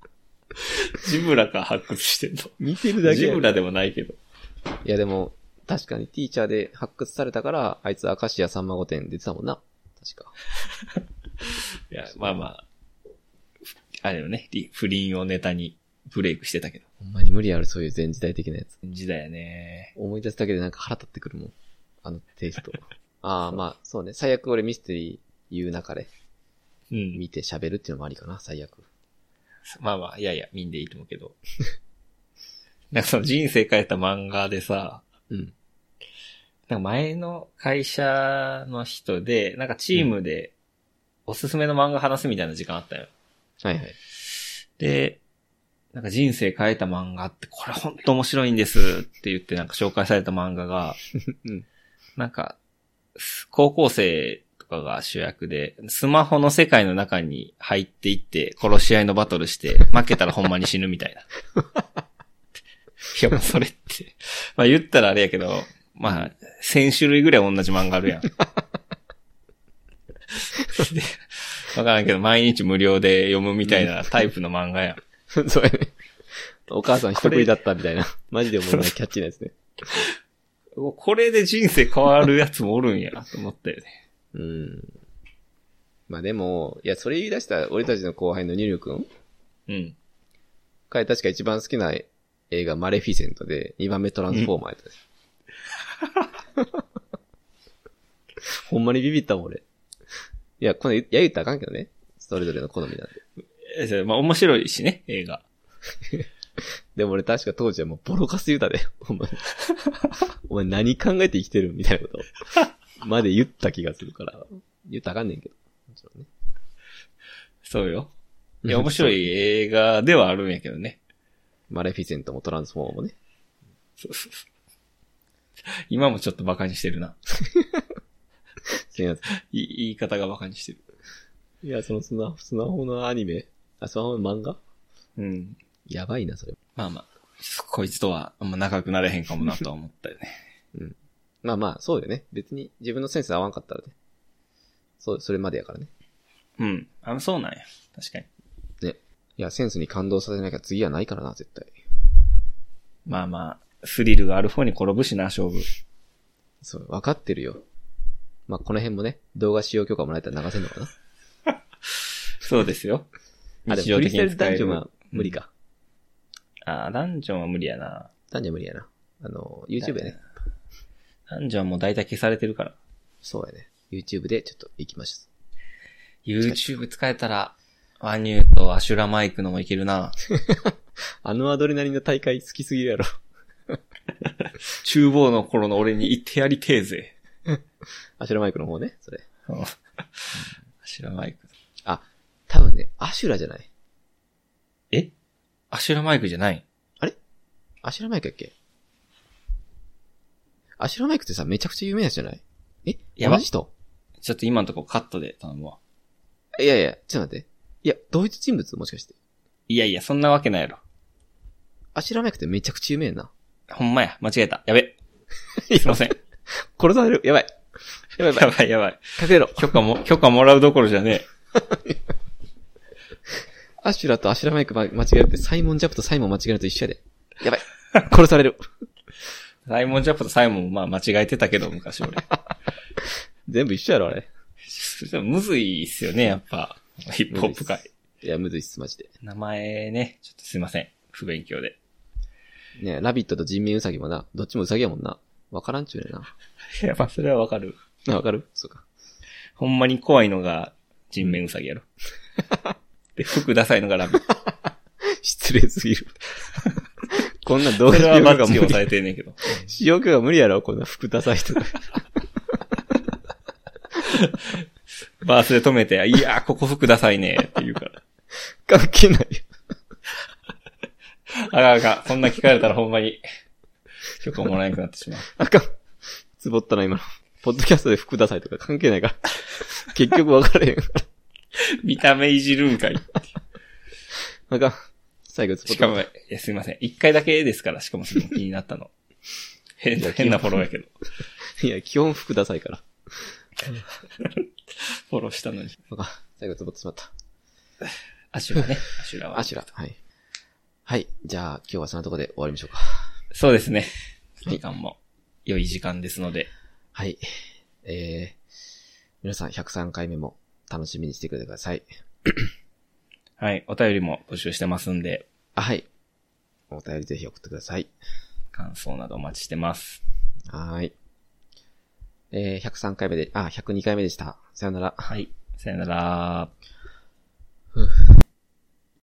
Speaker 2: ジブラか発掘してん
Speaker 1: 見てる
Speaker 2: の。
Speaker 1: だけ
Speaker 2: ジ
Speaker 1: や
Speaker 2: ブラでもないけど。
Speaker 1: いや、でも、確かにティーチャーで発掘されたから、あいつ明石家さんま御殿出てたもんな。確か。
Speaker 2: いや、まあまあ。あれよね。リ不倫をネタにブレイクしてたけど。
Speaker 1: ほんまに無理やる、そういう前時代的なやつ。
Speaker 2: 時代やね。
Speaker 1: 思い出すだけでなんか腹立ってくるもん。あのテイ スト。ああ、まあ、そうね。最悪俺ミステリー言う中で
Speaker 2: うん。
Speaker 1: 見て喋るっていうのもありかな、最悪。
Speaker 2: まあまあ、いやいや、見んでいいと思うけど。 なんかその人生変えた漫画でさ、
Speaker 1: うん。
Speaker 2: なんか前の会社の人で、なんかチームでおすすめの漫画話すみたいな時間あったよ。
Speaker 1: はいはい。
Speaker 2: で、なんか人生変えた漫画って、これほんと面白いんですって言ってなんか紹介された漫画が、
Speaker 1: うん
Speaker 2: なんか、す高校生とかが主役で、スマホの世界の中に入っていって、殺し合いのバトルして、負けたらほんまに死ぬみたいな。いや、もうそれって、まあ言ったらあれやけど、まあ、1000種類ぐらい同じ漫画あるやん。で わからんけど、毎日無料で読むみたいなタイプの漫画やん。
Speaker 1: そうやね。お母さん一食いだったみたいな。マジでもうキャッチーなやつね。
Speaker 2: これで人生変わるやつもおるんやなと思ったよね。
Speaker 1: うん。まあでも、いや、それ言い出した俺たちの後輩のニュリュ君
Speaker 2: うん。
Speaker 1: 彼確か一番好きな映画マレフィセントで、二番目トランスフォーマーやったね。 ほんまにビビったもん俺。いや、この、いや言ったらあかんけどね。それぞれの好みなんで。
Speaker 2: えそれまあ面白いしね、映画。
Speaker 1: でも俺確か当時はもうボロカス言うたで。ほんまに。お前何考えて生きてるみたいなこと。まで言った気がするから。言ったらあかんねんけど。もちろんね。
Speaker 2: そうよ。いや、面白い映画ではあるんやけどね。
Speaker 1: マレフィセントもトランスフォーマーもね。
Speaker 2: そうそうそう。今もちょっと馬鹿にしてるな。
Speaker 1: すいません
Speaker 2: い言い方が馬鹿にしてる。
Speaker 1: いや、そのスマホ、スマホのアニメ。あ、スマホの漫画
Speaker 2: うん。
Speaker 1: やばいな、それ。
Speaker 2: まあまあ、こいつとはあんま仲良くなれへんかもなとは思ったよね。
Speaker 1: まあまあ、そうよね。別に自分のセンス合わんかったらね。そう、それまでやからね。
Speaker 2: うん。あの、そうなんや。確かに。
Speaker 1: いや、センスに感動させなきゃ次はないからな、絶対。
Speaker 2: まあまあ、スリルがある方に転ぶしな、勝負。
Speaker 1: そう、わかってるよ。まあ、この辺もね、動画使用許可もらえたら流せん のかな。
Speaker 2: そうですよ。
Speaker 1: あ、でも、
Speaker 2: 日
Speaker 1: フ
Speaker 2: 常
Speaker 1: リー
Speaker 2: 的
Speaker 1: スタイ
Speaker 2: に使
Speaker 1: ルダ
Speaker 2: え
Speaker 1: ンジョン
Speaker 2: る
Speaker 1: は無理か。
Speaker 2: ああ、ダンジョンは無理やな。
Speaker 1: ダンジョン無理やな。あの、YouTube やね。
Speaker 2: ダンジョンはもう大体消されてるから。
Speaker 1: そうやね。YouTube でちょっと行きました。
Speaker 2: YouTube 使えたら、ワニューとアシュラマイクのもいけるな。
Speaker 1: あのアドレナリンの大会好きすぎるやろ。
Speaker 2: 厨房の頃の俺に言ってやりてえぜ。
Speaker 1: アシュラマイクの方ね、それ。
Speaker 2: うんアシュラマイク。
Speaker 1: 多分ね、アシュラじゃない。
Speaker 2: えアシュラマイクじゃない
Speaker 1: アシュラマイクやっけアシュラマイクってさ、めちゃくちゃ有名なやつじゃないえ
Speaker 2: やば
Speaker 1: 同じ人
Speaker 2: ちょっと今のとこカットで頼むわ。
Speaker 1: いやいや、ちょっと待って。いや、同一人物もしかして。
Speaker 2: いやいや、そんなわけないやろ。
Speaker 1: アシュラマイクってめちゃくちゃ有名やんな。
Speaker 2: ほんまや、間違えた。や べ。すいません。
Speaker 1: 殺される。やばい。やばいや
Speaker 2: や
Speaker 1: ばい。
Speaker 2: ばいやばい。
Speaker 1: 隠れろ。
Speaker 2: 許可も、許可もらうどころじゃねえ。
Speaker 1: アシュラとアシュラマイクま間違えるって、サイモン・ジャプとサイモン間違えると一緒やで。やばい。殺される。
Speaker 2: サイモン・ジャップとサイモンもまあ間違えてたけど、昔俺。
Speaker 1: 全部一緒やろ、あれ。
Speaker 2: でもむずいっすよね、やっぱ。ヒップホップ界。
Speaker 1: いや、むずいっす、マジで。
Speaker 2: 名前ね、ちょっとすいません。不勉強で。
Speaker 1: ねラビットと人民ウサギもな、どっちもウサギやもんな。わからんちゅうねんな。
Speaker 2: やっぱそれはわかる。
Speaker 1: な、わかるそうか。
Speaker 2: ほんまに怖いのが人面ウサギやろ。で、服ダサいのがラビット。
Speaker 1: 失礼すぎ る。こんなん ど
Speaker 2: そう
Speaker 1: し
Speaker 2: れ
Speaker 1: よ
Speaker 2: は
Speaker 1: う
Speaker 2: バ
Speaker 1: か
Speaker 2: ッ
Speaker 1: 無
Speaker 2: チリ
Speaker 1: 理
Speaker 2: 押。さえてんねんけど。
Speaker 1: しようかが無理やろ、こんな服ダサい人。
Speaker 2: バースで止めて、いやー、ここ服ダサいねって言うから。
Speaker 1: 関係ないよ。
Speaker 2: あかんあかん、そんな聞かれたらほんまに、許可もらえなくなってしまう。
Speaker 1: あかん。つぼったな、今の。ポッドキャストで服ダサいとか関 係ないから。結局わからへん。
Speaker 2: 見た目いじるんかい。
Speaker 1: あかん。最後つぼ
Speaker 2: し
Speaker 1: った
Speaker 2: か。も、いやすいません。一回だけですから、しかもその気になったの。変な、変なフォローやけど。
Speaker 1: いや、基本服ダサいから。
Speaker 2: フォローしたのに。
Speaker 1: あかん。最後つぼってしまった。
Speaker 2: アシュラね。アシュラは。
Speaker 1: アシュラ。はい。はい。じゃあ、今日はそんなとこで終わりましょうか。
Speaker 2: そうですね。時間も良い時間ですので。
Speaker 1: はい。えー、皆さん103回目も楽しみにしてくれてください。
Speaker 2: はい。お便りも募集してますんで、
Speaker 1: あ、はい。お便りぜひ送ってください。
Speaker 2: 感想などお待ちしてます。
Speaker 1: はーい。えー、103回目で、あ、102回目でした。さよなら。
Speaker 2: はい。さよなら。
Speaker 1: ふう